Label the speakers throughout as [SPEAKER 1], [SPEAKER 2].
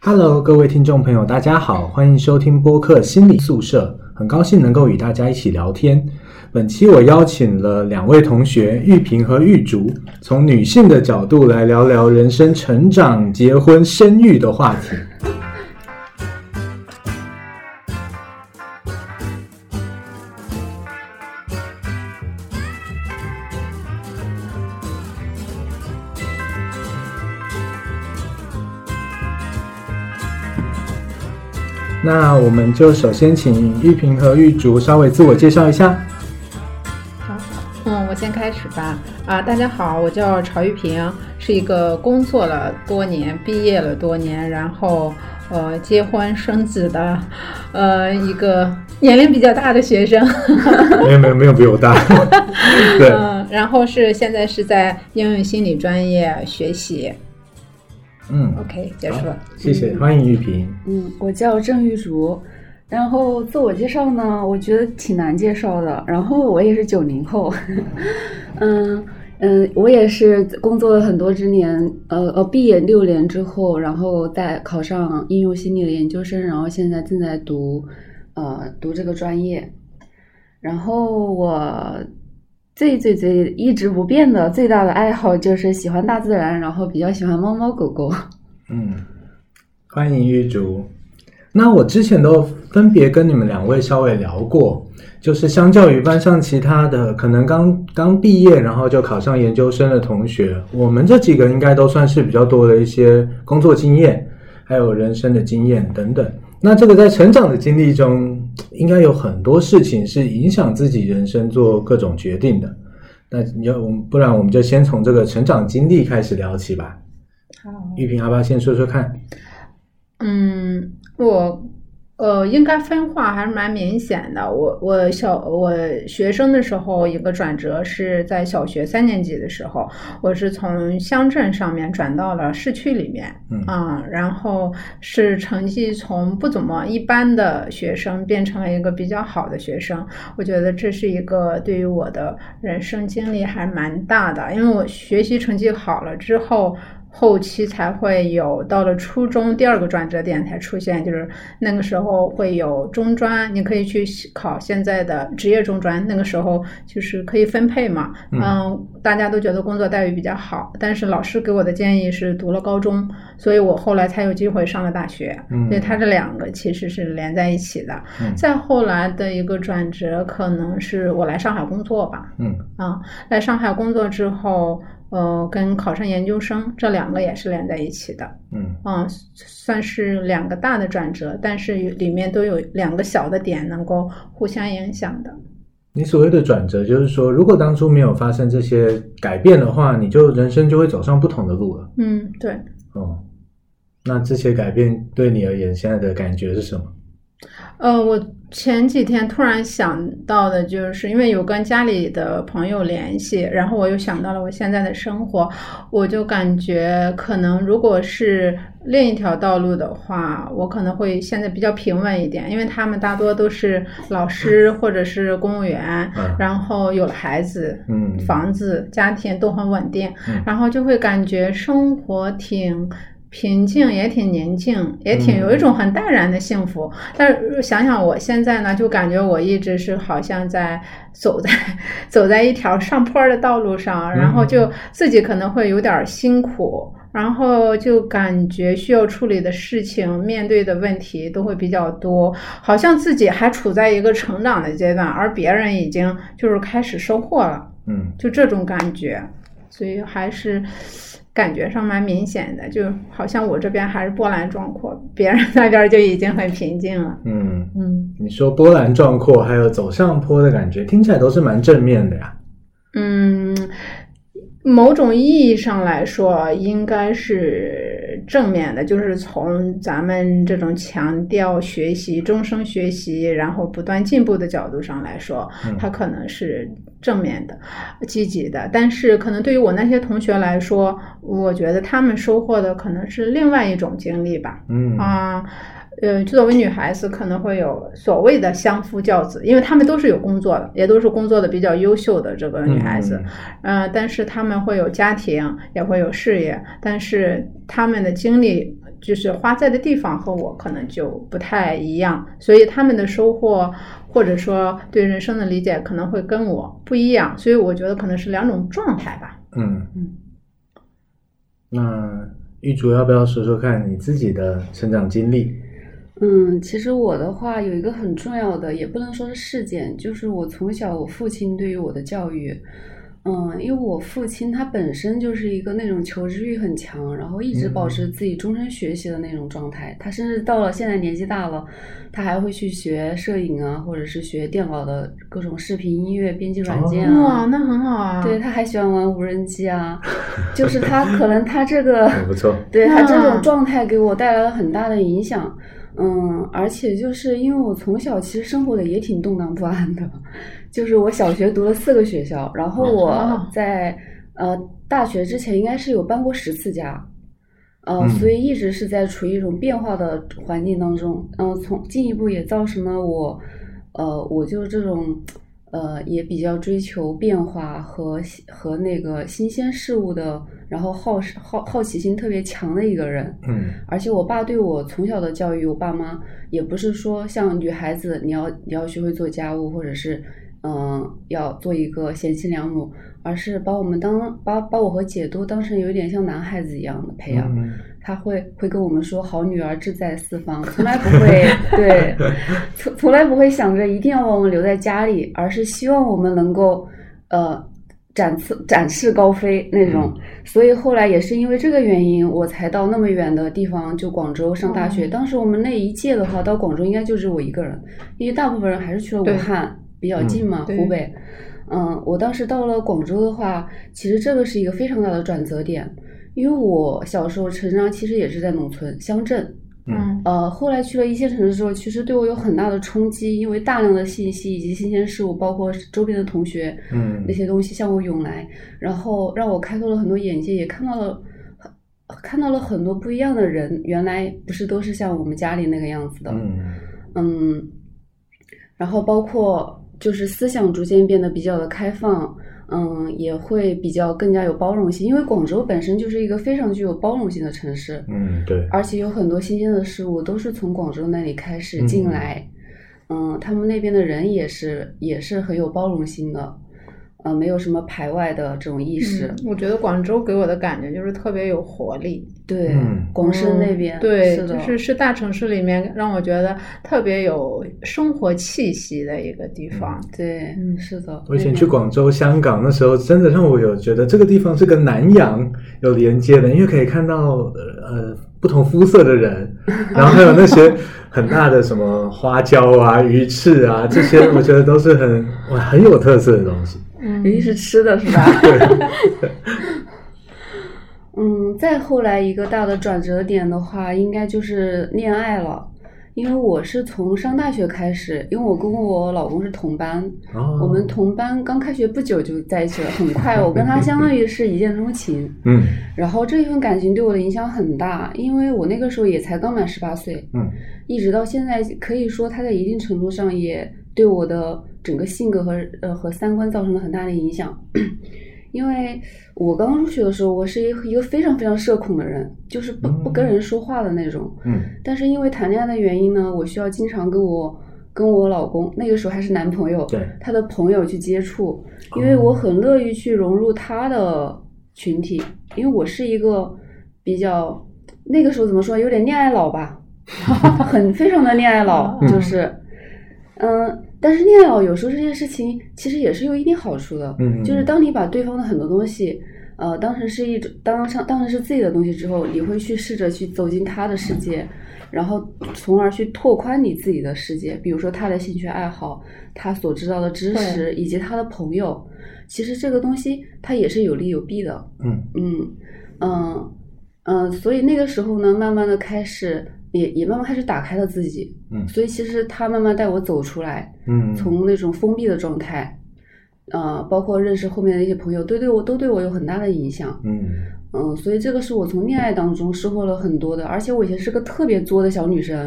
[SPEAKER 1] Hello，各位听众朋友，大家好，欢迎收听播客心理宿舍。很高兴能够与大家一起聊天。本期我邀请了两位同学玉萍和玉竹，从女性的角度来聊聊人生成长、结婚、生育的话题。那我们就首先请玉萍和玉竹稍微自我介绍一下。
[SPEAKER 2] 好，嗯，我先开始吧。啊，大家好，我叫曹玉平，是一个工作了多年、毕业了多年，然后呃结婚生子的，呃一个年龄比较大的学生。
[SPEAKER 1] 没有没有没有比我大， 对，
[SPEAKER 2] 嗯，然后是现在是在应用心理专业学习。
[SPEAKER 1] 嗯，
[SPEAKER 2] OK，结束了。
[SPEAKER 1] 谢谢，欢迎玉萍。
[SPEAKER 3] 嗯，我叫郑玉竹，然后自我介绍呢，我觉得挺难介绍的。然后我也是九零后，嗯嗯，我也是工作了很多之年，呃呃，毕业六年之后，然后再考上应用心理的研究生，然后现在正在读，呃，读这个专业。然后我最最最一直不变的最大的爱好就是喜欢大自然，然后比较喜欢猫猫狗狗。
[SPEAKER 1] 嗯，欢迎玉竹。那我之前都分别跟你们两位稍微聊过，就是相较于班上其他的可能刚刚毕业然后就考上研究生的同学，我们这几个应该都算是比较多的一些工作经验，还有人生的经验等等。那这个在成长的经历中，应该有很多事情是影响自己人生做各种决定的。那你要我们，不然我们就先从这个成长经历开始聊起吧。
[SPEAKER 2] 好，
[SPEAKER 1] 玉萍阿巴先说说看。
[SPEAKER 2] 嗯，我呃应该分化还是蛮明显的。我我小我学生的时候，一个转折是在小学三年级的时候，我是从乡镇上面转到了市区里面，
[SPEAKER 1] 嗯
[SPEAKER 2] 啊、然后是成绩从不怎么一般的学生变成了一个比较好的学生。我觉得这是一个对于我的人生经历还蛮大的，因为我学习成绩好了之后，后期才会有到了初中第二个转折点才出现，就是那个时候会有中专，你可以去考现在的职业中专，那个时候就是可以分配嘛，
[SPEAKER 1] 嗯
[SPEAKER 2] 嗯，大家都觉得工作待遇比较好，但是老师给我的建议是读了高中，所以我后来才有机会上了大学，
[SPEAKER 1] 嗯
[SPEAKER 2] 所以它这两个其实是连在一起的。
[SPEAKER 1] 嗯
[SPEAKER 2] 再后来的一个转折，可能是我来上海工作吧。
[SPEAKER 1] 嗯
[SPEAKER 2] 啊，来上海工作之后，呃，跟考上研究生这两个也是连在一起的。
[SPEAKER 1] 嗯
[SPEAKER 2] 啊，算是两个大的转折，但是里面都有两个小的点能够互相影响的。
[SPEAKER 1] 你所谓的转折，就是说，如果当初没有发生这些改变的话，你就人生就会走上不同的路了。
[SPEAKER 2] 嗯，对。
[SPEAKER 1] 哦、那这些改变对你而言，现在的感觉是什么？
[SPEAKER 2] 呃，我前几天突然想到的就是，因为有跟家里的朋友联系，然后我又想到了我现在的生活，我就感觉可能如果是另一条道路的话，我可能会现在比较平稳一点，因为他们大多都是老师或者是公务员，
[SPEAKER 1] 嗯
[SPEAKER 2] 然后有了孩子，
[SPEAKER 1] 嗯
[SPEAKER 2] 房子、家庭都很稳定，
[SPEAKER 1] 嗯
[SPEAKER 2] 然后就会感觉生活挺平静，也挺宁静，也挺有一种很淡然的幸福。
[SPEAKER 1] 嗯
[SPEAKER 2] 但是想想我现在呢，就感觉我一直是好像在走在 走在一条上坡的道路上，
[SPEAKER 1] 嗯
[SPEAKER 2] 然后就自己可能会有点辛苦。然后就感觉需要处理的事情、面对的问题都会比较多，好像自己还处在一个成长的阶段，而别人已经就是开始收获了。
[SPEAKER 1] 嗯
[SPEAKER 2] 就这种感觉，所以还是感觉上蛮明显的，就好像我这边还是波澜壮阔，别人 那边就已经很平静了。
[SPEAKER 1] 嗯，
[SPEAKER 2] 嗯
[SPEAKER 1] 你说波澜壮阔，还有走上坡的感觉，听起来都是蛮正面的呀。
[SPEAKER 2] 嗯，某种意义上来说，应该是正面的，就是从咱们这种强调学习、终生学习，然后不断进步的角度上来说，
[SPEAKER 1] 嗯
[SPEAKER 2] 它可能是正面的、积极的，但是可能对于我那些同学来说，我觉得他们收获的可能是另外一种经历吧。
[SPEAKER 1] 嗯
[SPEAKER 2] 啊，呃，作为女孩子可能会有所谓的相夫教子，因为她们都是有工作的，也都是工作的比较优秀的这个女孩子，嗯、但是她们会有家庭，也会有事业，但是她们的经历。就是花在的地方和我可能就不太一样，所以他们的收获或者说对人生的理解可能会跟我不一样，所以我觉得可能是两种状态吧。
[SPEAKER 1] 嗯
[SPEAKER 3] 嗯，
[SPEAKER 1] 那玉竹要不要说说看你自己的成长经历？
[SPEAKER 3] 嗯，其实我的话有一个很重要的，也不能说是事件，就是我从小我父亲对于我的教育。嗯，因为我父亲他本身就是一个那种求知欲很强，然后一直保持自己终身学习的那种状态。他甚至到了现在年纪大了，他还会去学摄影啊，或者是学电脑的各种视频、音乐编辑软件啊。
[SPEAKER 2] 哦哇，那很好啊。
[SPEAKER 3] 对，他还喜欢玩无人机啊，就是他可能他 这个
[SPEAKER 1] 很不错，
[SPEAKER 3] 对他这
[SPEAKER 2] 啊
[SPEAKER 3] 种状态给我带来了很大的影响。嗯，而且就是因为我从小其实生活的也挺动荡不安的，就是我小学读了四个学校，然后
[SPEAKER 2] 哦
[SPEAKER 3] 我在呃大学之前应该是有搬过十次家。呃
[SPEAKER 1] 嗯，
[SPEAKER 3] 所以一直是在处于一种变化的环境当中，嗯、从进一步也造成了我，呃，我就这种，呃，也比较追求变化和新和那个新鲜事物的，然后好好好奇心特别强的一个人。
[SPEAKER 1] 嗯
[SPEAKER 3] 而且我爸对我从小的教育，我爸妈也不是说像女孩子你要你要学会做家务，或者是嗯要做一个贤妻良母，而是把我们当把把我和姐都当成有点像男孩子一样的
[SPEAKER 2] 哎
[SPEAKER 3] 培养。
[SPEAKER 1] 嗯
[SPEAKER 3] 他会会跟我们说“好女儿志在四方”，从来不会对，从从来不会想着一定要把我们留在家里，而是希望我们能够呃展翅展翅高飞那种。
[SPEAKER 1] 嗯
[SPEAKER 3] 所以后来也是因为这个原因，我才到那么远的地方，就广州上大学。
[SPEAKER 2] 嗯
[SPEAKER 3] 当时我们那一届的话，到广州应该就只有我一个人，因为大部分人还是去了武
[SPEAKER 2] 对
[SPEAKER 3] 汉，比较近嘛，
[SPEAKER 2] 对
[SPEAKER 3] 湖北。嗯，我当时到了广州的话，其实这个是一个非常大的转折点，因为我小时候成长其实也是在农村乡镇，
[SPEAKER 1] 嗯
[SPEAKER 2] 嗯
[SPEAKER 3] 呃，后来去了一线城市之后，其实对我有很大的冲击，因为大量的信息以及新鲜事物，包括周边的同学
[SPEAKER 1] 嗯
[SPEAKER 3] 那些东西向我涌来，然后让我开拓了很多眼界，也看到了很看到了很多不一样的人，原来不是都是像我们家里那个样子的，
[SPEAKER 1] 嗯
[SPEAKER 3] 嗯，然后包括就是思想逐渐变得比较的开放，嗯，也会比较更加有包容性，因为广州本身就是一个非常具有包容性的城市，
[SPEAKER 1] 嗯，对，
[SPEAKER 3] 而且有很多新鲜的事物都是从广州那里开始进来，嗯，他们那边的人也是也是很有包容心的，呃，没有什么排外的这种意识，
[SPEAKER 2] 嗯，我觉得广州给我的感觉就是特别有活力。
[SPEAKER 3] 对，
[SPEAKER 1] 嗯
[SPEAKER 3] 广深那边，
[SPEAKER 2] 嗯对，
[SPEAKER 3] 是的，
[SPEAKER 2] 就是是大城市里面让我觉得特别有生活气息的一个地方。
[SPEAKER 3] 对，
[SPEAKER 2] 嗯
[SPEAKER 3] 是的，
[SPEAKER 1] 我以前
[SPEAKER 3] 那边
[SPEAKER 1] 去广州、香港那时候，真的让我有觉得这个地方是跟南洋有连接的，因为可以看到呃不同肤色的 人，然后还有那些很大的什么花椒啊、鱼翅啊，这 些我觉得都是很哇很有特色的东西。
[SPEAKER 2] 嗯
[SPEAKER 3] 尤其是吃的是吧？嗯，再后来一个大的转折点的话，应该就是恋爱了。因为我是从上大学开始，因为我跟我老公是同班，
[SPEAKER 1] 哦，
[SPEAKER 3] 我们同班刚开学不久就在一起了，很快我跟他相当于是一见钟情。
[SPEAKER 1] 嗯
[SPEAKER 3] 然后这份感情对我的影响很大，因为我那个时候也才刚满十八岁，
[SPEAKER 1] 嗯
[SPEAKER 3] 一直到现在，可以说他在一定程度上也对我的整个性格和呃和三观造成了很大的影响。 因为我刚入学的时候，我是一个一个非常非常社恐的人，就是不
[SPEAKER 1] 嗯
[SPEAKER 3] 不跟人说话的那种。
[SPEAKER 1] 嗯
[SPEAKER 3] 但是因为谈恋爱的原因呢，我需要经常跟我跟我老公，那个时候还是男朋友，
[SPEAKER 1] 对哦
[SPEAKER 3] 他的朋友去接触，因为我很乐于去融入他的群体，因为我是一个比较那个时候怎么说，有点恋爱 脑吧，很非常的恋爱
[SPEAKER 1] 哦
[SPEAKER 3] 脑，
[SPEAKER 2] 嗯
[SPEAKER 3] 就是，嗯。但是恋爱脑有时候这件事情其实也是有一定好处的，
[SPEAKER 1] 嗯
[SPEAKER 3] 就是当你把对方的很多东西，呃，当成是一种当上当成是自己的东西之后，你会去试着去走进他的世界，然后从而去拓宽你自己的世界，比如说他的兴趣爱好，他所知道的知识以及他的朋友，其实这个东西它也是有利有弊的，
[SPEAKER 1] 嗯
[SPEAKER 3] 嗯嗯嗯，所以那个时候呢，慢慢的开始也也慢慢开始打开了自己，
[SPEAKER 1] 嗯
[SPEAKER 3] 所以其实他慢慢带我走出来，
[SPEAKER 1] 嗯，
[SPEAKER 3] 从那种封闭的状态，呃，包括认识后面的一些朋友，都对我都对我有很大的影响。
[SPEAKER 1] 嗯
[SPEAKER 3] 嗯，所以这个是我从恋爱当中收获了很多的，而且我以前是个特别作的小女生，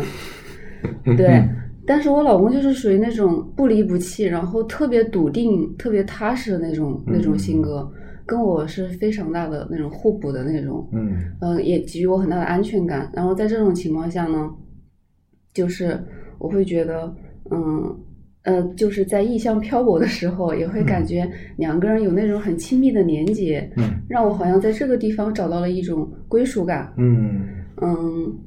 [SPEAKER 1] 嗯
[SPEAKER 3] 对。但是我老公就是属于那种不离不弃，然后特别笃定、特别踏实的那种那种性格，跟我是非常大的那种互补的那种，
[SPEAKER 1] 嗯
[SPEAKER 3] 嗯，也给予我很大的安全感。然后在这种情况下呢，就是我会觉得，嗯，呃，就是在异乡漂泊的时候，也会感觉两个人有那种很亲密的连接，
[SPEAKER 1] 嗯
[SPEAKER 3] 让我好像在这个地方找到了一种归属感。
[SPEAKER 1] 嗯
[SPEAKER 3] 嗯，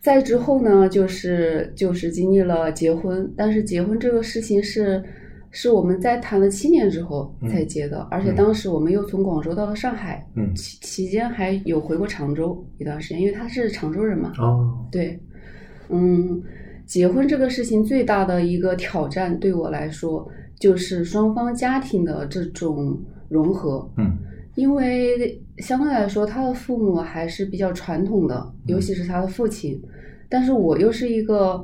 [SPEAKER 3] 再之后呢，就是就是经历了结婚，但是结婚这个事情是是我们在谈了七年之后才结的，而且当时我们又从广州到了上海，
[SPEAKER 1] 嗯，
[SPEAKER 3] 期期间还有回过常州一段时间，因为他是常州人嘛。
[SPEAKER 1] 哦，
[SPEAKER 3] 对，嗯，结婚这个事情最大的一个挑战对我来说，就是双方家庭的这种融合。
[SPEAKER 1] 嗯
[SPEAKER 3] 因为相对来说，他的父母还是比较传统
[SPEAKER 1] 嗯
[SPEAKER 3] 的，尤其是他的父亲。但是我又是一个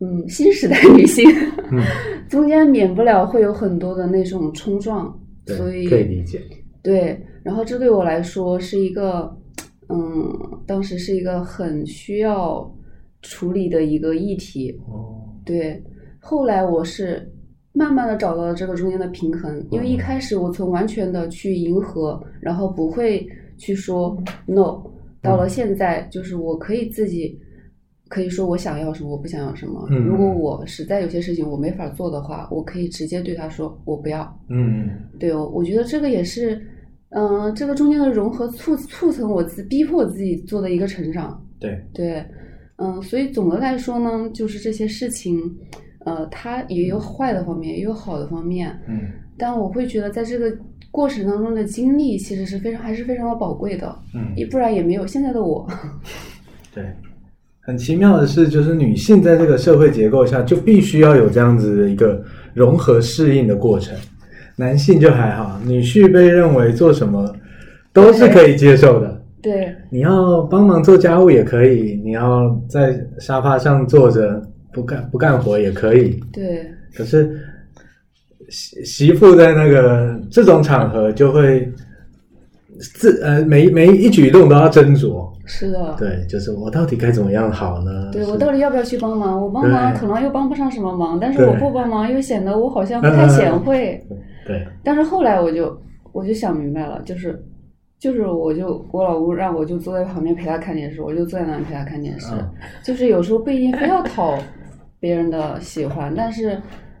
[SPEAKER 3] 嗯新时代女性，
[SPEAKER 1] 嗯，
[SPEAKER 3] 中间免不了会有很多的那种冲撞，所
[SPEAKER 1] 对，可以理解，
[SPEAKER 3] 对，然后这对我来说是一个，嗯，当时是一个很需要处理的一个议题。
[SPEAKER 1] 哦，
[SPEAKER 3] 对，后来我是慢慢的找到了这个中间的平衡，因为一开始我从完全的去迎合，然后不会去说 no，到了现在就是我可以自己。可以说我想要什么，我不想要什么。如果
[SPEAKER 1] 嗯
[SPEAKER 3] 我实在有些事情我没法做的话，我可以直接对他说我不要，
[SPEAKER 1] 嗯
[SPEAKER 3] 对哦，我觉得这个也是，嗯、这个中间的融合促促成我自逼迫我自己做的一个成长。
[SPEAKER 1] 对，
[SPEAKER 3] 对，嗯、所以总的来说呢，就是这些事情，呃，它也有坏的方面，也有好的方面，
[SPEAKER 1] 嗯
[SPEAKER 3] 但我会觉得在这个过程当中的经历其实是非常还是非常的宝贵的，
[SPEAKER 1] 嗯
[SPEAKER 3] 也不然也没有现在的我。
[SPEAKER 1] 对，很奇妙的是，就是女性在这个社会结构下，就必须要有这样子的一个融合适应的过程。男性就还好，女婿被认为做什么都是可以接受的。
[SPEAKER 3] 对
[SPEAKER 1] 你要帮忙做家务也可以，你要在沙发上坐着不干不干活也可以。
[SPEAKER 3] 对
[SPEAKER 1] 可是媳媳妇在那个这种场合就会自呃每每一举动都要斟酌。
[SPEAKER 3] 是的。
[SPEAKER 1] 对，就是我到底该怎么样好呢？
[SPEAKER 3] 对我
[SPEAKER 1] 是
[SPEAKER 3] 到底要不要去帮忙？我帮忙
[SPEAKER 1] 对
[SPEAKER 3] 可能又帮不上什么忙，但是我
[SPEAKER 1] 对嗯
[SPEAKER 3] 不帮忙又显得我好像不太显惠。
[SPEAKER 1] 对，
[SPEAKER 3] 但是后来我就我就想明白了，就是就是我就我老公让我就坐在旁边陪他看电视，我就坐在那里陪他看电视。
[SPEAKER 1] 嗯
[SPEAKER 3] 就是有时候不一定非要讨别人的喜欢，但是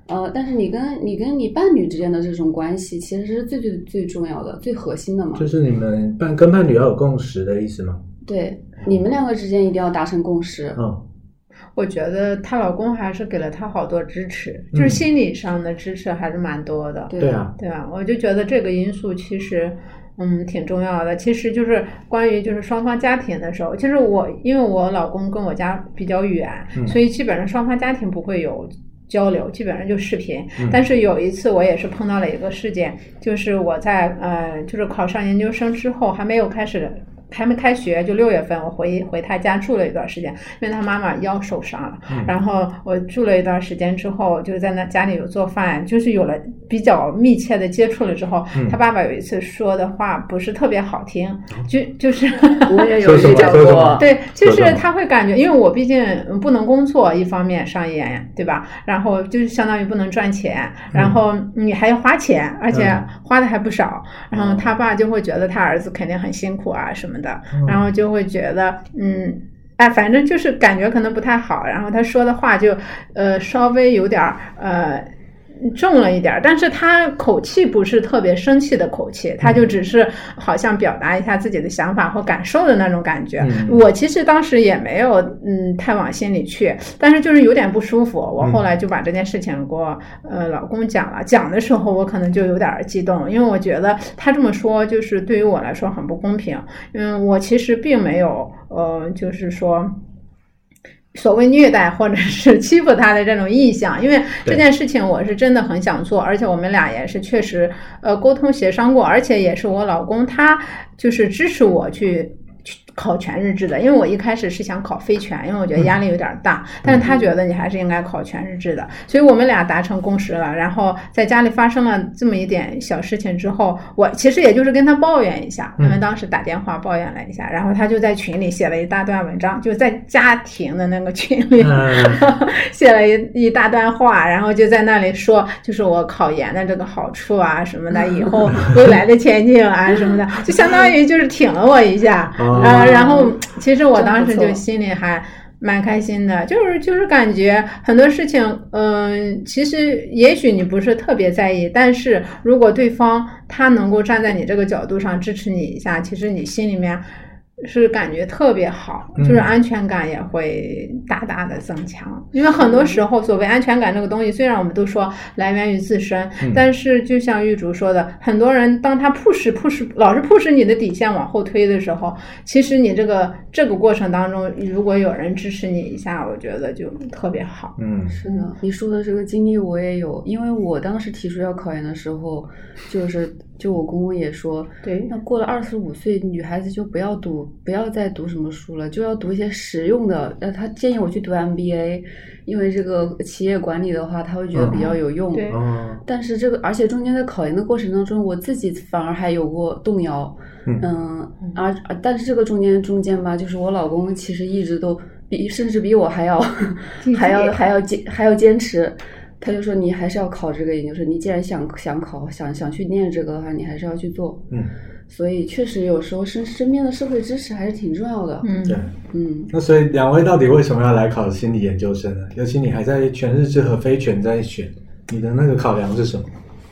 [SPEAKER 3] 呃，但是你跟你跟你伴侣之间的这种关系，其实是最最最重要的、最核心的嘛。
[SPEAKER 1] 就是你们伴跟伴侣要有共识的意思吗？
[SPEAKER 3] 对，你们两个之间一定要达成共识。
[SPEAKER 1] 嗯
[SPEAKER 2] 我觉得她老公还是给了她好多支持，就
[SPEAKER 1] 嗯
[SPEAKER 2] 是心理上的支持还是蛮多的。
[SPEAKER 3] 对
[SPEAKER 1] 对啊，
[SPEAKER 2] 对吧？我就觉得这个因素其实，嗯，挺重要的。其实就是关于就是双方家庭的时候，其实我因为我老公跟我家比较远，
[SPEAKER 1] 嗯
[SPEAKER 2] 所以基本上双方家庭不会有。交流基本上就视频，
[SPEAKER 1] 嗯
[SPEAKER 2] 但是有一次我也是碰到了一个事件，就是我在呃，就是考上研究生之后还没有开始，还没开学，就六月份我回回他家住了一段时间，因为他妈妈腰受伤了，
[SPEAKER 1] 嗯
[SPEAKER 2] 然后我住了一段时间之后，就是在那家里有做饭，就是有了比较密切的接触了之后，
[SPEAKER 1] 嗯
[SPEAKER 2] 他爸爸有一次说的话不是特别好听，就就是。
[SPEAKER 3] 我也
[SPEAKER 1] 有说
[SPEAKER 3] 有
[SPEAKER 1] 什么
[SPEAKER 3] 遇
[SPEAKER 1] 遇到
[SPEAKER 3] 到
[SPEAKER 1] 说什么
[SPEAKER 3] 过，
[SPEAKER 2] 对，就
[SPEAKER 1] 说
[SPEAKER 2] 是
[SPEAKER 1] 什么
[SPEAKER 2] 他会感觉，因为我毕竟嗯不能工作，一方面上研，对吧？然后就是相当于不能赚钱，然后你还要花钱，而且
[SPEAKER 1] 嗯
[SPEAKER 2] 花的还不少。然后
[SPEAKER 1] 嗯
[SPEAKER 2] 他爸就会觉得他儿子肯定很辛苦啊什么的，
[SPEAKER 1] 嗯
[SPEAKER 2] 然后就会觉得，嗯，哎，反正就是感觉可能不太好。然后他说的话就，呃，稍微有点儿，呃。重了一点儿，但是他口气不是特别生气的口气，他
[SPEAKER 1] 嗯
[SPEAKER 2] 就只是好像表达一下自己的想法或感受的那种感觉。
[SPEAKER 1] 嗯
[SPEAKER 2] 我其实当时也没有嗯太往心里去，但是就是有点不舒服。我
[SPEAKER 1] 嗯
[SPEAKER 2] 后来就把这件事情给我呃老公讲了，讲的时候我可能就有点儿激动，因为我觉得他这么说就是对于我来说很不公平。嗯，我其实并没有，呃，就是说。所谓虐待或者是欺负他的这种意向，因为这
[SPEAKER 1] 对
[SPEAKER 2] 件事情我是真的很想做，而且我们俩也是确实呃沟通协商过，而且也是我老公他就是支持我去去考全日制的，因为我一开始是想考非全，因为我
[SPEAKER 1] 嗯
[SPEAKER 2] 觉得压力有点大，但是他觉得你还是应该考全日制的，所以我们俩达成共识了。然后在家里发生了这么一点小事情之后，我其实也就是跟他抱怨一下，我
[SPEAKER 1] 嗯
[SPEAKER 2] 们当时打电话抱怨了一下，然后他就在群里写了一大段文章，就在家庭的那个群里，
[SPEAKER 1] 嗯
[SPEAKER 2] 写了一一大段话，然后就在那里说，就是我考研的这个好处啊什么的，以后未来的前景啊什么的，就相当于就是挺了我一下。
[SPEAKER 1] 哦
[SPEAKER 2] 啊， 然后其实我当时
[SPEAKER 3] 嗯真
[SPEAKER 2] 就
[SPEAKER 3] 不错
[SPEAKER 2] 心里还蛮开心的，就是就是感觉很多事情，嗯、其实也许你不是特别在意，但是如果对方他能够站在你这个角度上支持你一下，其实你心里面。是感觉特别好，
[SPEAKER 1] 嗯
[SPEAKER 2] 就是安全感也会大大的增强。因为很多时候，所谓安全感这个东西，虽然我们都说来源于自身，
[SPEAKER 1] 嗯
[SPEAKER 2] 但是就像玉竹说的，很多人当他 push push 老是 push 你的底线往后推的时候，其实你这个这个过程当中，如果有人支持你一下，我觉得就特别好。
[SPEAKER 1] 嗯
[SPEAKER 3] 是的，你说的这个经历我也有，因为我当时提出要考研的时候，就是就我公公也说，
[SPEAKER 2] 对
[SPEAKER 3] 那过了二十五岁，女孩子就不要读，不要再读什么书了，就要读一些实用的。呃，他建议我去读 MBA，因为这个企业管理的话，他会觉得比较有用。
[SPEAKER 2] 嗯对
[SPEAKER 1] 哦
[SPEAKER 3] 但是这个，而且中间在考研的过程当中，我自己反而还有过动摇，
[SPEAKER 1] 嗯
[SPEAKER 3] 嗯
[SPEAKER 2] 嗯，
[SPEAKER 3] 而而但是这个中间中间吧，就是我老公其实一直都比甚至比我还要
[SPEAKER 2] 积极
[SPEAKER 3] 还要还要坚还要坚持，他就说你还是要考这个研究生，你既然想想考想想去念这个的话，你还是要去做。
[SPEAKER 1] 嗯，
[SPEAKER 3] 所以确实有时候身身边的社会支持还是挺重要的。
[SPEAKER 2] 嗯
[SPEAKER 1] 对。
[SPEAKER 3] 嗯，
[SPEAKER 1] 那所以两位到底为什么要来考心理研究生呢？尤其你还在全日制和非全在选，你的那个考量是什么？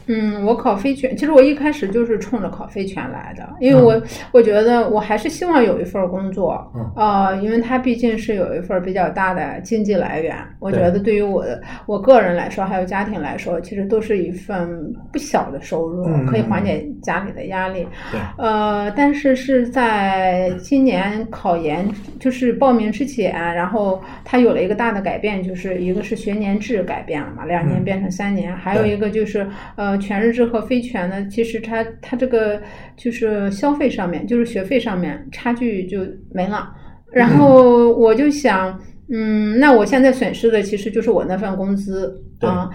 [SPEAKER 2] 嗯，我考飞犬，其实我一开始就是冲着考飞犬来的，因为我、我觉得我还是希望有一份工作，
[SPEAKER 1] 嗯
[SPEAKER 2] 呃，因为它毕竟是有一份比较大的经济来源，我觉
[SPEAKER 1] 对
[SPEAKER 2] 得对于我的我个人来说，还有家庭来说，其实都是一份不小的收入，
[SPEAKER 1] 嗯
[SPEAKER 2] 可以缓
[SPEAKER 1] 嗯嗯
[SPEAKER 2] 解家里的压力。
[SPEAKER 1] 对，
[SPEAKER 2] 呃，但是是在今年考研，就是报名之前，然后它有了一个大的改变，就是一个是学年制改变了嘛，两年
[SPEAKER 1] 嗯
[SPEAKER 2] 变成三年，还有
[SPEAKER 1] 对
[SPEAKER 2] 一个就是呃全日制和非全呢，其实它它这个就是消费上面，就是学费上面差距就没了。然后我就想，嗯，那我现在损失的其实就是我那份工资
[SPEAKER 1] 对
[SPEAKER 2] 啊，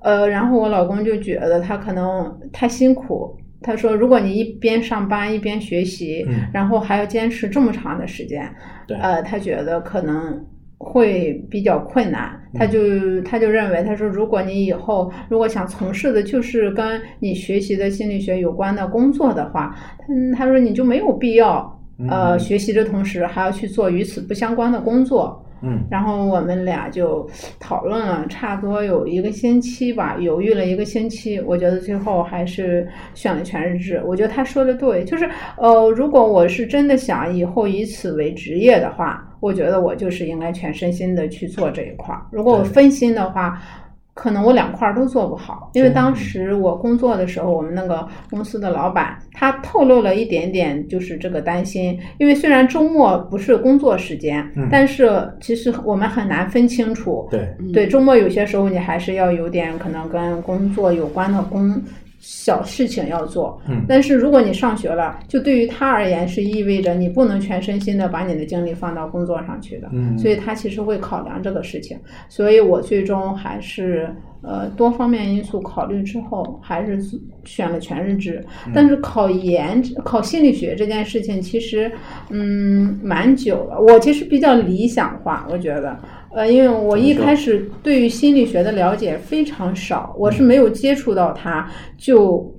[SPEAKER 2] 呃，然后我老公就觉得他可能太辛苦，他说如果你一边上班一边学习，
[SPEAKER 1] 嗯
[SPEAKER 2] 然后还要坚持这么长的时间，
[SPEAKER 1] 对
[SPEAKER 2] 呃，他觉得可能会比较困难，
[SPEAKER 1] 嗯
[SPEAKER 2] 他就他就认为，他说如果你以后如果想从事的就是跟你学习的心理学有关的工作的话，嗯，他说你就没有必要。呃，
[SPEAKER 1] 嗯
[SPEAKER 2] 学习的同时还要去做与此不相关的工作，
[SPEAKER 1] 嗯
[SPEAKER 2] 然后我们俩就讨论了差不多有一个星期吧，犹豫了一个星期，我觉得最后还是选了全日制。我觉得他说的对，就是呃，如果我是真的想以后以此为职业的话，我觉得我就是应该全身心的去做这一块儿。如果我
[SPEAKER 1] 对
[SPEAKER 2] 分心的话，可能我两块儿都做不好，因为
[SPEAKER 1] 嗯
[SPEAKER 2] 当时我工作的时候，我们那个公司的老板他透露了一点点，就是这个担心，因为虽然周末不是工作时间，
[SPEAKER 1] 嗯
[SPEAKER 2] 但是其实我们很难分清楚。
[SPEAKER 1] 对，
[SPEAKER 3] 嗯
[SPEAKER 2] 对，周末有些时候你还是要有点可能跟工作有关的工小事情要做，
[SPEAKER 1] 嗯
[SPEAKER 2] 但是如果你上学了，就对于他而言是意味着你不能全身心的把你的精力放到工作上去的，
[SPEAKER 1] 嗯，
[SPEAKER 2] 所以他其实会考量这个事情，所以我最终还是呃多方面因素考虑之后，还是选了全日制。
[SPEAKER 1] 嗯
[SPEAKER 2] 但是考研、考心理学这件事情，其实嗯蛮久了。我其实比较理想化，我觉得，呃，因为我一
[SPEAKER 1] 怎么说
[SPEAKER 2] 开始对于心理学的了解非常少，我
[SPEAKER 1] 嗯
[SPEAKER 2] 是没有接触到它，就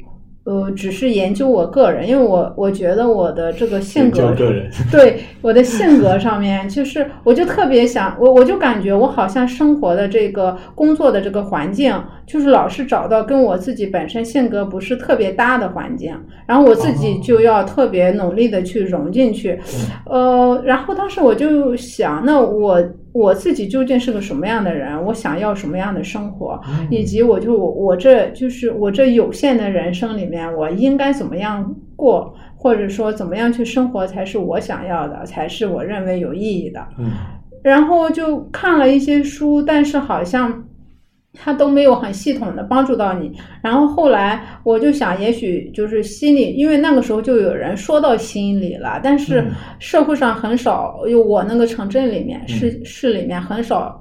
[SPEAKER 2] 呃只是研究我个人，因为我我觉得我的这个性
[SPEAKER 1] 研
[SPEAKER 2] 格
[SPEAKER 1] 究个人，
[SPEAKER 2] 对我的性格上面，就是我就特别想，我我就感觉我好像生活的这个工作的这个环境，就是老是找到跟我自己本身性格不是特别搭的环境，然后我自己就要特别努力的去融进去，呃，然后当时我就想，那我。我自己究竟是个什么样的人？我想要什么样的生活？
[SPEAKER 1] 嗯
[SPEAKER 2] 以及我就我这就是我这有限的人生里面，我应该怎么样过，或者说怎么样去生活才是我想要的，才是我认为有意义的。
[SPEAKER 1] 嗯
[SPEAKER 2] 然后就看了一些书，但是好像他都没有很系统的帮助到你。然后后来我就想，也许就是心理，因为那个时候就有人说到心理了，但是
[SPEAKER 1] 嗯
[SPEAKER 2] 社会上很少，有我那个城镇里面、市
[SPEAKER 1] 嗯
[SPEAKER 2] 市里面很少。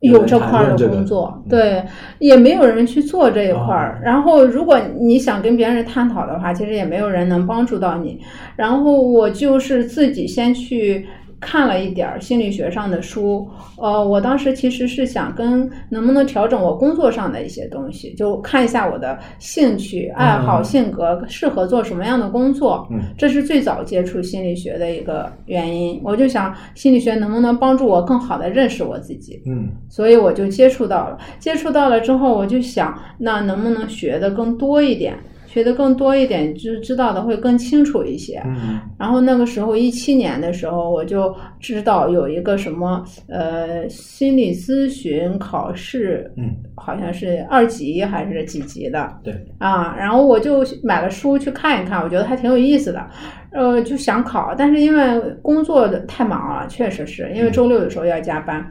[SPEAKER 1] 有
[SPEAKER 2] 有
[SPEAKER 1] 人
[SPEAKER 2] 这
[SPEAKER 1] 谈
[SPEAKER 2] 块儿
[SPEAKER 1] 论
[SPEAKER 2] 的
[SPEAKER 1] 这个
[SPEAKER 2] 工作，
[SPEAKER 1] 嗯
[SPEAKER 2] 对，也没有人去做这一块儿
[SPEAKER 1] 哦。
[SPEAKER 2] 然后，如果你想跟别人探讨的话，其实也没有人能帮助到你。然后我就是自己先去看了一点儿心理学上的书，呃，我当时其实是想跟能不能调整我工作上的一些东西，就看一下我的兴趣、爱好、
[SPEAKER 1] 嗯
[SPEAKER 2] 性格适合做什么样的工作。
[SPEAKER 1] 嗯
[SPEAKER 2] 这是最早接触心理学的一个原因。我就想心理学能不能帮助我更好的认识我自己。
[SPEAKER 1] 嗯
[SPEAKER 2] 所以我就接触到了，接触到了之后，我就想，那能不能学的更多一点？学的更多一点，就是知道的会更清楚一些。
[SPEAKER 1] 嗯
[SPEAKER 2] 然后那个时候一七年的时候，我就知道有一个什么呃心理咨询考试，
[SPEAKER 1] 嗯，
[SPEAKER 2] 好像是二级还是几级的，
[SPEAKER 1] 对，
[SPEAKER 2] 啊，然后我就买了书去看一看，我觉得还挺有意思的，呃，就想考，但是因为工作的太忙了，确实是因为周六有时候要加班，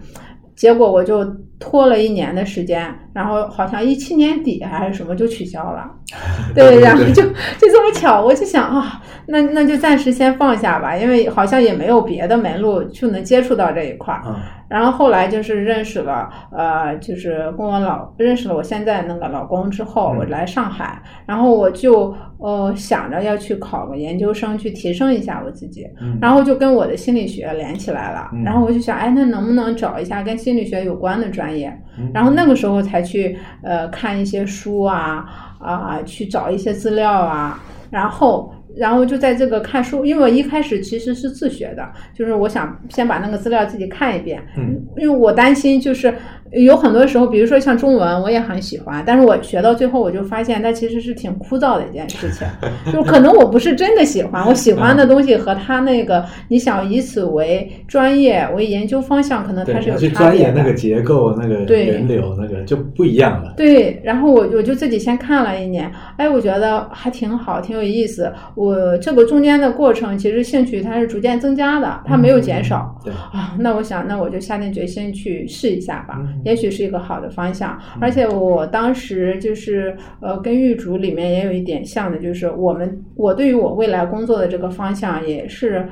[SPEAKER 2] 结果我就拖了一年的时间，然后好像一七年底还是什么就取消 了，
[SPEAKER 1] 嗯
[SPEAKER 2] 对，然后就就这么巧，我就想啊，那那就暂时先放下吧，因为好像也没有别的门路就能接触到这一块儿，
[SPEAKER 1] 啊，
[SPEAKER 2] 然后后来就是认识了，呃，就是跟我老认识了我现在那个老公之后，
[SPEAKER 1] 嗯
[SPEAKER 2] 我来上海，然后我就呃想着要去考个研究生，去提升一下我自己，
[SPEAKER 1] 嗯
[SPEAKER 2] 然后就跟我的心理学连起来了，
[SPEAKER 1] 嗯
[SPEAKER 2] 然后我就想，哎，那能不能找一下跟心理学有关的专业？
[SPEAKER 1] 嗯
[SPEAKER 2] 然后那个时候才去呃看一些书啊啊、去找一些资料啊，然后然后就在这个看书，因为我一开始其实是自学的，就是我想先把那个资料自己看一遍，
[SPEAKER 1] 嗯
[SPEAKER 2] 因为我担心就是有很多时候，比如说像中文，我也很喜欢，但是我学到最后，我就发现它其实是挺枯燥的一件事 情，就可能我不是真的喜欢，我喜欢的东西和他那个你想以此为专业为研究方向，可能呃它
[SPEAKER 1] 对，
[SPEAKER 2] 是有
[SPEAKER 1] 要去
[SPEAKER 2] 差
[SPEAKER 1] 钻
[SPEAKER 2] 别
[SPEAKER 1] 研
[SPEAKER 2] 的
[SPEAKER 1] 那。个结构、那个
[SPEAKER 2] 对
[SPEAKER 1] 源流、那个就不一样了。
[SPEAKER 2] 对，然后我我就自己先看了一年，哎，我觉得还挺好，挺有意思。我这个中间的过程，其实兴趣它是逐渐增加的，它没有
[SPEAKER 1] 嗯
[SPEAKER 2] 减少。
[SPEAKER 1] 对，
[SPEAKER 2] 啊，那我想，那我就下定决心去试一下吧，
[SPEAKER 1] 嗯
[SPEAKER 2] 也许是一个好的方向。而且我当时就是呃，跟玉竹里面也有一点像的，就是我们我对于我未来工作的这个方向也是。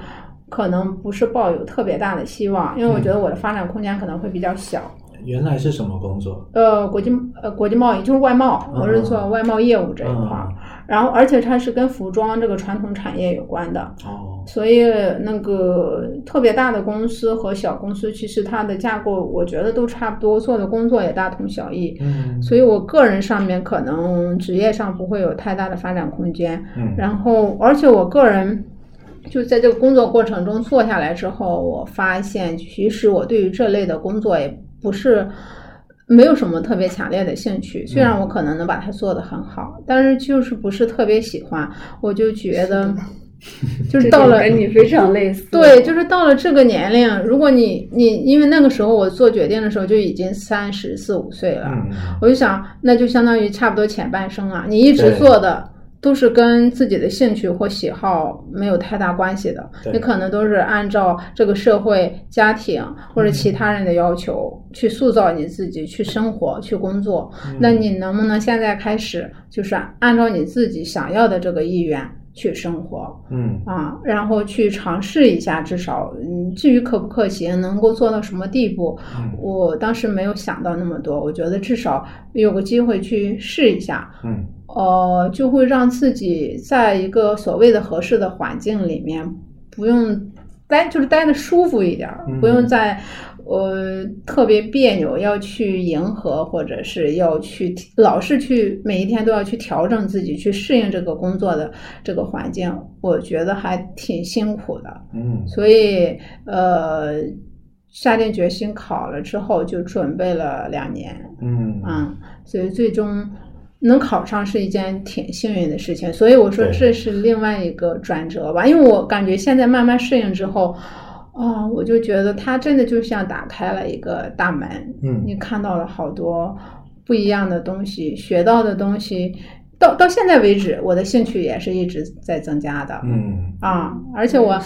[SPEAKER 2] 可能不是抱有特别大的希望，因为我觉得
[SPEAKER 1] 嗯
[SPEAKER 2] 我的发展空间可能会比较小。
[SPEAKER 1] 原来是什么工作？
[SPEAKER 2] 呃，国际呃国际贸易就是外贸，
[SPEAKER 1] 嗯
[SPEAKER 2] 我是做外贸业务这一块儿，然后而且它是跟服装这个传统产业有关的，
[SPEAKER 1] 嗯哦，
[SPEAKER 2] 所以那个特别大的公司和小公司其实它的架构我觉得都差不多，做的工作也大同小异，
[SPEAKER 1] 嗯
[SPEAKER 2] 所以我个人上面可能职业上不会有太大的发展空间，
[SPEAKER 1] 嗯，
[SPEAKER 2] 然后，而且我个人就在这个工作过程中做下来之后，我发现其实我对于这类的工作也不是没有什么特别强烈的兴趣。虽然我可能能把它做得很好，但是就是不是特别喜欢。我就觉得，就是到了
[SPEAKER 3] 这种跟你非常类似。
[SPEAKER 2] 对，就是到了这个年龄，如果你你因为那个时候我做决定的时候就已经三十四五岁了，
[SPEAKER 1] 嗯，
[SPEAKER 2] 我就想，那就相当于差不多前半生啊，你一直
[SPEAKER 1] 对
[SPEAKER 2] 做的都是跟自己的兴趣或喜好没有太大关系的，
[SPEAKER 1] 对
[SPEAKER 2] 你可能都是按照这个社会、家庭或者其他人的要求、去塑造你自己，去生活、去工作。
[SPEAKER 1] 嗯
[SPEAKER 2] 那你能不能现在开始，就是按照你自己想要的这个意愿去生活？
[SPEAKER 1] 嗯
[SPEAKER 2] 啊，然后去尝试一下，至少，嗯，至于可不可行，能够做到什么地步，
[SPEAKER 1] 嗯
[SPEAKER 2] 我当时没有想到那么多，我觉得至少有个机会去试一下，
[SPEAKER 1] 嗯
[SPEAKER 2] 呃，就会让自己在一个所谓的合适的环境里面，不用待，就是待的舒服一点儿，
[SPEAKER 1] 嗯
[SPEAKER 2] 不用再呃特别别扭，要去迎合或者是要去老是去每一天都要去调整自己，去适应这个工作的这个环境，我觉得还挺辛苦的。
[SPEAKER 1] 嗯
[SPEAKER 2] 所以呃，下定决心考了之后，就准备了两年，
[SPEAKER 1] 嗯
[SPEAKER 2] 嗯，所以最终能考上是一件挺幸运的事情。所以我说
[SPEAKER 1] 对
[SPEAKER 2] 这是另外一个转折吧，因为我感觉现在慢慢适应之后。啊、我就觉得它真的就像打开了一个大门，
[SPEAKER 1] 嗯
[SPEAKER 2] 你看到了好多不一样的东西，学到的东西，到到现在为止，我的兴趣也是一直在增加的。
[SPEAKER 1] 嗯
[SPEAKER 2] 啊，而且我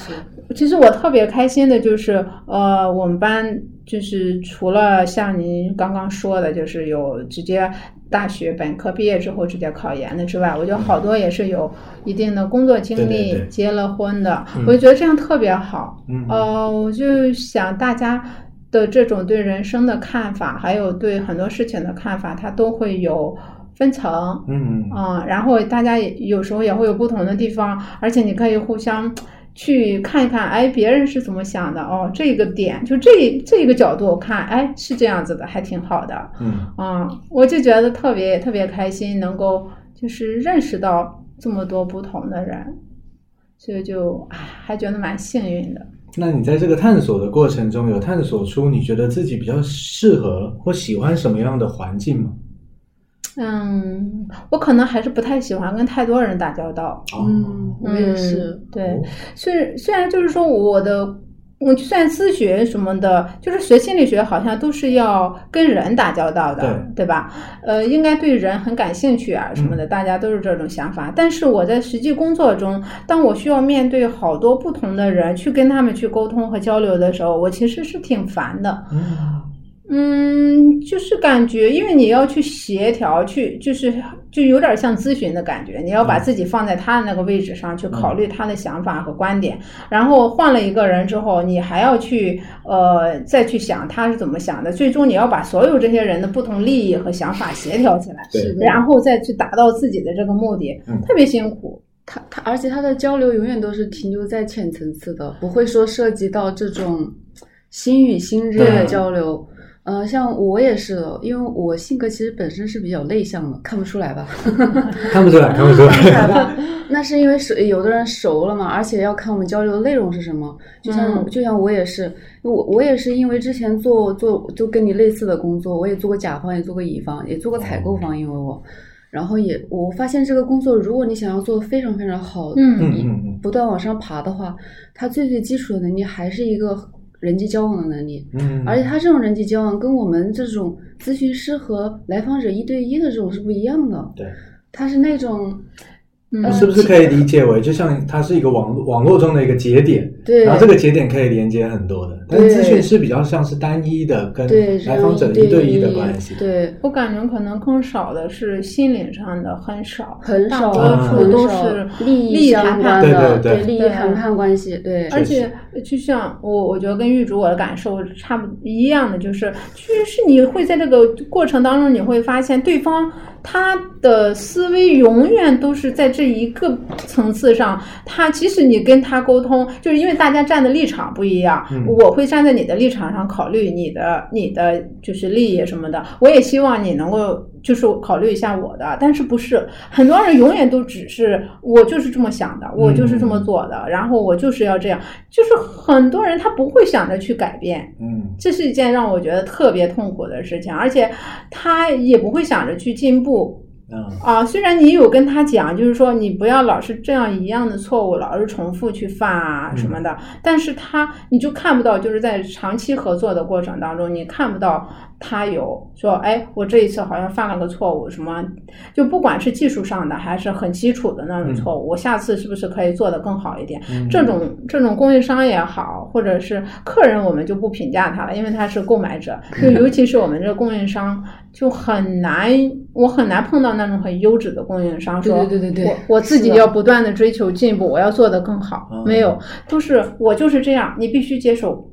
[SPEAKER 2] 其实我特别开心的就是，呃，我们班就是除了像您刚刚说的，就是有直接大学本科毕业之后直接考研的之外，我觉得好多也是有一定的工作经历、
[SPEAKER 1] 嗯对对对
[SPEAKER 2] 结了婚的，
[SPEAKER 1] 嗯
[SPEAKER 2] 我就觉得这样特别好。
[SPEAKER 1] 嗯
[SPEAKER 2] 呃，我就想大家的这种对人生的看法，还有对很多事情的看法，它都会有分层。
[SPEAKER 1] 嗯
[SPEAKER 2] 嗯，然后大家也有时候也会有不同的地方，而且你可以互相去看一看，哎，别人是怎么想的哦，这个点就这这个角度看，哎，是这样子的，还挺好的。
[SPEAKER 1] 嗯
[SPEAKER 2] 嗯，我就觉得特别特别开心，能够就是认识到这么多不同的人，所以就哎，还觉得蛮幸运的。
[SPEAKER 1] 那你在这个探索的过程中，有探索出你觉得自己比较适合或喜欢什么样的环境吗？
[SPEAKER 2] 嗯，我可能还是不太喜欢跟太多人打交道。
[SPEAKER 1] 哦
[SPEAKER 3] 嗯，我也是
[SPEAKER 2] 嗯，对，虽虽然就是说我的，我虽然咨询什么的，就是学心理学好像都是要跟人打交道的，对吧？呃，应该对人很感兴趣啊什么的，大家都是这种想法。但是我在实际工作中，当我需要面对好多不同的人去跟他们去沟通和交流的时候，我其实是挺烦的。
[SPEAKER 1] 嗯
[SPEAKER 2] 嗯，就是感觉，因为你要去协调，去就是就有点像咨询的感觉，你要把
[SPEAKER 1] 嗯
[SPEAKER 2] 自己放在他的那个位置上去考虑他的想法和观点，然后换了一个人之后，你还要去呃再去想他是怎么想的，最终你要把所有这些人的不同利益和想法协调起来，
[SPEAKER 1] 对
[SPEAKER 3] 是的。
[SPEAKER 2] 然后再去达到自己的这个目的，
[SPEAKER 1] 嗯
[SPEAKER 2] 特别辛 苦。
[SPEAKER 3] 他他，而且他的交流永远都是停留在浅层次的，不会说涉及到这种心与心之间的
[SPEAKER 1] 对
[SPEAKER 3] 交流。呃，像我也是的，因为我性格其实本身是比较内向的，看不出来吧？
[SPEAKER 1] 看不出来，看不出
[SPEAKER 3] 明白
[SPEAKER 1] 来。
[SPEAKER 3] 吧？那是因为熟有的人熟了嘛，而且要看我们交流的内容是什么。就像、
[SPEAKER 2] 嗯
[SPEAKER 3] 就像我也是，我我也是因为之前做做就跟你类似的工作，我也做过甲方，也做过乙方，也做过采购方，因为我，然后也我发现这个工作，如果你想要做的非常非常好，
[SPEAKER 2] 嗯
[SPEAKER 1] 嗯嗯嗯
[SPEAKER 3] 不断往上爬的话，它最最基础的能力还是一个人际交往的能力。
[SPEAKER 1] 嗯，
[SPEAKER 3] 而且他这种人际交往跟我们这种咨询师和来访者一对一的这种是不一样的，
[SPEAKER 1] 对，
[SPEAKER 3] 他是那种
[SPEAKER 2] 嗯
[SPEAKER 3] 呃
[SPEAKER 1] 是不是可以理解为，就像它是一个网络网络中的一个节点，
[SPEAKER 3] 对
[SPEAKER 1] 然后这个节点可以连接很多的，但是
[SPEAKER 3] 对
[SPEAKER 1] 资讯是比较像是单一的，跟
[SPEAKER 3] 对
[SPEAKER 1] 来访者
[SPEAKER 3] 人
[SPEAKER 1] 一对一的关系。
[SPEAKER 3] 对，
[SPEAKER 2] 我感觉可能更少的是心理上的，很少，
[SPEAKER 3] 很少
[SPEAKER 2] 大
[SPEAKER 1] 嗯
[SPEAKER 2] 多
[SPEAKER 3] 很
[SPEAKER 2] 数都
[SPEAKER 3] 少
[SPEAKER 2] 是利
[SPEAKER 3] 利益
[SPEAKER 2] 益
[SPEAKER 3] 相
[SPEAKER 2] 谈
[SPEAKER 3] 关
[SPEAKER 2] 判啊
[SPEAKER 3] 的，
[SPEAKER 1] 对对对
[SPEAKER 3] 利益谈判关系，对，
[SPEAKER 2] 而且就像我，我觉得跟玉竹我的感受差不一样的，就是就是你会在这个过程当中，你会发现对方他的思维永远都是在这一个层次上。他即使你跟他沟通，就是因为大家站的立场不一样，
[SPEAKER 1] 嗯
[SPEAKER 2] 我会站在你的立场上考虑你的你的就是利益什么的。我也希望你能够就是考虑一下我的，但是不是很多人永远都只是我就是这么想的，我就是这么做的，然后我就是要这样，就是很多人他不会想着去改变，
[SPEAKER 1] 嗯
[SPEAKER 2] 这是一件让我觉得特别痛苦的事情，而且他也不会想着去进步。
[SPEAKER 1] 嗯
[SPEAKER 2] 啊，虽然你有跟他讲，就是说你不要老是这样一样的错误，老是重复去犯啊什么的，但是他你就看不到，就是在长期合作的过程当中，你看不到他有说，哎，我这一次好像犯了个错误，什么，就不管是技术上的还是很基础的那种错误，我下次是不是可以做得更好一点？
[SPEAKER 1] 嗯
[SPEAKER 2] 这种这种供应商也好，或者是客人，我们就不评价他了，因为他是购买 者。就尤其是我们这个供应商，就很难，我很难碰到那种很优质的供应商说，
[SPEAKER 3] 对对对对对
[SPEAKER 2] 我我自己
[SPEAKER 3] 是的
[SPEAKER 2] 要不断的追求进步，我要做得更好。
[SPEAKER 1] 嗯
[SPEAKER 2] 没有，都是我就是这样，你必须接 受。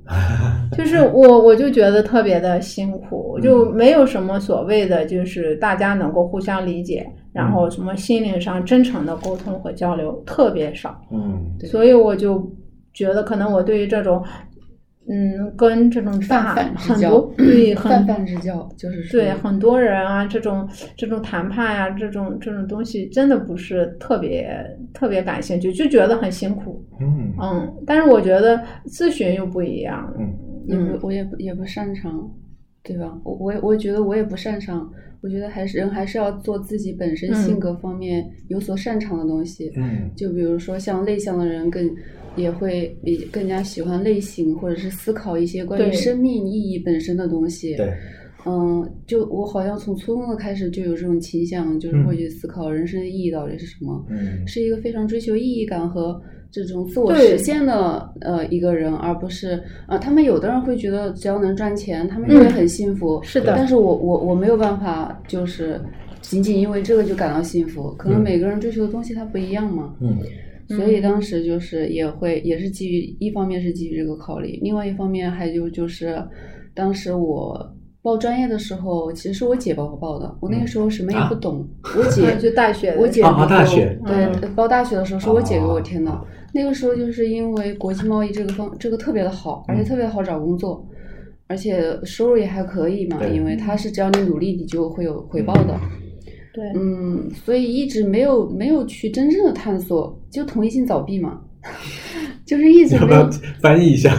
[SPEAKER 2] 就是我，我就觉得特别的辛苦，
[SPEAKER 1] 嗯
[SPEAKER 2] 就没有什么所谓的，就是大家能够互相理解，然
[SPEAKER 3] 嗯
[SPEAKER 2] 后什么心灵上真诚的沟通和交流特别少。
[SPEAKER 1] 嗯
[SPEAKER 3] 对
[SPEAKER 2] 所以我就觉得，可能我对于这种，嗯，跟这种大
[SPEAKER 3] 泛泛之
[SPEAKER 2] 很
[SPEAKER 3] 交
[SPEAKER 2] 多对
[SPEAKER 3] 泛
[SPEAKER 2] 很
[SPEAKER 3] 泛之交就是说
[SPEAKER 2] 对很多人啊，这种这种谈判啊，这种这种东西，真的不是特别特别感兴趣，就觉得很辛苦。
[SPEAKER 1] 嗯
[SPEAKER 2] 嗯，但是我觉得咨询又不一样。
[SPEAKER 1] 嗯
[SPEAKER 3] 也
[SPEAKER 2] 嗯
[SPEAKER 3] 不，我也不也不擅长，对吧？我我也我觉得我也不擅长，我觉得还是人还是要做自己本身
[SPEAKER 2] 嗯
[SPEAKER 3] 性格方面有所擅长的东西。
[SPEAKER 1] 嗯
[SPEAKER 3] 就比如说像内向的人更也会比更加喜欢类型，或者是思考一些关于
[SPEAKER 2] 对
[SPEAKER 3] 生命意义本身的东西。
[SPEAKER 1] 对
[SPEAKER 3] 嗯，就我好像从初中的开始就有这种倾向，
[SPEAKER 2] 嗯
[SPEAKER 3] 就是会去思考人生的意义到底是什么，
[SPEAKER 1] 嗯
[SPEAKER 3] 是一个非常追求意义感和这种自我
[SPEAKER 2] 对
[SPEAKER 3] 实现的呃一个人，而不是呃，他们有的人会觉得只要能赚钱，他们就会很幸福，
[SPEAKER 2] 嗯是的
[SPEAKER 3] 但是我我我没有办法，就是仅仅因为这个就感到幸福，可能
[SPEAKER 1] 嗯
[SPEAKER 3] 每个人追求的东西它不一样嘛，
[SPEAKER 1] 嗯
[SPEAKER 3] 所以当时就是也会也是基于一方面是基于这个考虑，另外一方面还有就是，当时我报专业的时候，其实是我姐帮我报的，我那
[SPEAKER 1] 嗯
[SPEAKER 3] 个时候什么也不懂，我
[SPEAKER 2] 啊就
[SPEAKER 3] 姐
[SPEAKER 2] 大学的
[SPEAKER 3] 我姐
[SPEAKER 1] 啊啊
[SPEAKER 3] 给我
[SPEAKER 1] 大学
[SPEAKER 3] 对、
[SPEAKER 2] 嗯
[SPEAKER 3] 报大学的时候是我姐给我填的，
[SPEAKER 1] 啊
[SPEAKER 3] 那个时候就是因为国际贸易这个方这个特别的好，而且
[SPEAKER 1] 嗯
[SPEAKER 3] 特别好找工作。而且收入也还可以嘛，
[SPEAKER 1] 对嗯
[SPEAKER 3] 因为它是只要你努力，你就会有回报的。
[SPEAKER 2] 对，
[SPEAKER 1] 啊
[SPEAKER 3] 嗯，所以一直没有没有去真正的探索，就同一性早闭嘛， 就是一直
[SPEAKER 1] 要不
[SPEAKER 3] 没
[SPEAKER 1] 要
[SPEAKER 3] 有
[SPEAKER 1] 翻译一下？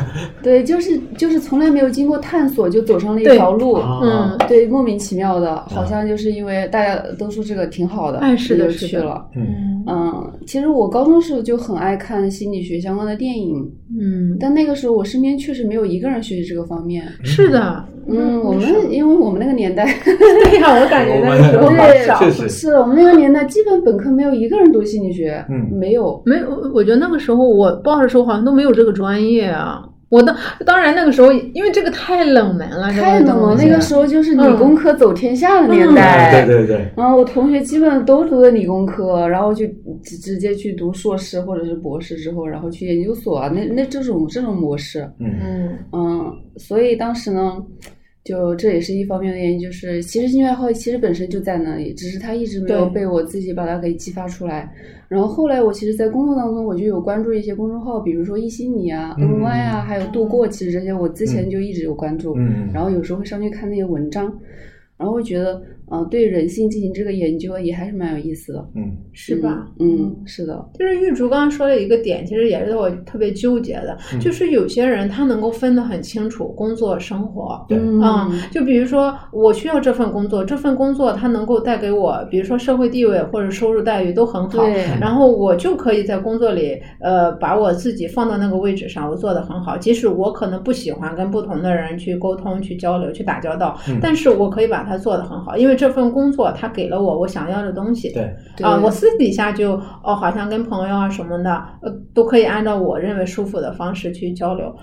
[SPEAKER 3] 对，就是就是从来没有经过探索就走上了一条路，
[SPEAKER 2] 嗯
[SPEAKER 1] 啊
[SPEAKER 3] 对，莫名其妙的，好像就是因为大家都说这个挺好的，
[SPEAKER 2] 哎是的
[SPEAKER 3] 就是
[SPEAKER 2] 的
[SPEAKER 3] 去了。
[SPEAKER 1] 嗯
[SPEAKER 3] 嗯，其实我高中时候就很爱看心理学相关的电影，
[SPEAKER 2] 嗯，
[SPEAKER 3] 但那个时候我身边确实没有一个人学习这个方面。
[SPEAKER 2] 是的，
[SPEAKER 3] 嗯，我们因为我们那个年代，
[SPEAKER 2] 对呀，我感觉那个时候
[SPEAKER 1] 我们
[SPEAKER 2] 好
[SPEAKER 3] 对，
[SPEAKER 2] 少
[SPEAKER 1] 确实
[SPEAKER 3] 是我们那个年代，基本本科没有一个人读心理学，
[SPEAKER 1] 嗯
[SPEAKER 3] 没有，
[SPEAKER 2] 没有，我觉得那个时候我报的时候好像都没有这个专业啊。我当当然那个时候，因为这个太冷门了，
[SPEAKER 3] 太
[SPEAKER 2] 这
[SPEAKER 3] 冷
[SPEAKER 2] 东
[SPEAKER 3] 了。
[SPEAKER 2] 西
[SPEAKER 3] 那个时候就是理工科走天下的年
[SPEAKER 1] 啊
[SPEAKER 3] 代，
[SPEAKER 1] 对对对，
[SPEAKER 3] 然后我同学基本都读的理工科，然后就直直接去读硕士或者是博士之后，然后去研究所啊，那那这种这种模式，
[SPEAKER 1] 嗯
[SPEAKER 2] 嗯
[SPEAKER 3] 嗯，所以当时呢，就这也是一方面的原因，就是其实兴趣爱好其实本身就在那里，只是它一直没有
[SPEAKER 2] 对
[SPEAKER 3] 被我自己把它给激发出来。然后后来我其实，在工作当中，我就有关注一些公众号，比如说一心你啊、
[SPEAKER 1] 嗯
[SPEAKER 3] NY 啊，还有度过，其实这些我之前就一直有关注。
[SPEAKER 1] 嗯，
[SPEAKER 3] 然后有时候会上去看那些文章，然后会觉得，呃，对人性进行这个研究也还是蛮有意思的，
[SPEAKER 1] 嗯
[SPEAKER 2] 是吧？
[SPEAKER 3] 嗯？嗯，是的，
[SPEAKER 2] 就是玉竹刚刚说了一个点，其实也是我特别纠结的，
[SPEAKER 1] 嗯
[SPEAKER 2] 就是有些人他能够分得很清楚工作生活。
[SPEAKER 1] 对
[SPEAKER 2] 嗯，就比如说，我需要这份工作，这份工作它能够带给我，比如说社会地位或者收入待遇都很好，
[SPEAKER 3] 对，
[SPEAKER 2] 然后我就可以在工作里，呃，把我自己放到那个位置上，我做的很好。即使我可能不喜欢跟不同的人去沟通、去交流、去打交道，
[SPEAKER 1] 嗯
[SPEAKER 2] 但是我可以把它做得很好，因为这份工作它给了我我想要的东西。
[SPEAKER 1] 对，
[SPEAKER 3] 对
[SPEAKER 2] 啊，我私底下就哦，好像跟朋友啊什么的，呃，都可以按照我认为舒服的方式去交流。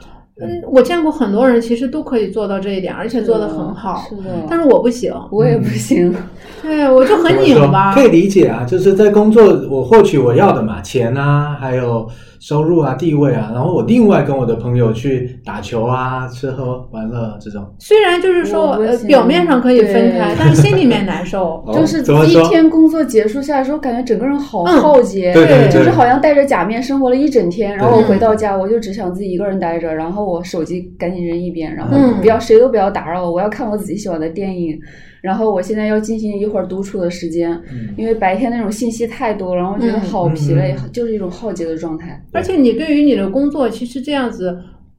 [SPEAKER 2] 嗯，我见过很多人其实都可以做到这一点，而且做得很好，
[SPEAKER 3] 是的，
[SPEAKER 2] 但是我不行，
[SPEAKER 3] 我也不
[SPEAKER 1] 嗯
[SPEAKER 3] 行，
[SPEAKER 2] 对我就很拧巴
[SPEAKER 1] 可。以理解啊，就是在工作我获取我要的嘛，钱啊，还有收入啊、地位啊，然后我另外跟我的朋友去打球啊、吃喝玩乐这种。
[SPEAKER 2] 虽然就是说，
[SPEAKER 3] 我不
[SPEAKER 2] 呃，
[SPEAKER 3] 行
[SPEAKER 2] 表面上可以分开
[SPEAKER 3] 对，
[SPEAKER 2] 但是心里面难 受。
[SPEAKER 1] 哦
[SPEAKER 3] 就是
[SPEAKER 1] 怎么
[SPEAKER 3] 一
[SPEAKER 1] 说
[SPEAKER 3] 天工作结束下来之后，感觉整个人好
[SPEAKER 2] 嗯
[SPEAKER 3] 浩劫，
[SPEAKER 1] 对
[SPEAKER 2] 对
[SPEAKER 3] 就是
[SPEAKER 1] 对
[SPEAKER 3] 好像戴着假面生活了一整天，然后我
[SPEAKER 2] 对
[SPEAKER 3] 回到家，我就只想自己一个人待着，然后我手机赶紧扔一边，然后
[SPEAKER 2] 嗯
[SPEAKER 3] 不要谁都不要打扰我，我要看我自己喜欢的电影，然后我现在要进行一会儿独处的时间，
[SPEAKER 1] 嗯
[SPEAKER 3] 因为白天那种信息太多了，然后觉得
[SPEAKER 2] 嗯
[SPEAKER 3] 好疲累，
[SPEAKER 1] 嗯
[SPEAKER 3] 就是一种浩劫的状态。
[SPEAKER 2] 而且你对于你的工作，其实这样子，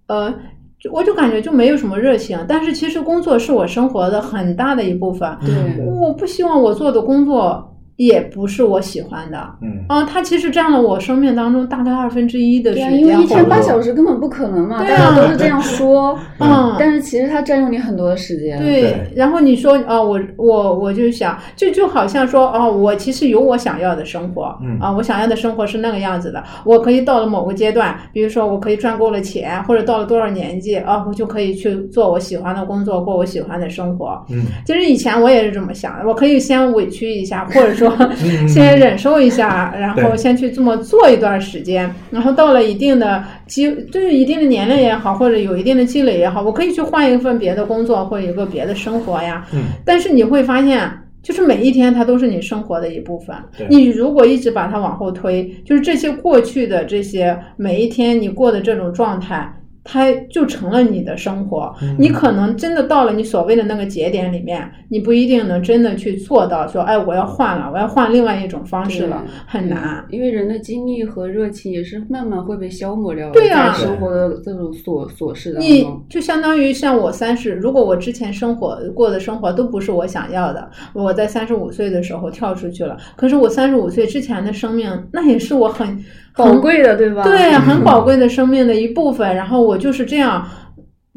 [SPEAKER 2] 呃，就我就感觉就没有什么热情。啊但是其实工作是我生活的很大的一部分，
[SPEAKER 3] 对
[SPEAKER 1] 嗯
[SPEAKER 2] 我不希望我做的工作也不是我喜欢的。
[SPEAKER 1] 嗯
[SPEAKER 2] 啊，它其实占了我生命当中大概二分之一的时
[SPEAKER 3] 对啊，
[SPEAKER 2] 间，
[SPEAKER 3] 因为一天
[SPEAKER 1] 不
[SPEAKER 3] 八
[SPEAKER 1] 多
[SPEAKER 3] 小时根本不可能嘛，
[SPEAKER 2] 对
[SPEAKER 3] 大
[SPEAKER 2] 啊
[SPEAKER 3] 家都是这样说，
[SPEAKER 2] 嗯，
[SPEAKER 3] 但是其实它占用你很多的时间。
[SPEAKER 2] 对
[SPEAKER 1] 对。
[SPEAKER 2] 然后你说啊，我我我就想，就就好像说啊，我其实有我想要的生活，
[SPEAKER 1] 嗯
[SPEAKER 2] 啊，我想要的生活是那个样子的。我可以到了某个阶段，比如说我可以赚够了钱，或者到了多少年纪啊，我就可以去做我喜欢的工作，过我喜欢的生活。
[SPEAKER 1] 嗯
[SPEAKER 2] 其实以前我也是这么想的，我可以先委屈一下，或者说
[SPEAKER 1] 嗯
[SPEAKER 2] 先忍受一下，然后
[SPEAKER 1] 对
[SPEAKER 2] 先去这么做一段时间，然后到了一定的积，就是一定的年龄也好，或者有一定的积累也好，我可以去换一份别的工作或者一个别的生活呀。
[SPEAKER 1] 嗯，
[SPEAKER 2] 但是你会发现。啊就是每一天，它都是你生活的一部分
[SPEAKER 1] 对。
[SPEAKER 2] 你如果一直把它往后推，就是这些过去的这些每一天你过的这种状态，它就成了你的生活。
[SPEAKER 1] 嗯
[SPEAKER 2] 你可能真的到了你所谓的那个节点里面，你不一定能真的去做到说，哎，我要换了，我要换另外一种方式了，很难。
[SPEAKER 3] 因为人的精力和热情也是慢慢会被消磨掉的，
[SPEAKER 2] 对啊
[SPEAKER 3] 在生活的这种琐琐事当
[SPEAKER 2] 你
[SPEAKER 3] 中，
[SPEAKER 2] 就相当于像我三十，如果我之前生活过的生活都不是我想要的，我在三十五岁的时候跳出去了，可是我三十五岁之前的生命，那也是我很
[SPEAKER 3] 宝贵的，对啊吧？嗯
[SPEAKER 2] 对，很宝贵的生命的一部分。然后我就是这样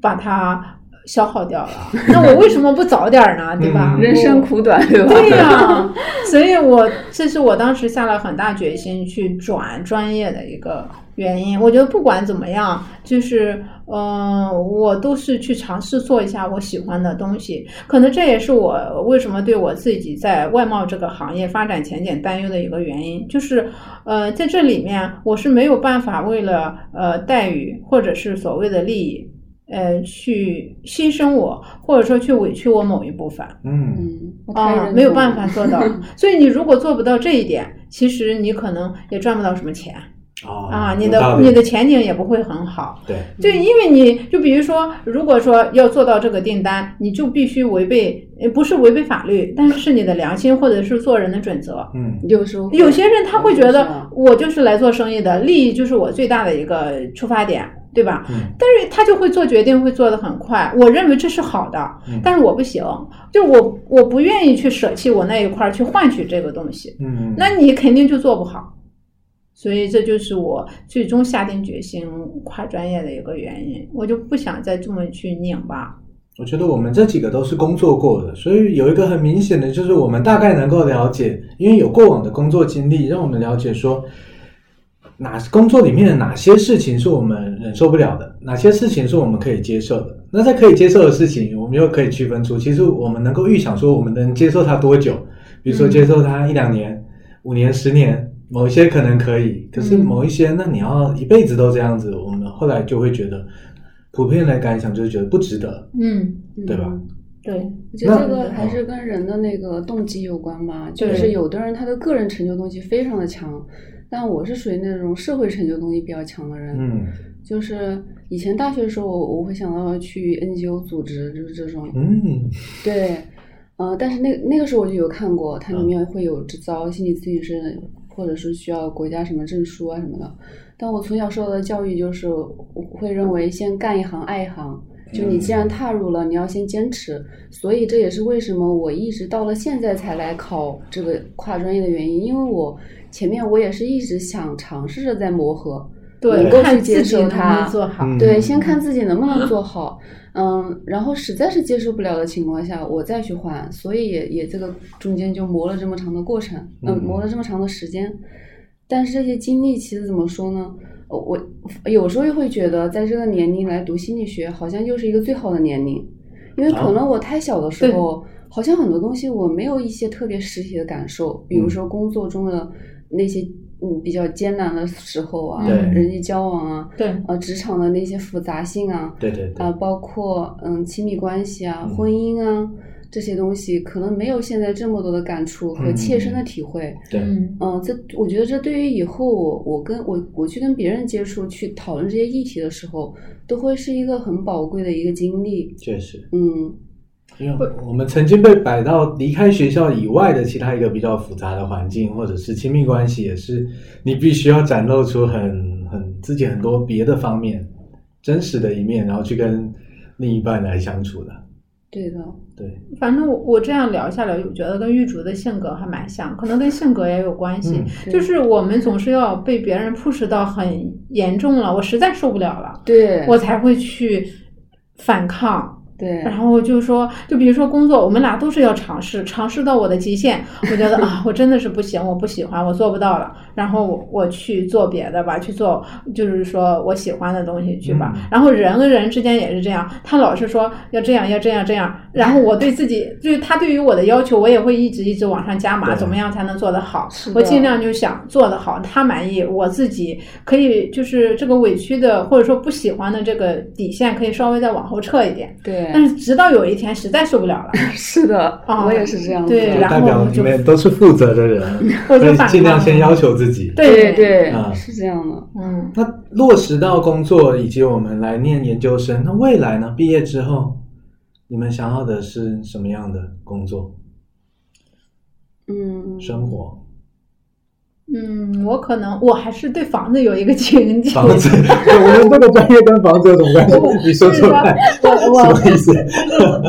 [SPEAKER 2] 把它消耗 掉了。那我为什么不早点儿呢？对吧？
[SPEAKER 1] 嗯
[SPEAKER 3] 人生苦短，对吧？啊
[SPEAKER 2] 对呀、所以我这是我当时下了很大决心去转专业的一个原因。我觉得不管怎么样，就是嗯、呃我都是去尝试做一下我喜欢的东西。可能这也是我为什么对我自己在外贸这个行业发展前景担忧的一个原因，就是呃，在这里面我是没有办法为了呃待遇或者是所谓的利益。呃，去牺牲我，或者说去委屈我某一部分，
[SPEAKER 1] 嗯
[SPEAKER 3] 嗯，我开
[SPEAKER 2] 啊，
[SPEAKER 3] 人
[SPEAKER 2] 没有
[SPEAKER 3] 懂
[SPEAKER 2] 办法做到。所以你如果做不到这一点，其实你可能也赚不到什么钱
[SPEAKER 1] 哦
[SPEAKER 2] 啊，你
[SPEAKER 1] 有道
[SPEAKER 2] 的
[SPEAKER 1] 理
[SPEAKER 2] 你的前景也不会很好。
[SPEAKER 1] 对
[SPEAKER 2] 就因为你就比如说，如果说要做到这个订单，你就必须违背，呃不是违背法律，但是是你的良心或者是做人的准则。
[SPEAKER 1] 嗯
[SPEAKER 3] 有时候
[SPEAKER 2] 有些人他会觉
[SPEAKER 3] 是啊
[SPEAKER 2] 得我就是来做生意的，利益就是我最大的一个出发点，对吧？
[SPEAKER 1] 嗯
[SPEAKER 2] 但是他就会做决定，会做得很快。我认为这是好的，
[SPEAKER 1] 嗯
[SPEAKER 2] 但是我不行，就我我不愿意去舍弃我那一块儿去换取这个东西，
[SPEAKER 1] 嗯，
[SPEAKER 2] 那你肯定就做不好。所以这就是我最终下定决心跨专业的一个原因，我就不想再这么去拧巴。
[SPEAKER 1] 我觉得我们这几个都是工作过的，所以有一个很明显的就是我们大概能够了解，因为有过往的工作经历，让我们了解说哪工作里面的哪些事情是我们忍受不了的，哪些事情是我们可以接受的。那在可以接受的事情，我们又可以区分出，其实我们能够预想说我们能接受它多久，比如说
[SPEAKER 2] 嗯
[SPEAKER 1] 接受它一两年、五年、十年，某一些可能可以，可是
[SPEAKER 2] 嗯
[SPEAKER 1] 某一些，那你要一辈子都这样子，我们后来就会觉得，普遍的感想就是觉得不值得。
[SPEAKER 2] 嗯，
[SPEAKER 1] 对吧
[SPEAKER 3] 嗯
[SPEAKER 2] 对，
[SPEAKER 3] 我觉得这
[SPEAKER 1] 那
[SPEAKER 3] 个还是跟人的那个动机有关吧，就
[SPEAKER 2] 对
[SPEAKER 3] 是有的人他的个人成就动机非常的强，但我是属于那种社会成就动机比较强的人。
[SPEAKER 1] 嗯
[SPEAKER 3] 就是以前大学的时候，我我会想到去 NGO 组织，就是这种。
[SPEAKER 1] 嗯
[SPEAKER 3] 对，呃，但是那那个时候我就有看过，它里面会有只招心理咨询师，或者是需要国家什么证书啊什么的。但我从小受到的教育就是，我会认为先干一行爱一行。就你既然踏入了，你要先坚持，所以这也是为什么我一直到了现在才来考这个跨专业的原因，因为我前面我也是一直想尝试着在磨合，能
[SPEAKER 2] 对，
[SPEAKER 3] 够
[SPEAKER 2] 看
[SPEAKER 3] 去接
[SPEAKER 2] 自己
[SPEAKER 3] 受
[SPEAKER 2] 能不
[SPEAKER 3] 它
[SPEAKER 2] 能做好。
[SPEAKER 1] 嗯
[SPEAKER 3] 对，先看自己能不能做好，嗯，然后实在是接受不了的情况下，我再去换，所以也也这个中间就磨了这么长的过程，嗯、
[SPEAKER 1] 嗯
[SPEAKER 3] 磨了这么长的时间，但是这些经历其实怎么说呢？呃我有时候又会觉得，在这个年龄来读心理学，好像又是一个最好的年龄，因为
[SPEAKER 1] 啊
[SPEAKER 3] 可能我太小的时候，好像很多东西我没有一些特别实体的感受，比
[SPEAKER 1] 嗯
[SPEAKER 3] 如说工作中的那些嗯比较艰难的时候啊，
[SPEAKER 1] 对
[SPEAKER 3] 人际交往啊，
[SPEAKER 2] 对，
[SPEAKER 3] 呃职场的那些复杂性啊，
[SPEAKER 1] 对对对
[SPEAKER 3] 啊、，包括嗯亲密关系啊、
[SPEAKER 1] 嗯
[SPEAKER 3] 婚姻啊这些东西，可能没有现在这么多的感触和切身的体会。
[SPEAKER 1] 对，
[SPEAKER 2] 嗯
[SPEAKER 3] 嗯、这我觉得这对于以后我我跟我我去跟别人接触、去讨论这些议题的时候，都会是一个很宝贵的一个经历。
[SPEAKER 1] 确实，
[SPEAKER 3] 嗯，
[SPEAKER 1] 因为我们曾经被摆到离开学校以外的其他一个比较复杂的环境，或者是亲密关系，也是你必须要展露出很很自己很多别的方面真实的一面，然后去跟另一半来相处的。
[SPEAKER 3] 对的，
[SPEAKER 1] 对，
[SPEAKER 2] 反正我我这样聊下来，我觉得跟玉竹的性格还蛮像，可能跟性格也有关系。
[SPEAKER 1] 嗯
[SPEAKER 3] 对
[SPEAKER 2] 就是我们总是要被别人 push 到很严重了，我实在受不了了，
[SPEAKER 3] 对，
[SPEAKER 2] 我才会去反抗。
[SPEAKER 3] 对，
[SPEAKER 2] 然后就说，就比如说工作，我们俩都是要尝试，尝试到我的极限，我觉得啊，我真的是不行，我不喜欢，我做不到了。然后我我去做别的吧，去做就是说我喜欢的东西去吧。
[SPEAKER 1] 嗯
[SPEAKER 2] 然后人跟人之间也是这样，他老是说要这样，要这样，这样。然后我对自己，就是他对于我的要求，我也会一直一直往上加码，
[SPEAKER 1] 对
[SPEAKER 2] 怎么样才能做得好
[SPEAKER 3] 是？的
[SPEAKER 2] 我尽量就想做得好，他满意，我自己可以就是这个委屈的或者说不喜欢的这个底线，可以稍微再往后撤一点。
[SPEAKER 3] 对，
[SPEAKER 2] 但是直到有一天实在受 不了了，
[SPEAKER 3] 是的，
[SPEAKER 2] 嗯啊
[SPEAKER 3] 我也是这样子的。
[SPEAKER 2] 对
[SPEAKER 1] 就
[SPEAKER 2] 然后
[SPEAKER 1] 代表
[SPEAKER 2] 我
[SPEAKER 1] 你
[SPEAKER 2] 就
[SPEAKER 1] 们都是负责的人，
[SPEAKER 2] 我
[SPEAKER 1] 所
[SPEAKER 2] 就
[SPEAKER 1] 以
[SPEAKER 2] 反
[SPEAKER 1] 尽量
[SPEAKER 2] 抗
[SPEAKER 1] 先
[SPEAKER 2] 了
[SPEAKER 1] 要求自己。
[SPEAKER 3] 对
[SPEAKER 2] 对，
[SPEAKER 3] 对
[SPEAKER 1] 啊
[SPEAKER 3] 是这样的。
[SPEAKER 2] 嗯，
[SPEAKER 1] 那落实到工作以及我们来念研究生，那未来呢？毕业之后，你们想要的是什么样的工作、
[SPEAKER 3] 嗯，
[SPEAKER 1] 生活？
[SPEAKER 2] 嗯，我可能我还是对房子有一个情结，
[SPEAKER 1] 房 子？ 我们这个专业跟房子有什么关系？你说
[SPEAKER 2] 就是
[SPEAKER 1] 出
[SPEAKER 2] 说
[SPEAKER 1] 来，
[SPEAKER 2] 我
[SPEAKER 1] 什
[SPEAKER 2] 我
[SPEAKER 1] 么意思？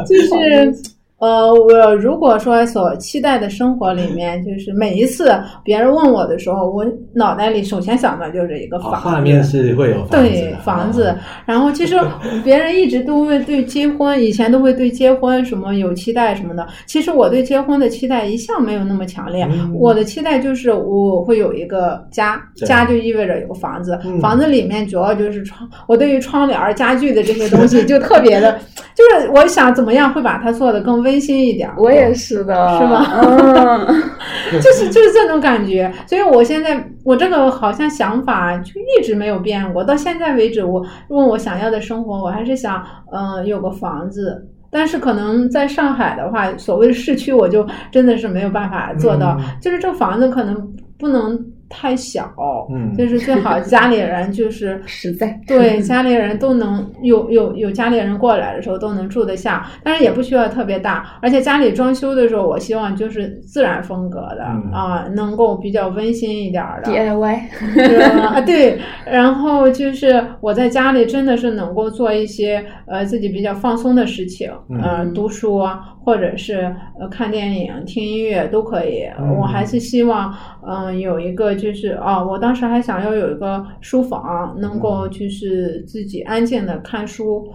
[SPEAKER 2] 就是呃，我如果说所期待的生活里面，就是每一次别人问我的时候，我脑袋里首先想到就是一个
[SPEAKER 1] 哦
[SPEAKER 2] 房子。
[SPEAKER 1] 画面啊是会有房子的
[SPEAKER 2] 啊对房子，然后其实别人一直都会对结婚，以前都会对结婚什么有期待什么的。其实我对结婚的期待一向没有那么强烈，啊
[SPEAKER 1] 嗯
[SPEAKER 2] 我的期待就是我会有一个家，
[SPEAKER 1] 对
[SPEAKER 2] 家就意味着有个房子，
[SPEAKER 1] 嗯
[SPEAKER 2] 房子里面主要就是窗，我对于窗帘儿、家具的这些 东西就特别的，就是我想怎么样会把它做的更温馨一点。
[SPEAKER 3] 我也是的，
[SPEAKER 2] 是吗
[SPEAKER 3] 嗯，
[SPEAKER 2] 就是就是这种感觉，所以我现在我这个好像想法就一直没有变过，到现在为止，我问我想要的生活，我还是想，嗯、有个房子。但是可能在上海的话，所谓的市区，我就真的是没有办法做到，
[SPEAKER 1] 嗯
[SPEAKER 2] 就是这房子可能不能太小，
[SPEAKER 1] 嗯
[SPEAKER 2] 就是最好家里人就是
[SPEAKER 3] 实在。
[SPEAKER 2] 对，家里人都能有有有家里人过来的时候都能住得下，但是也不需要特别大，而且家里装修的时候，我希望就是自然风格的
[SPEAKER 1] 嗯
[SPEAKER 2] 啊、能够比较温馨一点儿的。
[SPEAKER 3] DIY，
[SPEAKER 2] 是吧啊，对，然后就是我在家里真的是能够做一些呃自己比较放松的事情，呃，
[SPEAKER 3] 嗯
[SPEAKER 2] 读书啊，或者是呃看电影、听音乐都可以。
[SPEAKER 1] 嗯
[SPEAKER 2] 我还是希望，嗯、有一个就是哦，我当时还想要有一个书房，能够就是自己安静的看书。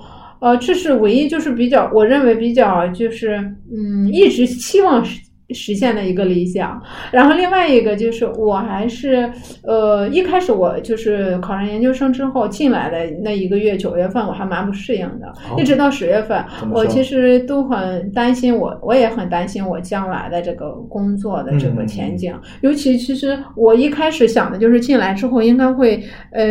[SPEAKER 2] 呃，这是唯一就是比较，我认为比较就是嗯，一直期望实实现的一个理想。然后另外一个就是，我还是呃一开始我就是考上研究生之后进来的那一个月九月份，我还蛮不适应的，
[SPEAKER 1] 哦
[SPEAKER 2] 一直到十月份
[SPEAKER 1] 怎，么
[SPEAKER 2] 我
[SPEAKER 1] 说
[SPEAKER 2] 其实都很担心我，我也很担心我将来的这个工作的这个
[SPEAKER 1] 嗯
[SPEAKER 2] 前景。尤其其实我一开始想的就是进来之后应该会呃。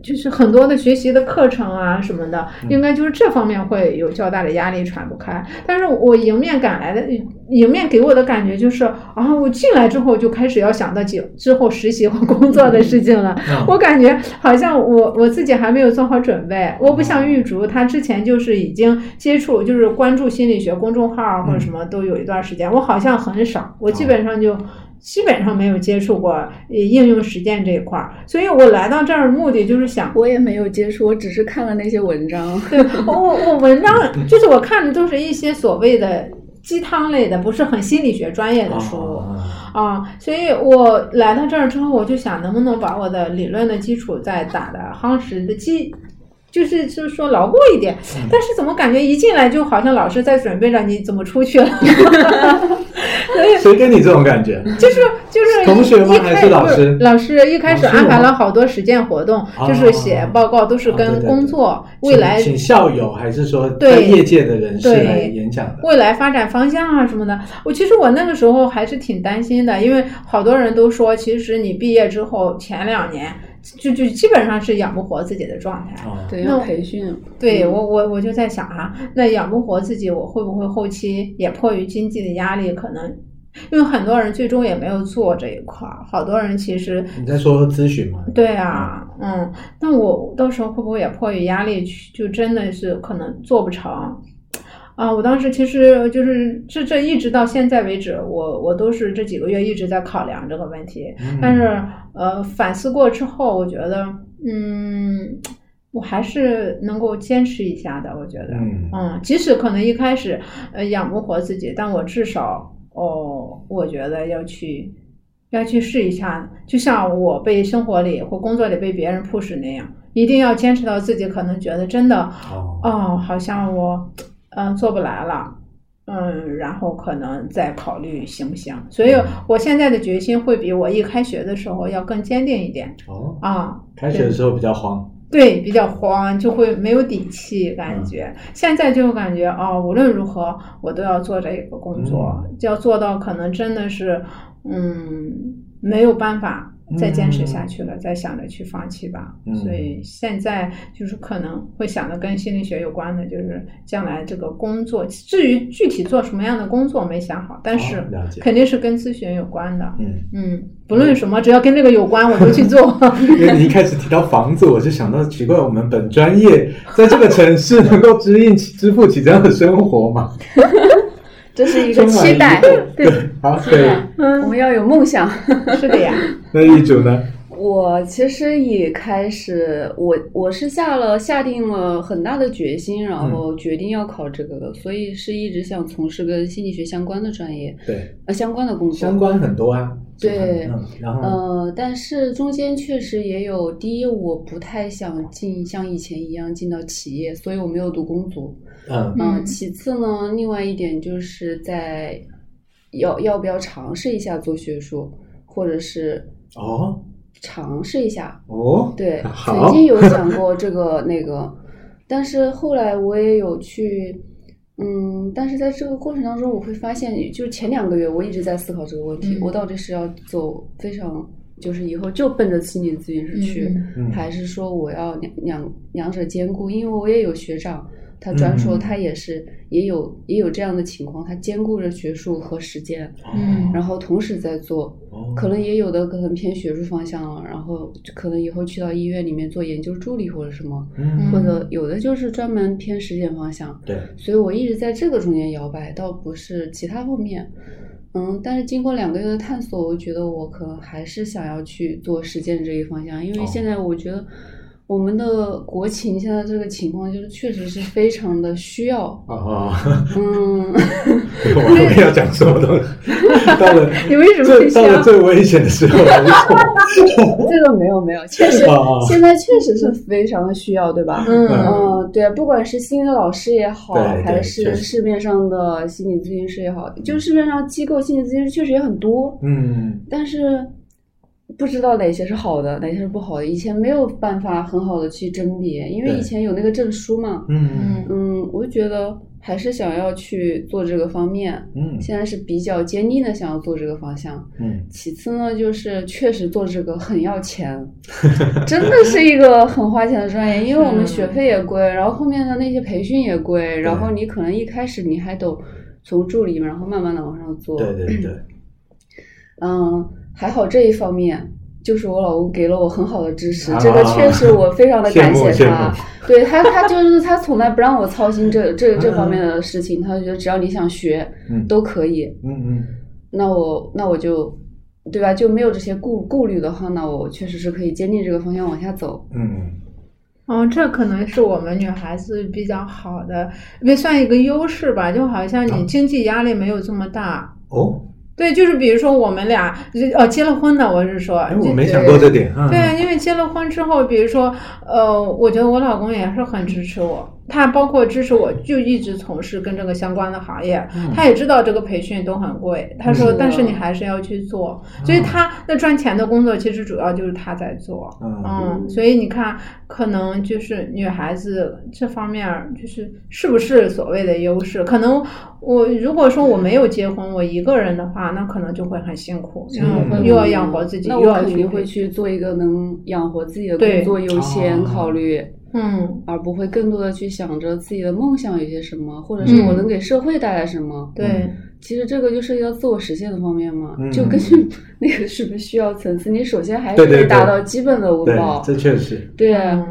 [SPEAKER 2] 就是很多的学习的课程啊什么的，
[SPEAKER 1] 嗯
[SPEAKER 2] 应该就是这方面会有较大的压力，喘不开。但是我迎面赶来的，迎面给我的感觉就是，啊，我进来之后就开始要想到几之后实习和工作的事情了。
[SPEAKER 1] 嗯
[SPEAKER 2] 我感觉好像我我自己还没有做好准备。我不像玉竹，她之前就是已经接触，就是关注心理学公众号啊或者什么都有一段时间。我好像很少，我基本上就。基本上没有接触过呃应用实践这一块儿，所以我来到这儿目的就是想
[SPEAKER 3] 我也没有接触，我只是看了那些文章。
[SPEAKER 2] 对哦我我我文章就是我看的都是一些所谓的鸡汤类的，不是很心理学专业的书
[SPEAKER 1] 啊
[SPEAKER 2] 啊、所以我来到这儿之后，我就想能不能把我的理论的基础再打的夯实的基。就是就是说牢固一点，
[SPEAKER 1] 嗯
[SPEAKER 2] 但是怎么感觉一进来就好像老师在准备着你怎么出去了， 所以
[SPEAKER 1] 谁给你这种感觉？
[SPEAKER 2] 就是就是
[SPEAKER 1] 同学吗
[SPEAKER 2] 一开
[SPEAKER 1] 还是老师
[SPEAKER 2] 不老师一开始
[SPEAKER 1] 老师吗
[SPEAKER 2] 安排了好多实践活动，
[SPEAKER 1] 哦
[SPEAKER 2] 就是写报告，都是
[SPEAKER 1] 哦对
[SPEAKER 2] 跟
[SPEAKER 1] 对
[SPEAKER 2] 工
[SPEAKER 1] 对
[SPEAKER 2] 作、未来
[SPEAKER 1] 请请校友还是说
[SPEAKER 2] 对
[SPEAKER 1] 在业界的人士
[SPEAKER 2] 对
[SPEAKER 1] 来演讲的？
[SPEAKER 2] 未来发展方向啊什么的。我其实我那个时候还是挺担心的，因为好多人都说，其实你毕业之后前两年就就基本上是养不活自己的状态。
[SPEAKER 1] 哦
[SPEAKER 3] 对，
[SPEAKER 2] 那
[SPEAKER 3] 要
[SPEAKER 2] 我
[SPEAKER 3] 培训。
[SPEAKER 2] 对
[SPEAKER 3] 嗯
[SPEAKER 2] 我我我就在想啊，那养不活自己，我会不会后期也迫于经济的压力，可能因为很多人最终也没有做这一块儿，好多人其实
[SPEAKER 1] 你在说咨询吗？
[SPEAKER 2] 对啊，嗯，那我到时候会不会也迫于压力去，就真的是可能做不成？啊，我当时其实就是这这一直到现在为止，我我都是这几个月一直在考量这个问题，
[SPEAKER 1] 嗯
[SPEAKER 2] 但是呃反思过之后，我觉得嗯，我还是能够坚持一下的，我觉得，
[SPEAKER 1] 嗯
[SPEAKER 2] 嗯，即使可能一开始呃养不活自己，但我至少哦，我觉得要去要去试一下，就像我被生活里或工作里被别人 push 那样，一定要坚持到自己可能觉得真的
[SPEAKER 1] 哦，
[SPEAKER 2] 哦，好像我嗯、呃做不来了。嗯，然后可能再考虑行不行。所以
[SPEAKER 1] 嗯
[SPEAKER 2] 我现在的决心会比我一开学的时候要更坚定一点
[SPEAKER 1] 哦，
[SPEAKER 2] 啊、
[SPEAKER 1] 开学的时候比较慌，
[SPEAKER 2] 对，比较慌，就会没有底气，感觉、现在就感觉哦，无论如何我都要做这个工作，就要做到可能真的是，嗯，没有办法再坚持下去了，再想着去放弃吧。
[SPEAKER 1] 嗯
[SPEAKER 2] 所以现在就是可能会想的跟心理学有关的，就是将来这个工作，至于具体做什么样的工作没想好，但是
[SPEAKER 1] 哦了解
[SPEAKER 2] 肯定是跟咨询有关的。
[SPEAKER 1] 嗯，
[SPEAKER 2] 嗯，不论什么，只要跟这个有关，我都去做。
[SPEAKER 1] 因为你一开始提到房子，我就想到奇怪，我们本专业 在这个城市能够支应起支付起这样的生活吗？
[SPEAKER 3] 这是一个期待，嗯
[SPEAKER 1] 对，好，对，
[SPEAKER 3] 我们要有梦想。
[SPEAKER 2] 是的呀。
[SPEAKER 1] 那一组呢？
[SPEAKER 3] 我其实一开始，我我是下了下定了很大的决心，然
[SPEAKER 1] 嗯
[SPEAKER 3] 后决定要考这个的，所以是一直想从事跟心理学相关的专业，
[SPEAKER 1] 对，
[SPEAKER 3] 呃，相关的工作。
[SPEAKER 1] 相关很多啊。
[SPEAKER 3] 对
[SPEAKER 1] 嗯，然后呢
[SPEAKER 3] 呃，但是中间确实也有，第一，我不太想进像以前一样进到企业，所以我没有读公组。
[SPEAKER 1] 嗯
[SPEAKER 3] 嗯，
[SPEAKER 2] 嗯
[SPEAKER 3] 其次呢，另外一点就是在要要不要尝试一下做学术，或者是
[SPEAKER 1] 哦
[SPEAKER 3] 尝试一下。
[SPEAKER 1] 哦，
[SPEAKER 3] 对，曾
[SPEAKER 1] 好
[SPEAKER 3] 经有想过这个那个，但是后来我也有去，嗯，但是在这个过程当中，我会发现，就是前两个月我一直在思考这个问题，
[SPEAKER 2] 嗯
[SPEAKER 3] 我到底是要走非常，就是以后就奔着心理咨询师去，
[SPEAKER 1] 嗯
[SPEAKER 3] 还是说我要两两两者兼顾？因为我也有学长，他专硕，
[SPEAKER 1] 嗯
[SPEAKER 3] 他也是也有也有这样的情况，他兼顾着学术和实践，
[SPEAKER 2] 嗯
[SPEAKER 3] 然后同时在做，
[SPEAKER 1] 哦
[SPEAKER 3] 可能也有的可能偏学术方向了，然后可能以后去到医院里面做研究助理或者什么，
[SPEAKER 1] 嗯
[SPEAKER 3] 或者有的就是专门偏实践方向。
[SPEAKER 1] 对，
[SPEAKER 3] 所以我一直在这个中间摇摆，倒不是其他方面。嗯，但是经过两个月的探索，我觉得我可能还是想要去做实践这一方向，因
[SPEAKER 1] 哦
[SPEAKER 3] 为现在我觉得我们的国情现在这个情况，就是确实是非常的需要。
[SPEAKER 1] 哦，
[SPEAKER 3] 嗯，
[SPEAKER 1] 我还没有讲什么东西，到了
[SPEAKER 2] 你为什么
[SPEAKER 1] 最
[SPEAKER 2] 会
[SPEAKER 1] 到了
[SPEAKER 2] 笑？
[SPEAKER 1] 最危险的时候还是 错，
[SPEAKER 3] 这个没有没有，确实
[SPEAKER 1] 哦
[SPEAKER 3] 现在确实是非常的需要，对吧？
[SPEAKER 2] 嗯
[SPEAKER 3] 嗯，对啊，不管是心理老师也好，
[SPEAKER 1] 对对
[SPEAKER 3] 还
[SPEAKER 1] 确实
[SPEAKER 3] 是市面上的心理咨询师也好，就市面上机构心理咨询师确实也很多，
[SPEAKER 1] 嗯
[SPEAKER 3] 但是不知道哪些是好的，哪些是不好的。以前没有办法很好的去甄别，因为
[SPEAKER 1] 对
[SPEAKER 3] 以前有那个证书嘛。
[SPEAKER 1] 嗯
[SPEAKER 3] 嗯，我就觉得还是想要去做这个方面，
[SPEAKER 1] 嗯
[SPEAKER 3] 现在是比较坚定的想要做这个方向。
[SPEAKER 1] 嗯，
[SPEAKER 3] 其次呢，就是确实做这个很要钱， 真的是一个很花钱的专业，因为我们学费也贵，然后后面的那些培训也贵，然后你可能一开始你还得从助理，然后慢慢的往上做。
[SPEAKER 1] 对对对，
[SPEAKER 3] 嗯，还好这一方面，就是我老公给了我很好的支持，
[SPEAKER 1] 啊
[SPEAKER 3] 这个确实我非常的
[SPEAKER 1] 羡
[SPEAKER 3] 感
[SPEAKER 1] 慕
[SPEAKER 3] 谢
[SPEAKER 1] 羡
[SPEAKER 3] 他
[SPEAKER 1] 慕。
[SPEAKER 3] 对他，他就是他从来不让我操心这 这这方面的事情，他就觉得只要你想学
[SPEAKER 1] 嗯
[SPEAKER 3] 都可以。
[SPEAKER 1] 嗯嗯
[SPEAKER 3] 那我那我就，对吧？就没有这些顾顾虑的话，那我确实是可以坚定这个方向往下走。
[SPEAKER 1] 嗯
[SPEAKER 2] 哦，这可能是我们女孩子比较好的，也算一个优势吧。就好像
[SPEAKER 1] 啊
[SPEAKER 2] 你经济压力没有这么大，
[SPEAKER 1] 哦，
[SPEAKER 2] 对，就是比如说我们俩，呃，结了婚的，我是说，
[SPEAKER 1] 哎，我
[SPEAKER 2] 就
[SPEAKER 1] 没
[SPEAKER 2] 对
[SPEAKER 1] 想过这点，嗯
[SPEAKER 2] 对，因为结了婚之后，比如说，呃，我觉得我老公也是很支持我，他包括支持我就一直从事跟这个相关的行业，
[SPEAKER 1] 嗯
[SPEAKER 2] 他也知道这个培训都很贵，他说，
[SPEAKER 3] 是
[SPEAKER 2] 但是
[SPEAKER 3] 的
[SPEAKER 2] 你还是要去做，
[SPEAKER 1] 啊
[SPEAKER 2] 所以他那赚钱的工作其实主要就是他在做，
[SPEAKER 1] 嗯
[SPEAKER 2] 嗯，所以你看，可能就是女孩子这方面儿，就是是不是所谓的优势？可能我如果说我没有结婚，我一个人的话，那可能就会很辛苦，
[SPEAKER 1] 嗯
[SPEAKER 2] 然后
[SPEAKER 1] 嗯
[SPEAKER 2] 又要养活自己，
[SPEAKER 3] 那
[SPEAKER 2] 又
[SPEAKER 3] 我
[SPEAKER 2] 要
[SPEAKER 3] 肯
[SPEAKER 2] 去
[SPEAKER 3] 定会，去做一个能养活自己的
[SPEAKER 2] 对
[SPEAKER 3] 工作优先
[SPEAKER 1] 哦
[SPEAKER 3] 考虑。
[SPEAKER 2] 嗯，
[SPEAKER 3] 而不会更多的去想着自己的梦想有些什么，或者是
[SPEAKER 1] 嗯
[SPEAKER 3] 我能给社会带来什么。
[SPEAKER 2] 对，
[SPEAKER 3] 其实这个就涉及到自我实现的方面嘛，
[SPEAKER 1] 嗯
[SPEAKER 3] 就根据 那个是不是需要层次，你首先还是
[SPEAKER 1] 对对
[SPEAKER 3] 得
[SPEAKER 1] 对
[SPEAKER 3] 达到基本的温
[SPEAKER 1] 对
[SPEAKER 3] 饱，。
[SPEAKER 1] 这确实，
[SPEAKER 3] 对，
[SPEAKER 2] 嗯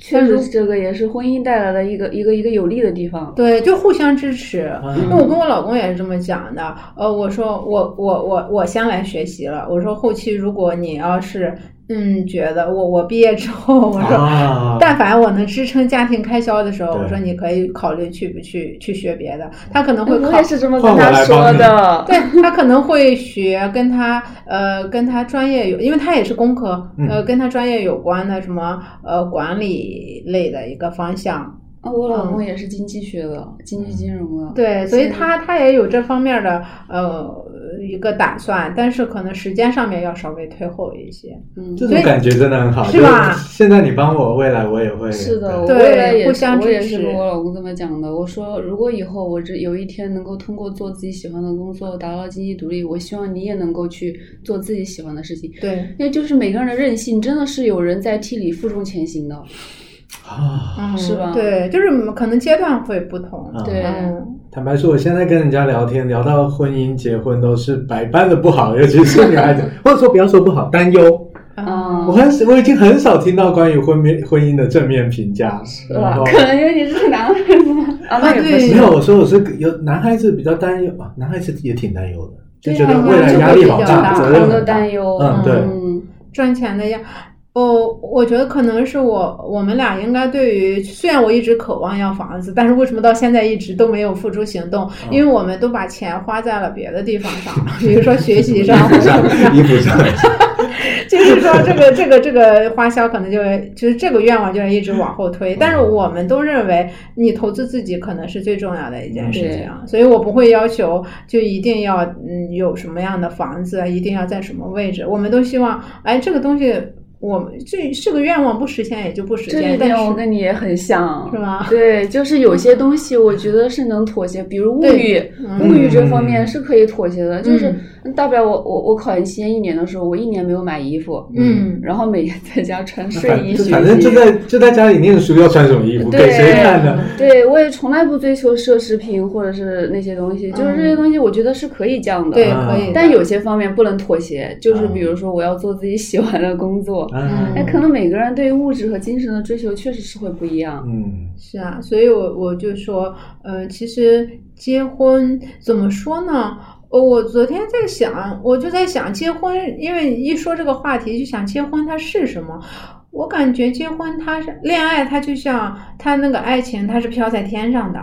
[SPEAKER 3] 确实是这个也是婚姻带来的一个一个一个有利的地方。
[SPEAKER 2] 对，就互相支持。
[SPEAKER 1] 嗯
[SPEAKER 2] 那我跟我老公也是这么讲的，呃，我说我我我我先来学习了，我说后期如果你要是嗯觉得我我毕业之后，我说
[SPEAKER 1] 啊，
[SPEAKER 2] 但凡我能支撑家庭开销的时候，
[SPEAKER 1] 对嗯
[SPEAKER 2] 我说你可以考虑去不去去学别的。他可能会
[SPEAKER 3] 哎我
[SPEAKER 2] 考
[SPEAKER 3] 也，是这么
[SPEAKER 1] 换
[SPEAKER 3] 跟
[SPEAKER 1] 我
[SPEAKER 3] 他
[SPEAKER 1] 来
[SPEAKER 3] 说
[SPEAKER 1] 帮你
[SPEAKER 3] 的。
[SPEAKER 2] 对他可能会学跟他呃跟他专业有，因为他也是工科，
[SPEAKER 1] 嗯
[SPEAKER 2] 呃跟他专业有关的什么呃管理类的一个方向。
[SPEAKER 3] 啊，我老公也是经济学的，经济金融的。
[SPEAKER 2] 对，所以他他也有这方面的呃一个打算，但是可能时间上面要稍微推后一些。
[SPEAKER 3] 嗯，
[SPEAKER 1] 这种感觉真的很好，
[SPEAKER 2] 是吧
[SPEAKER 1] 就现在你帮我，未来我也会
[SPEAKER 3] 是的，我
[SPEAKER 2] 对
[SPEAKER 3] 未来也
[SPEAKER 2] 互
[SPEAKER 3] 是
[SPEAKER 2] 相
[SPEAKER 3] 我也
[SPEAKER 2] 支持
[SPEAKER 3] 是跟我老公这么讲的。我说，如果以后我这有一天能够通过做自己喜欢的工作达到经济独立，我希望你也能够去做自己喜欢的事情。
[SPEAKER 2] 对，
[SPEAKER 3] 因为就是每个人的韧性，真的是有人在替你负重前行的。
[SPEAKER 1] 啊。
[SPEAKER 2] 嗯，
[SPEAKER 3] 是吧
[SPEAKER 2] 对，就是可能阶段会不同。
[SPEAKER 1] 嗯
[SPEAKER 3] 对，
[SPEAKER 2] 嗯。
[SPEAKER 1] 坦白说，我现在跟人家聊天，聊到婚姻、结婚都是百般的不好， 尤其是女孩子，或者说不要说不好，担忧。
[SPEAKER 3] 啊
[SPEAKER 1] 我很我已经很少听到关于婚面婚姻的正面评价，
[SPEAKER 3] 是
[SPEAKER 1] 然
[SPEAKER 3] 吧
[SPEAKER 1] 后？
[SPEAKER 3] 可能因为你是男孩子嘛， 啊，那也不
[SPEAKER 2] 对
[SPEAKER 1] 没
[SPEAKER 3] 行。
[SPEAKER 1] 有，我说我是有男孩子比较担忧啊，男孩子也挺担忧的，就
[SPEAKER 3] 对
[SPEAKER 1] 觉
[SPEAKER 3] 啊
[SPEAKER 1] 得未来压力好
[SPEAKER 2] 就会比较大
[SPEAKER 1] 责
[SPEAKER 3] 很
[SPEAKER 1] 任
[SPEAKER 3] 多
[SPEAKER 1] 很大
[SPEAKER 3] 担忧。
[SPEAKER 1] 嗯对
[SPEAKER 3] 嗯，
[SPEAKER 2] 赚钱的样。哦，我觉得可能是我我们俩应该对于，虽然我一直渴望要房子，但是为什么到现在一直都没有付诸行动？因为我们都把钱花在了别的地方上，比如说学习上或者什
[SPEAKER 1] 嗯
[SPEAKER 2] 么上。
[SPEAKER 4] 衣服上，
[SPEAKER 2] 就是说这个这个这个花销可能就会就是这个愿望就会一直往后推，但是我们都认为你投资自己可能是最重要的一件事情啊，所以我不会要求就一定要嗯有什么样的房子啊，一定要在什么位置，我们都希望哎这个东西我们这是个愿望，不实现也就不实
[SPEAKER 3] 这一
[SPEAKER 2] 现，但
[SPEAKER 3] 点我
[SPEAKER 2] 是
[SPEAKER 3] 跟你也很像，
[SPEAKER 2] 是吧
[SPEAKER 3] 对，就是有些东西我觉得是能妥协，比如物欲
[SPEAKER 2] 对，嗯
[SPEAKER 3] 物欲这方面是可以妥协的。就是嗯大不了我我我考研期间一年的时候，我一年没有买衣服，
[SPEAKER 2] 嗯
[SPEAKER 3] 然后每天在家穿睡衣、
[SPEAKER 4] 反
[SPEAKER 3] 学
[SPEAKER 4] 反正就在就在家里念书，要穿什么衣服，
[SPEAKER 3] 对
[SPEAKER 4] 给谁看
[SPEAKER 1] 嗯
[SPEAKER 4] 呢？
[SPEAKER 3] 对，我也从来不追求奢侈品或者是那些东西，就是这些东西我觉得是可以降的，
[SPEAKER 2] 嗯对
[SPEAKER 4] 啊
[SPEAKER 2] 可以的，嗯
[SPEAKER 3] 但有些方面不能妥协，就是比如说我要做自己喜欢的工
[SPEAKER 4] 啊
[SPEAKER 3] 作。哎，可能每个人对于物质和精神的追求确实是会不一样。
[SPEAKER 4] 嗯，
[SPEAKER 2] 是啊，所以我我就说，呃，其实结婚怎么说呢？呃我昨天在想，我就在想结婚，因为一说这个话题，就想结婚它是什么？我感觉结婚它是恋爱，它就像它那个爱情，它是飘在天上的，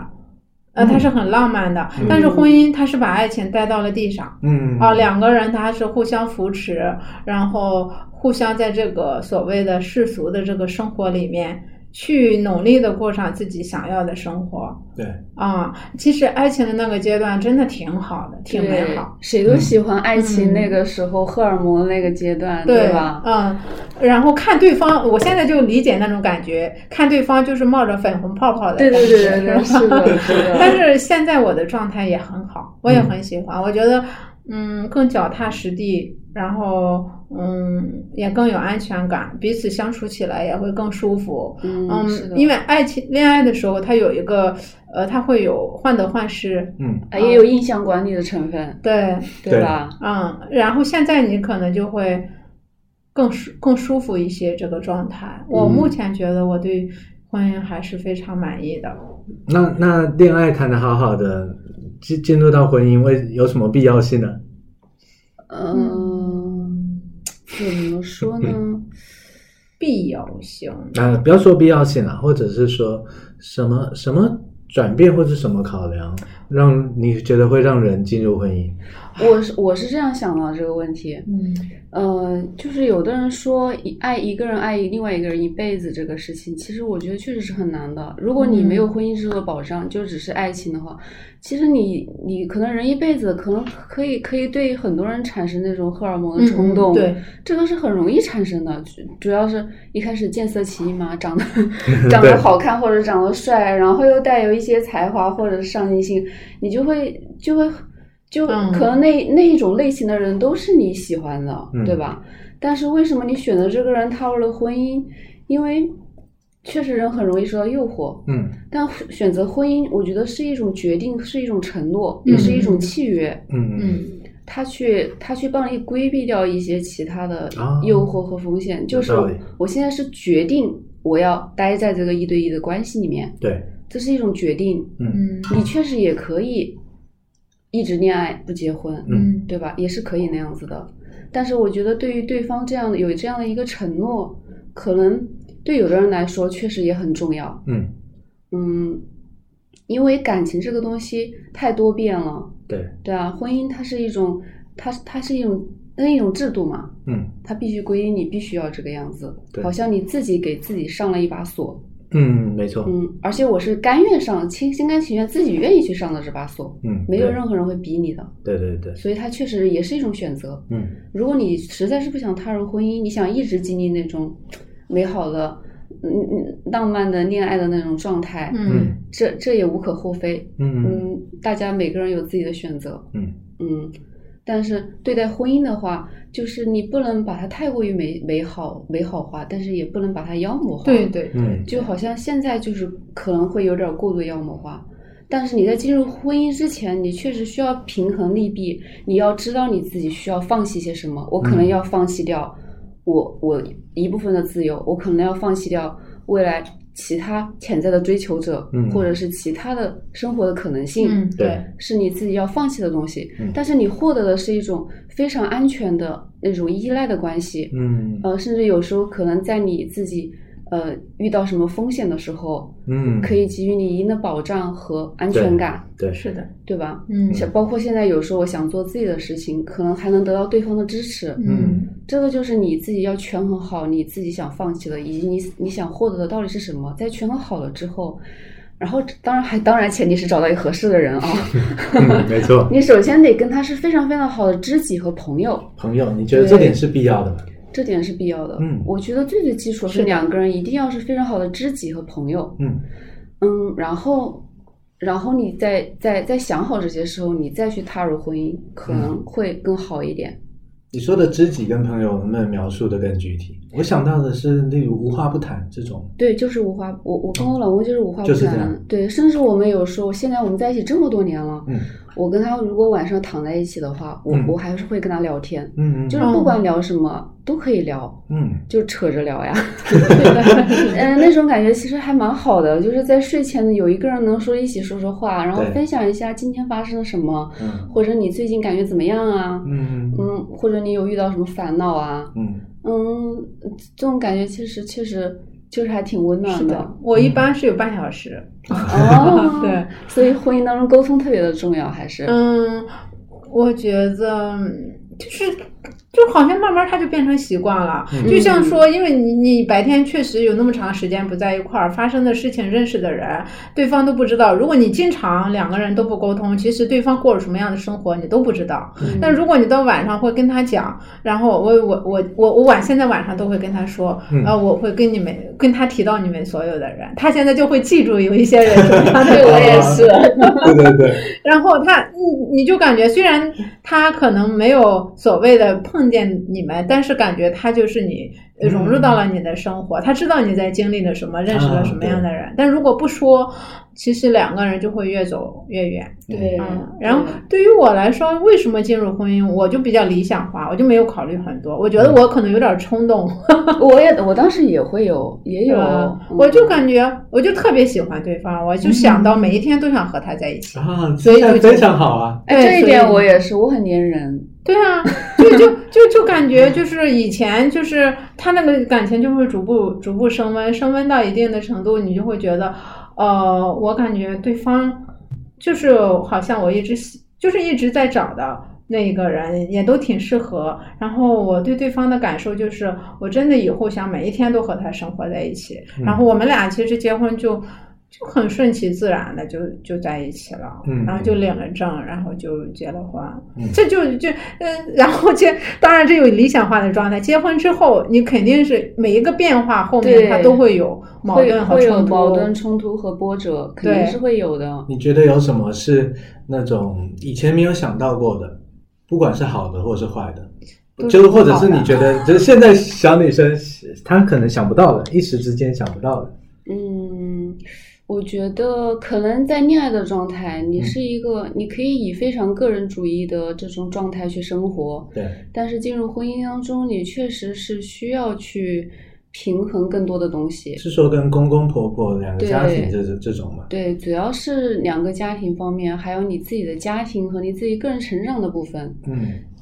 [SPEAKER 2] 呃，它是很浪漫的，但是婚姻它是把爱情带到了地上。
[SPEAKER 4] 嗯
[SPEAKER 3] 哦
[SPEAKER 2] 啊，两个人他是互相扶持，然后互相在这个所谓的世俗的这个生活里面，去努力的过上自己想要的生活
[SPEAKER 4] 对，
[SPEAKER 2] 啊。其实爱情的那个阶段真的挺好的，挺美
[SPEAKER 3] 对
[SPEAKER 2] 好。，
[SPEAKER 3] 谁都喜欢爱情
[SPEAKER 2] 嗯
[SPEAKER 3] 那个时候、荷尔蒙那个阶段，
[SPEAKER 2] 对
[SPEAKER 3] 吧？
[SPEAKER 2] 嗯，然后看对方，我现在就理解那种感觉，看对方就是冒着粉红泡泡的
[SPEAKER 3] 对
[SPEAKER 2] 感觉，
[SPEAKER 3] 对对对 对，
[SPEAKER 2] 是
[SPEAKER 3] 是
[SPEAKER 2] 吧
[SPEAKER 3] 的，是的。
[SPEAKER 2] 但是现在我的状态也很好，我也很喜欢。我觉得，嗯，更脚踏实地，然后，嗯，也更有安全感，彼此相处起来也会更舒服。
[SPEAKER 3] 嗯，是
[SPEAKER 2] 嗯，
[SPEAKER 3] 的，
[SPEAKER 2] 因为爱情恋爱的时候，它有一个，呃，它会有患得患失，
[SPEAKER 4] 嗯，
[SPEAKER 3] 哎也有印象管理的成分，
[SPEAKER 2] 对，
[SPEAKER 4] 对
[SPEAKER 3] 吧？
[SPEAKER 2] 嗯，然后现在你可能就会更舒更舒服一些这个状态。我
[SPEAKER 4] 嗯
[SPEAKER 2] 目前觉得我对婚姻还是非常满意的。
[SPEAKER 1] 那那恋爱谈的好好的，进进入到婚姻，为有什么必要性呢？
[SPEAKER 3] 嗯，怎么说呢？
[SPEAKER 2] 必有性，
[SPEAKER 1] 啊、不要说必要性了，或者是说什么什么转变或者什么考量，让你觉得会让人进入婚姻？
[SPEAKER 3] 我是我是这样想到这个问题，
[SPEAKER 2] 嗯
[SPEAKER 3] 呃，就是有的人说一爱一个人爱另外一个人一辈子这个事情，其实我觉得确实是很难的。如果你没有
[SPEAKER 2] 嗯
[SPEAKER 3] 婚姻制度的保障，就只是爱情的话，其实你你可能人一辈子可能可以可以对很多人产生那种荷尔蒙的冲动，
[SPEAKER 2] 嗯对，
[SPEAKER 3] 这个是很容易产生的，主主要是一开始见色起意嘛，长得
[SPEAKER 1] 嗯
[SPEAKER 3] 长得好看或者长得帅，然后又带有一些才华或者是上进心，你就会就会就
[SPEAKER 2] 嗯
[SPEAKER 3] 可能那、那一种类型的人都是你喜欢的，
[SPEAKER 4] 嗯
[SPEAKER 3] 对吧？但是为什么你选择这个人踏入了婚姻？因为确实人很容易受到诱惑，
[SPEAKER 4] 嗯
[SPEAKER 3] 但选择婚姻，我觉得是一种决定，是一种承诺，也是一种
[SPEAKER 2] 嗯
[SPEAKER 3] 契约。
[SPEAKER 4] 嗯嗯
[SPEAKER 2] 嗯
[SPEAKER 3] 他去他去帮你规避掉一些其他的
[SPEAKER 1] 啊
[SPEAKER 3] 诱惑和风险，就是
[SPEAKER 1] 道理
[SPEAKER 3] 我现在是决定我要待在这个一对一的关系里面，
[SPEAKER 1] 对，
[SPEAKER 3] 这是一种决定。
[SPEAKER 2] 嗯
[SPEAKER 3] 你确实也可以一直恋爱不结婚，
[SPEAKER 2] 嗯
[SPEAKER 3] 对吧？也是可以那样子的。但是我觉得对于对方这样的有这样的一个承诺，可能对有的人来说确实也很重要。
[SPEAKER 1] 嗯，
[SPEAKER 3] 嗯，因为感情这个东西太多变了。
[SPEAKER 1] 对，
[SPEAKER 3] 对啊，婚姻它是一种，它它是一种那一种制度嘛，
[SPEAKER 1] 嗯
[SPEAKER 3] 它必须规定你必须要这个样子，
[SPEAKER 1] 对
[SPEAKER 3] 好像你自己给自己上了一把锁，
[SPEAKER 1] 嗯，没错，
[SPEAKER 3] 嗯，而且我是甘愿上，心心甘情愿自己愿意去上的这把锁，
[SPEAKER 1] 嗯，
[SPEAKER 3] 没有
[SPEAKER 1] 对
[SPEAKER 3] 任何人会逼你的，
[SPEAKER 1] 对对对，
[SPEAKER 3] 所以它确实也是一种选择。
[SPEAKER 1] 嗯
[SPEAKER 3] 如果你实在是不想踏入婚姻，你想一直经历那种美好的、嗯嗯浪漫的恋爱的那种状态，
[SPEAKER 2] 嗯
[SPEAKER 3] 这这也无可厚非，
[SPEAKER 1] 嗯
[SPEAKER 3] 嗯，大家每个人有自己的选择，
[SPEAKER 1] 嗯
[SPEAKER 3] 嗯，但是对待婚姻的话，就是你不能把它太过于美美好美好化，但是也不能把它妖魔化。
[SPEAKER 2] 对，对
[SPEAKER 1] 嗯
[SPEAKER 3] 就好像现在就是可能会有点过度妖魔化，但是你在进入婚姻之前，你确实需要平衡利弊，你要知道你自己需要放弃些什么。我可能
[SPEAKER 1] 嗯
[SPEAKER 3] 要放弃掉我我一部分的自由，我可能要放弃掉未来其他潜在的追求者，
[SPEAKER 1] 嗯
[SPEAKER 3] 或者是其他的生活的可能性，
[SPEAKER 2] 嗯，
[SPEAKER 1] 对，
[SPEAKER 3] 是你自己要放弃的东西。
[SPEAKER 1] 嗯
[SPEAKER 3] 但是你获得的是一种非常安全的那种依赖的关系，
[SPEAKER 1] 嗯
[SPEAKER 3] 呃，甚至有时候可能在你自己呃遇到什么风险的时候，
[SPEAKER 1] 嗯，
[SPEAKER 3] 可以给予你一定的保障和安全感，
[SPEAKER 1] 对，
[SPEAKER 2] 是的，
[SPEAKER 3] 对吧？
[SPEAKER 2] 嗯
[SPEAKER 3] 像包括现在有时候我想做自己的事情，可能还能得到对方的支持，
[SPEAKER 2] 嗯
[SPEAKER 3] 这个就是你自己要权衡好你自己想放弃的，以及你你想获得的到底是什么。在权衡好了之后，然后当然还当然前提是找到一个合适的 人啊。
[SPEAKER 1] 嗯，没 错，
[SPEAKER 3] 你首先得跟他是非常非常好的知己和朋友，
[SPEAKER 1] 朋友，你觉得这点是必要的吗？
[SPEAKER 3] 这点是必要的。
[SPEAKER 1] 嗯
[SPEAKER 3] 我觉得最最基础
[SPEAKER 2] 是
[SPEAKER 3] 是
[SPEAKER 2] 的
[SPEAKER 3] 两个人一定要是非常好的知己和朋友。
[SPEAKER 1] 嗯
[SPEAKER 3] 嗯，然后，然后你在在在想好这些时候，你再去踏入婚姻，可
[SPEAKER 1] 嗯
[SPEAKER 3] 能会更好一点。
[SPEAKER 1] 你说的知己跟朋友能不能描述的更具体？我想到的是，例如无话不谈这种，
[SPEAKER 3] 对，就是无话，我我跟我老公就是无话不
[SPEAKER 1] 就是这样
[SPEAKER 3] 谈。对，甚至我们有时候，现在我们在一起这么多年了，
[SPEAKER 1] 嗯
[SPEAKER 3] 我跟他如果晚上躺在一起的话，我、
[SPEAKER 1] 嗯
[SPEAKER 3] 我还是会跟他聊天，
[SPEAKER 1] 嗯嗯，
[SPEAKER 3] 就是不管聊什么都可以聊，
[SPEAKER 1] 嗯
[SPEAKER 3] 就扯着聊呀。嗯，那种感觉其实还蛮好的，就是在睡前有一个人能说一起说说话，然后
[SPEAKER 1] 对
[SPEAKER 3] 分享一下今天发生了什么，
[SPEAKER 1] 嗯
[SPEAKER 3] 或者你最近感觉怎么样啊？
[SPEAKER 1] 嗯嗯
[SPEAKER 3] 嗯，或者你有遇到什么烦恼啊？
[SPEAKER 1] 嗯
[SPEAKER 3] 嗯，这种感觉其实确实就是还挺温暖
[SPEAKER 2] 嗯是的，我一般是有半小时。，
[SPEAKER 3] 哦
[SPEAKER 2] 对，
[SPEAKER 3] 所以婚姻当中沟通特别的重要，还是
[SPEAKER 2] 嗯，我觉得就是。就好像慢慢它就变成习惯了，
[SPEAKER 1] 嗯
[SPEAKER 2] 就像说，因为你你白天确实有那么长时间不在一块儿，发生的事情、认识的人，对方都不知道。如果你经常两个人都不沟通，其实对方过着什么样的生活你都不知道。
[SPEAKER 1] 嗯
[SPEAKER 2] 但如果你到晚上会跟他讲，然后我我我我我晚现在晚上都会跟他说，
[SPEAKER 1] 嗯
[SPEAKER 2] 呃，我会跟你们跟他提到你们所有的人，他现在就会记住有一些人 什么样的
[SPEAKER 3] 对我也是，
[SPEAKER 1] 对对 对，
[SPEAKER 2] 然后他，你你就感觉虽然他可能没有所谓的碰见你们，但是感觉他就是你
[SPEAKER 1] 嗯
[SPEAKER 2] 融入到了你的生活，他知道你在经历了什么，认
[SPEAKER 1] 啊
[SPEAKER 2] 识了什么样的人。但如果不说，其实两个人就会越走越远。
[SPEAKER 3] 对
[SPEAKER 2] 嗯，然后对于我来说，为什么进入婚姻，我就比较理想化，我就没有考虑很多。我觉得我可能有点冲动，
[SPEAKER 3] 我也我当时也会有也有
[SPEAKER 2] 呃，
[SPEAKER 3] 嗯
[SPEAKER 2] 我就感觉我就特别喜欢对方，我就想到每一天都想和他在一起。
[SPEAKER 1] 啊，
[SPEAKER 2] 所以就
[SPEAKER 1] 这非常好啊，
[SPEAKER 3] 哎这一
[SPEAKER 2] 对
[SPEAKER 3] 点
[SPEAKER 2] 所以
[SPEAKER 3] 我也是，我很粘人，
[SPEAKER 2] 对啊，就就就就感觉就是以前就是他那个感情就会逐步逐步升温，升温到一定的程度，你就会觉得，呃，我感觉对方就是好像我一直喜就是一直在找的那个人，也都挺适合。然后我对对方的感受就是，我真的以后想每一天都和他生活在一起。
[SPEAKER 1] 嗯
[SPEAKER 2] 然后我们俩其实结婚就。就很顺其自然的就就在一起了，
[SPEAKER 1] 嗯
[SPEAKER 2] 然后就领了证，然后就结了婚，
[SPEAKER 1] 嗯
[SPEAKER 2] 这就就呃，然后结，当然这有理想化的状态。结婚之后，你肯定是每一个变化后面
[SPEAKER 3] 对
[SPEAKER 2] 它都会有矛
[SPEAKER 3] 会
[SPEAKER 2] 盾和
[SPEAKER 3] 会有
[SPEAKER 2] 冲突。
[SPEAKER 3] 矛盾冲突和波折，肯
[SPEAKER 2] 对
[SPEAKER 3] 定是会有的。
[SPEAKER 1] 你觉得有什么是那种以前没有想到过的，不管是好的或是坏的，
[SPEAKER 2] 都是
[SPEAKER 1] 就是或者是你觉得，就是现在小女生她可能想不到的，一时之间想不到的，
[SPEAKER 3] 嗯，我觉得可能在恋爱的状态，
[SPEAKER 2] 嗯
[SPEAKER 3] 你是一个，你可以以非常个人主义的这种状态去生活，
[SPEAKER 1] 对，
[SPEAKER 3] 但是进入婚姻当中，你确实是需要去平衡更多的东西。
[SPEAKER 1] 是说跟公公婆婆两个
[SPEAKER 3] 对
[SPEAKER 1] 家庭这这种嘛，
[SPEAKER 3] 对，主要是两个家庭方面，还有你自己的家庭和你自己个人成长的部分，
[SPEAKER 1] 嗯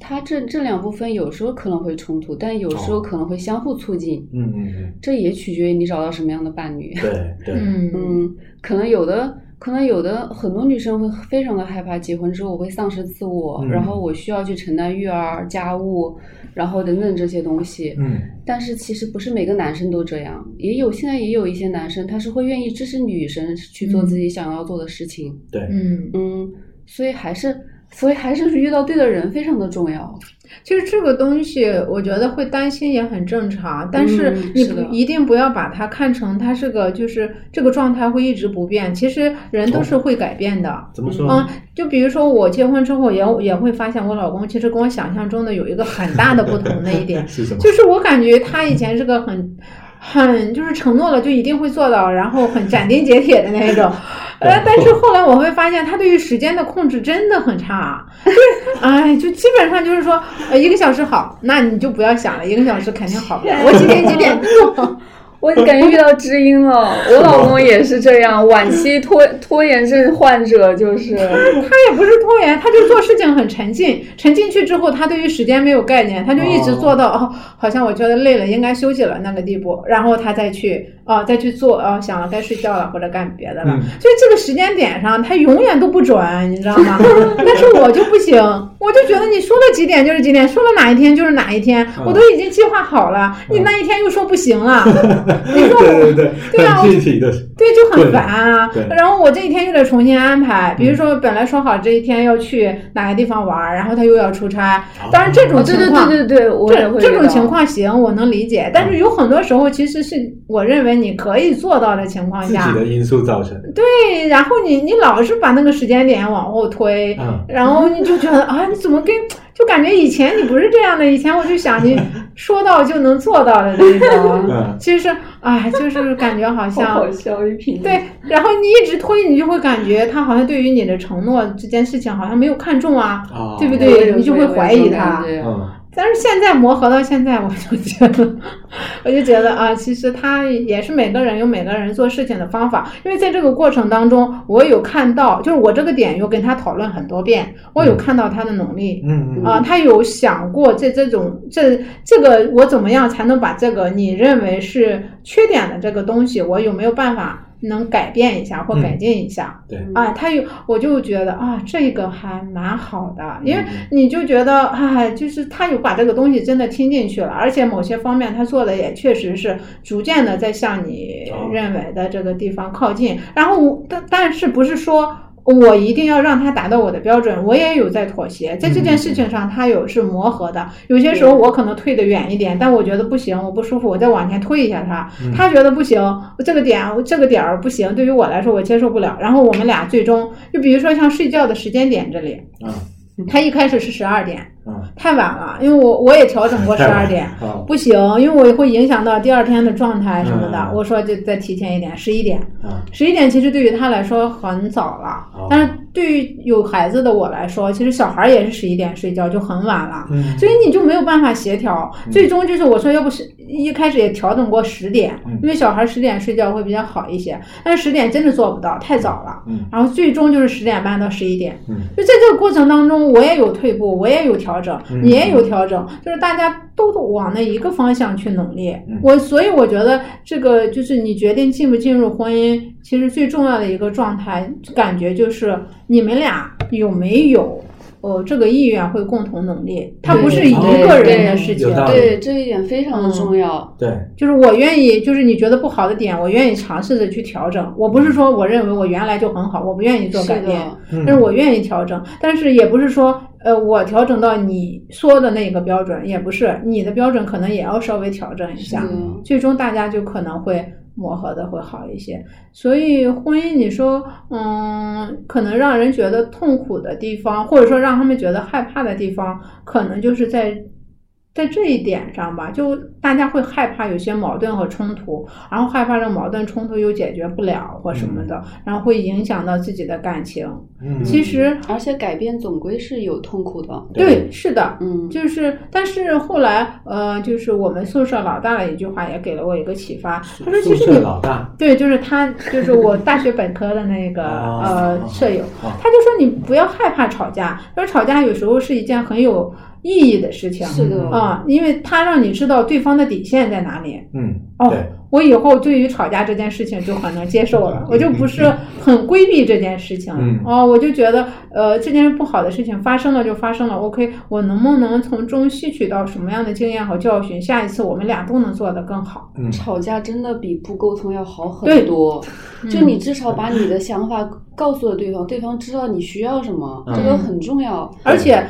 [SPEAKER 3] 它这这两部分有时候可能会冲突，但有时
[SPEAKER 1] 哦
[SPEAKER 3] 候可能会相互促进，
[SPEAKER 1] 嗯嗯嗯，
[SPEAKER 3] 这也取决于你找到什么样的伴侣。
[SPEAKER 1] 对对，
[SPEAKER 2] 嗯，
[SPEAKER 3] 嗯，可能有的，可能有的很多女生会非常的害怕结婚之后我会丧失自我，
[SPEAKER 1] 嗯
[SPEAKER 3] 然后我需要去承担育儿、家务，然后等等这些东西。
[SPEAKER 1] 嗯
[SPEAKER 3] 但是其实不是每个男生都这样，也有现在也有一些男生他是会愿意支持女生去做
[SPEAKER 2] 嗯
[SPEAKER 3] 自己想要做的事情。
[SPEAKER 1] 对，
[SPEAKER 2] 嗯，
[SPEAKER 3] 嗯，所以还是。所以还是遇到对的人非常的重要。
[SPEAKER 2] 其实这个东西，我觉得会担心也很正常，但是
[SPEAKER 3] 嗯
[SPEAKER 2] 你
[SPEAKER 3] 是
[SPEAKER 2] 不
[SPEAKER 3] 的
[SPEAKER 2] 一定不要把它看成它是个就是这个状态会一直不变。其实人都是会改变的。
[SPEAKER 1] 怎么说？
[SPEAKER 2] 嗯，就比如说我结婚之后也也会发现，我老公其实跟我想象中的有一个很大的不同的一点，
[SPEAKER 1] 是什么？
[SPEAKER 2] 就是我感觉他以前是个很。很就是承诺了就一定会做到，然后很斩钉截铁的那一种，呃，但是后来我会发现他对于时间的控制真的很差，就是哎，就基本上就是说，呃，一个小时好，那你就不要想了，一个小时肯定好不了。我几点几点做，
[SPEAKER 3] 我感觉遇到知音了。我老公也是这样，晚期拖拖延症患者，就是
[SPEAKER 2] 他也不是拖延，他就做事情很沉浸，沉进去之后，他对于时间没有概念，他就一直做到哦好像我觉得累了，应该休息了那个地步，然后他再去哦，再去做哦，想了该睡觉了或者干别的了，
[SPEAKER 1] 嗯
[SPEAKER 2] 所以这个时间点上他永远都不准，你知道吗？ 但是我就不行，我就觉得你说了几点就是几点，说了哪一天就是哪一天，我都已经计划好了，你那一天又说不行了，你说我
[SPEAKER 4] 对对
[SPEAKER 2] 对
[SPEAKER 4] 对，
[SPEAKER 2] 啊
[SPEAKER 4] 很具体的，
[SPEAKER 2] 对，就很烦啊
[SPEAKER 4] 对。嗯对
[SPEAKER 2] 然后我这一天又得重新安排，比如说本来说好这一天要去哪个地方玩，然后他又要出差。 当然这种
[SPEAKER 3] 对
[SPEAKER 2] 情
[SPEAKER 3] 对
[SPEAKER 2] 况，
[SPEAKER 3] 对对对，我也会
[SPEAKER 2] 这这
[SPEAKER 3] 遇
[SPEAKER 2] 种
[SPEAKER 3] 到
[SPEAKER 2] 情况行，我能理
[SPEAKER 4] 嗯
[SPEAKER 2] 解。但是有很多时候其实是我认为你可以做到的情况
[SPEAKER 4] 自
[SPEAKER 2] 下
[SPEAKER 4] 己，的因素造成。
[SPEAKER 2] 对，然后你你老是把那个时间点往后推，
[SPEAKER 4] 嗯，
[SPEAKER 2] 然后你就觉得啊，你怎么跟就感觉以前你不是这样的，以前我就想 你说到就能做到的那种
[SPEAKER 4] 嗯，
[SPEAKER 2] 其实哎，就是感觉好
[SPEAKER 3] 好
[SPEAKER 2] 像
[SPEAKER 3] 好笑一瓶。
[SPEAKER 2] 对，然后你一直推，你就会感觉他好像对于你的承诺这件事情好像没有看重啊，
[SPEAKER 4] 啊，
[SPEAKER 1] 哦
[SPEAKER 2] 对不
[SPEAKER 3] 我也有，
[SPEAKER 2] 对？你就会怀疑他
[SPEAKER 3] 我。也有这种感觉
[SPEAKER 4] 嗯，
[SPEAKER 2] 但是现在磨合到现在，我就觉得， 我就觉得啊，其实他也是每个人有每个人做事情的方法，因为在这个过程当中，我有看到，就是我这个点有跟他讨论很多遍，我有看到他的努力，
[SPEAKER 4] 嗯嗯
[SPEAKER 2] 啊，他有想过这这种这这个我怎么样才能把这个你认为是缺点的这个东西，我有没有办法能改变一下或改进一下？
[SPEAKER 4] 嗯对
[SPEAKER 2] 啊，他有，我就觉得啊，这个还蛮好的，因为
[SPEAKER 4] 嗯
[SPEAKER 2] 你就觉得哎，就是他有把这个东西真的听进去了，而且某些方面他做的也确实是逐渐的在向你
[SPEAKER 4] 哦
[SPEAKER 2] 认为的这个地方靠近。然后我，但但是不是说我一定要让他达到我的标准，我也有在妥协，在这件事情上他有是磨合的。有些时候我可能退得远一点，但我觉得不行，我不舒服，我再往前推一下他。
[SPEAKER 4] 嗯
[SPEAKER 2] 他觉得不行，这个点这个点儿不行，对于我来说我接受不了。然后我们俩最终就比如说像睡觉的时间点这里，
[SPEAKER 4] 嗯
[SPEAKER 2] 他一开始是十二点，
[SPEAKER 4] 嗯，
[SPEAKER 2] 太晚了，因为我我也调整过十
[SPEAKER 4] 太晚
[SPEAKER 2] 二
[SPEAKER 4] 了
[SPEAKER 2] 点。
[SPEAKER 4] 啊
[SPEAKER 2] 不行，因为我会影响到第二天的状态什么的。
[SPEAKER 4] 嗯
[SPEAKER 2] 我说就再提前一点，十一点。
[SPEAKER 4] 啊，
[SPEAKER 2] 十一点其实对于他来说很早了，
[SPEAKER 4] 哦
[SPEAKER 2] 但是对于有孩子的我来说，其实小孩也是十一点睡觉就很晚了。
[SPEAKER 4] 嗯
[SPEAKER 2] 所以你就没有办法协调，最终就是我说，要不是一开始也调整过十点
[SPEAKER 4] 嗯，
[SPEAKER 2] 因为小孩十点睡觉会比较好一些，但是十点真的做不到，太早了。
[SPEAKER 4] 嗯
[SPEAKER 2] 然后最终就是十点半到十一点。
[SPEAKER 4] 嗯
[SPEAKER 2] 就在这个过程当中，我也有退步，我也有调整，
[SPEAKER 4] 嗯
[SPEAKER 2] 你也有调整，就是大家都往那一个方向去努力。
[SPEAKER 4] 嗯
[SPEAKER 2] 我所以我觉得这个就是你决定进不进入婚姻，其实最重要的一个状态，感觉就是你们俩有没有。呃，这个意愿会共同努力，它不是一个人的事情
[SPEAKER 4] 有，道理
[SPEAKER 3] 对，这一点非常的重要。
[SPEAKER 4] 对，
[SPEAKER 2] 就是我愿意，就是你觉得不好的点，我愿意尝试着去调整。我不是说我认为我原来就很好，我不愿意做改
[SPEAKER 3] 是
[SPEAKER 2] 变，
[SPEAKER 3] 的，
[SPEAKER 4] 嗯
[SPEAKER 2] 但是我愿意调整，但是也不是说，呃，我调整到你说的那个标准，也不是你的标准，可能也要稍微调整一
[SPEAKER 3] 是
[SPEAKER 2] 下，
[SPEAKER 3] 的，
[SPEAKER 2] 最终大家就可能会磨合的会好一些。所以婚姻，你说，嗯，可能让人觉得痛苦的地方，或者说让他们觉得害怕的地方，可能就是在。在这一点上吧，就大家会害怕有些矛盾和冲突，然后害怕这个矛盾冲突又解决不了或什么的，然后会影响到自己的感情。
[SPEAKER 4] 嗯
[SPEAKER 2] 其实
[SPEAKER 3] 而且改变总归是有痛苦的。
[SPEAKER 2] 对，是的，
[SPEAKER 3] 嗯，
[SPEAKER 2] 就是，但是后来，呃，就是我们宿舍老大的一句话也给了我一个启发，他说其
[SPEAKER 4] 宿
[SPEAKER 2] 实你
[SPEAKER 4] 舍老大，
[SPEAKER 2] 对，就是他，就是我大学本科的那个
[SPEAKER 4] 哦
[SPEAKER 2] 呃舍友，
[SPEAKER 4] 哦
[SPEAKER 2] 他就说你不要害怕吵架，他说吵架有时候是一件很有意义的事情
[SPEAKER 3] 是的，
[SPEAKER 2] 啊、因为他让你知道对方的底线在哪里。
[SPEAKER 4] 嗯，
[SPEAKER 2] 哦
[SPEAKER 4] 对，
[SPEAKER 2] 我以后对于吵架这件事情就很能接受了，我就不是很规避这件事情了。
[SPEAKER 4] 嗯
[SPEAKER 2] 哦，我就觉得，呃，这件不好的事情发生了就发生了，OK，我能不能从中吸取到什么样的经验和教训？下一次我们俩都能做得更好。
[SPEAKER 4] 嗯，
[SPEAKER 3] 吵架真的比不沟通要好
[SPEAKER 2] 对
[SPEAKER 3] 很多。就
[SPEAKER 2] 嗯
[SPEAKER 3] 你至少把你的想法告诉了对方，对方知道你需要什么，
[SPEAKER 4] 嗯
[SPEAKER 3] 这个很重要。
[SPEAKER 2] 而且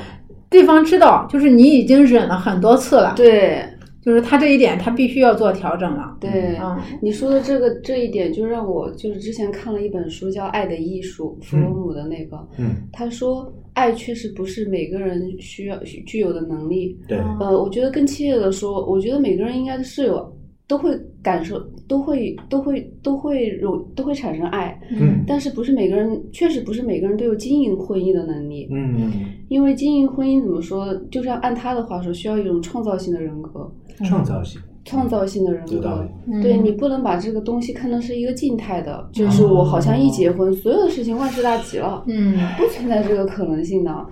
[SPEAKER 2] 对方知道，就是你已经忍了很多次了，
[SPEAKER 3] 对
[SPEAKER 2] 就是他这一点他必须要做调整了。
[SPEAKER 3] 对，
[SPEAKER 2] 嗯
[SPEAKER 3] 你说的这个这一点，就让我就是之前看了一本书叫《爱的艺术》，弗洛姆的那个，
[SPEAKER 4] 嗯，
[SPEAKER 3] 他说爱确实不是每个人需要具有的能力。
[SPEAKER 4] 对，
[SPEAKER 2] 哦
[SPEAKER 3] 呃，我觉得更切切的说，我觉得每个人应该是有都会感受，都会都会都会有都会产生爱，
[SPEAKER 4] 嗯
[SPEAKER 3] 但是不是每个人确实不是每个人都有经营婚姻的能力。
[SPEAKER 4] 嗯，
[SPEAKER 3] 因为经营婚姻怎么说，就是要按他的话说，需要一种创造性的人格。
[SPEAKER 4] 创造性，
[SPEAKER 3] 创造性的人
[SPEAKER 4] 知道
[SPEAKER 3] 格。对
[SPEAKER 2] 嗯
[SPEAKER 3] 你不能把这个东西看成是一个静态的，就是
[SPEAKER 4] 哦
[SPEAKER 3] 我好像一结婚，所有的事情万事大吉了，
[SPEAKER 2] 嗯
[SPEAKER 3] 不存在这个可能性的。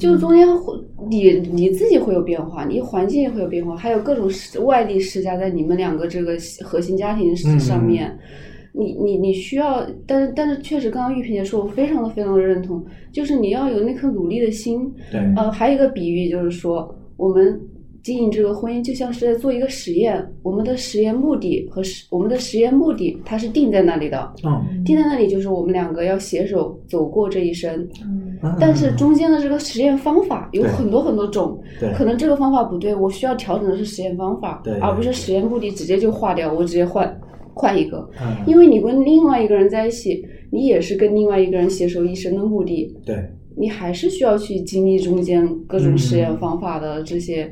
[SPEAKER 3] 就是中间会你你自己会有变化，你环境也会有变化，还有各种施外力施加在你们两个这个核心家庭上面。你你你需要，但是但是确实，刚刚玉萍姐说，我非常的非常的认同，就是你要有那颗努力的心。
[SPEAKER 4] 对
[SPEAKER 2] 哦
[SPEAKER 3] 呃，还有一个比喻就是说，我们经营这个婚姻就像是在做一个实验，我们的实验目的和实我们的实验目的它是定在那里的，
[SPEAKER 4] 嗯，
[SPEAKER 3] 定在那里就是我们两个要携手走过这一生。
[SPEAKER 2] 嗯
[SPEAKER 3] 但是中间的这个实验方法有
[SPEAKER 4] 对
[SPEAKER 3] 很多很多种，
[SPEAKER 4] 对
[SPEAKER 3] 可能这个方法不对，我需要调整的是实验方法，
[SPEAKER 4] 对对
[SPEAKER 3] 而不是实验目的直接就划掉，我直接换换一个。
[SPEAKER 4] 嗯
[SPEAKER 3] 因为你跟另外一个人在一起，你也是跟另外一个人携手一生的目的，
[SPEAKER 4] 对，
[SPEAKER 3] 你还是需要去经历中间各种实验方法的这些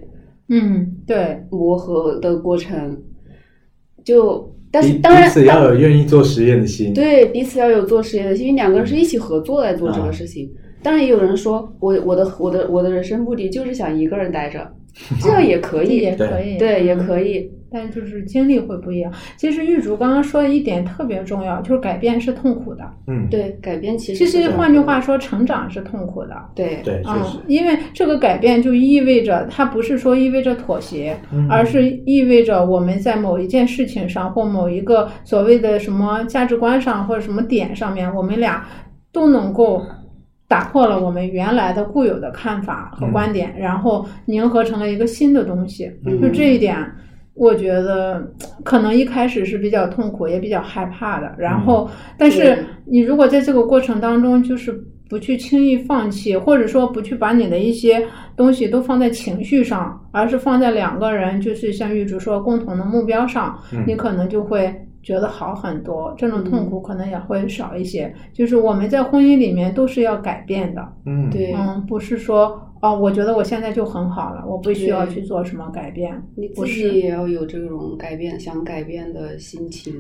[SPEAKER 2] 嗯，对，
[SPEAKER 3] 磨合的过程。就但是
[SPEAKER 4] 彼
[SPEAKER 3] 当然
[SPEAKER 4] 彼，此要有愿意做实验的心，
[SPEAKER 3] 对，彼此要有做实验的心，因为两个人是一起合作来做这个事情。当然，也有人说我我的我的我的人生目的就是想一个人待着，这样也可以
[SPEAKER 2] 也，可以，
[SPEAKER 3] 对，也
[SPEAKER 2] 嗯
[SPEAKER 3] 可以，
[SPEAKER 2] 但就是经历会不一样。其实玉竹刚刚说的一点特别重要，就是改变是痛苦的。
[SPEAKER 4] 嗯，
[SPEAKER 3] 对，改变其
[SPEAKER 2] 其
[SPEAKER 3] 实
[SPEAKER 2] 实
[SPEAKER 3] 是
[SPEAKER 2] 换句话说，成长是痛苦的。
[SPEAKER 3] 对
[SPEAKER 4] 对，确
[SPEAKER 2] 嗯
[SPEAKER 4] 实，，
[SPEAKER 2] 因为这个改变就意味着，它不是说意味着妥协，
[SPEAKER 4] 嗯
[SPEAKER 2] 而是意味着我们在某一件事情上，或某一个所谓的什么价值观上，或者什么点上面，我们俩都能够打破了我们原来的固有的看法和观点，然后凝合成了一个新的东西。
[SPEAKER 4] 嗯
[SPEAKER 2] 就这一点，我觉得可能一开始是比较痛苦，也比较害怕的。然后，但是你如果在这个过程当中，就是不去轻易放弃，或者说不去把你的一些东西都放在情绪上，而是放在两个人，就是像玉竹说共同的目标上，
[SPEAKER 4] 嗯
[SPEAKER 2] 你可能就会觉得好很多，这种痛苦可能也会少一些。就是我们在婚姻里面都是要改变的，
[SPEAKER 4] 嗯，
[SPEAKER 3] 对，
[SPEAKER 2] 嗯，不是说哦，我觉得我现在就很好了，我不需要
[SPEAKER 3] 对
[SPEAKER 2] 去做什么改变。
[SPEAKER 3] 你自
[SPEAKER 2] 不
[SPEAKER 3] 己
[SPEAKER 2] 是
[SPEAKER 3] 也要有这种改变、想改变的心情，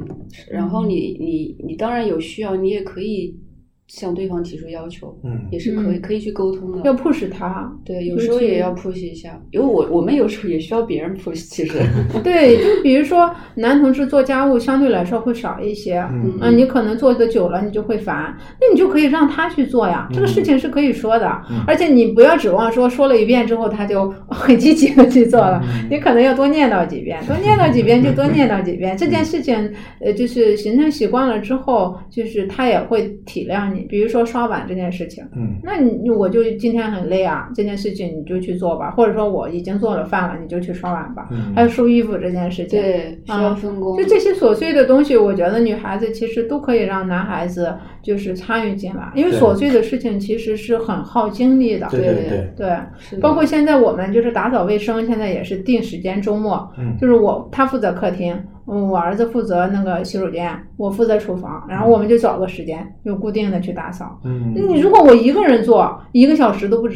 [SPEAKER 3] 然后你你你当然有需要，你也可以向对方提出要求，
[SPEAKER 4] 嗯
[SPEAKER 3] 也是可以
[SPEAKER 2] 嗯
[SPEAKER 3] 可以去沟通
[SPEAKER 2] 要
[SPEAKER 3] 的。
[SPEAKER 2] push 他，
[SPEAKER 3] 对，有时
[SPEAKER 2] 尤
[SPEAKER 3] 候
[SPEAKER 2] 其
[SPEAKER 3] 也要 push 一下，因为我我们有时候也需要别人 push，其实。
[SPEAKER 2] 对，就比如说男同志做家务相对来说会少一些，
[SPEAKER 4] 嗯
[SPEAKER 2] 啊，你可能做的久了，你就会烦，那你就可以让他去做呀，这个事情是可以说的，
[SPEAKER 4] 嗯
[SPEAKER 2] 而且你不要指望说说了一遍之后他就 很积极的去做了，
[SPEAKER 1] 嗯
[SPEAKER 4] 嗯
[SPEAKER 2] 你可能要多念叨几遍，多念叨几遍就多念叨几遍，这件事情呃就是形成习惯了之后，就是他也会体谅你，比如说刷碗这件事情。
[SPEAKER 4] 嗯
[SPEAKER 2] 那你我就今天很累啊，这件事情你就去做吧，或者说我已经做了饭了，你就去刷碗吧。
[SPEAKER 4] 嗯，
[SPEAKER 2] 还有收衣服这件事情，
[SPEAKER 3] 对，需
[SPEAKER 2] 啊
[SPEAKER 3] 要分工。
[SPEAKER 2] 就这些琐碎的东西，我觉得女孩子其实都可以让男孩子就是参与进来，因为
[SPEAKER 4] 对
[SPEAKER 2] 琐碎的事情其实是很耗精力的。
[SPEAKER 4] 对对
[SPEAKER 3] 对
[SPEAKER 4] 对，
[SPEAKER 2] 对，
[SPEAKER 3] 是的
[SPEAKER 2] 包括现在我们就是打扫卫生，现在也是定时间，周末
[SPEAKER 4] 嗯
[SPEAKER 2] 就是我他负责客厅，嗯，我儿子负责那个洗手间，我负责厨房，然后我们就找个时间，就固定的去打扫。
[SPEAKER 4] 嗯
[SPEAKER 2] 你如果我一个人做，一个小时都不止。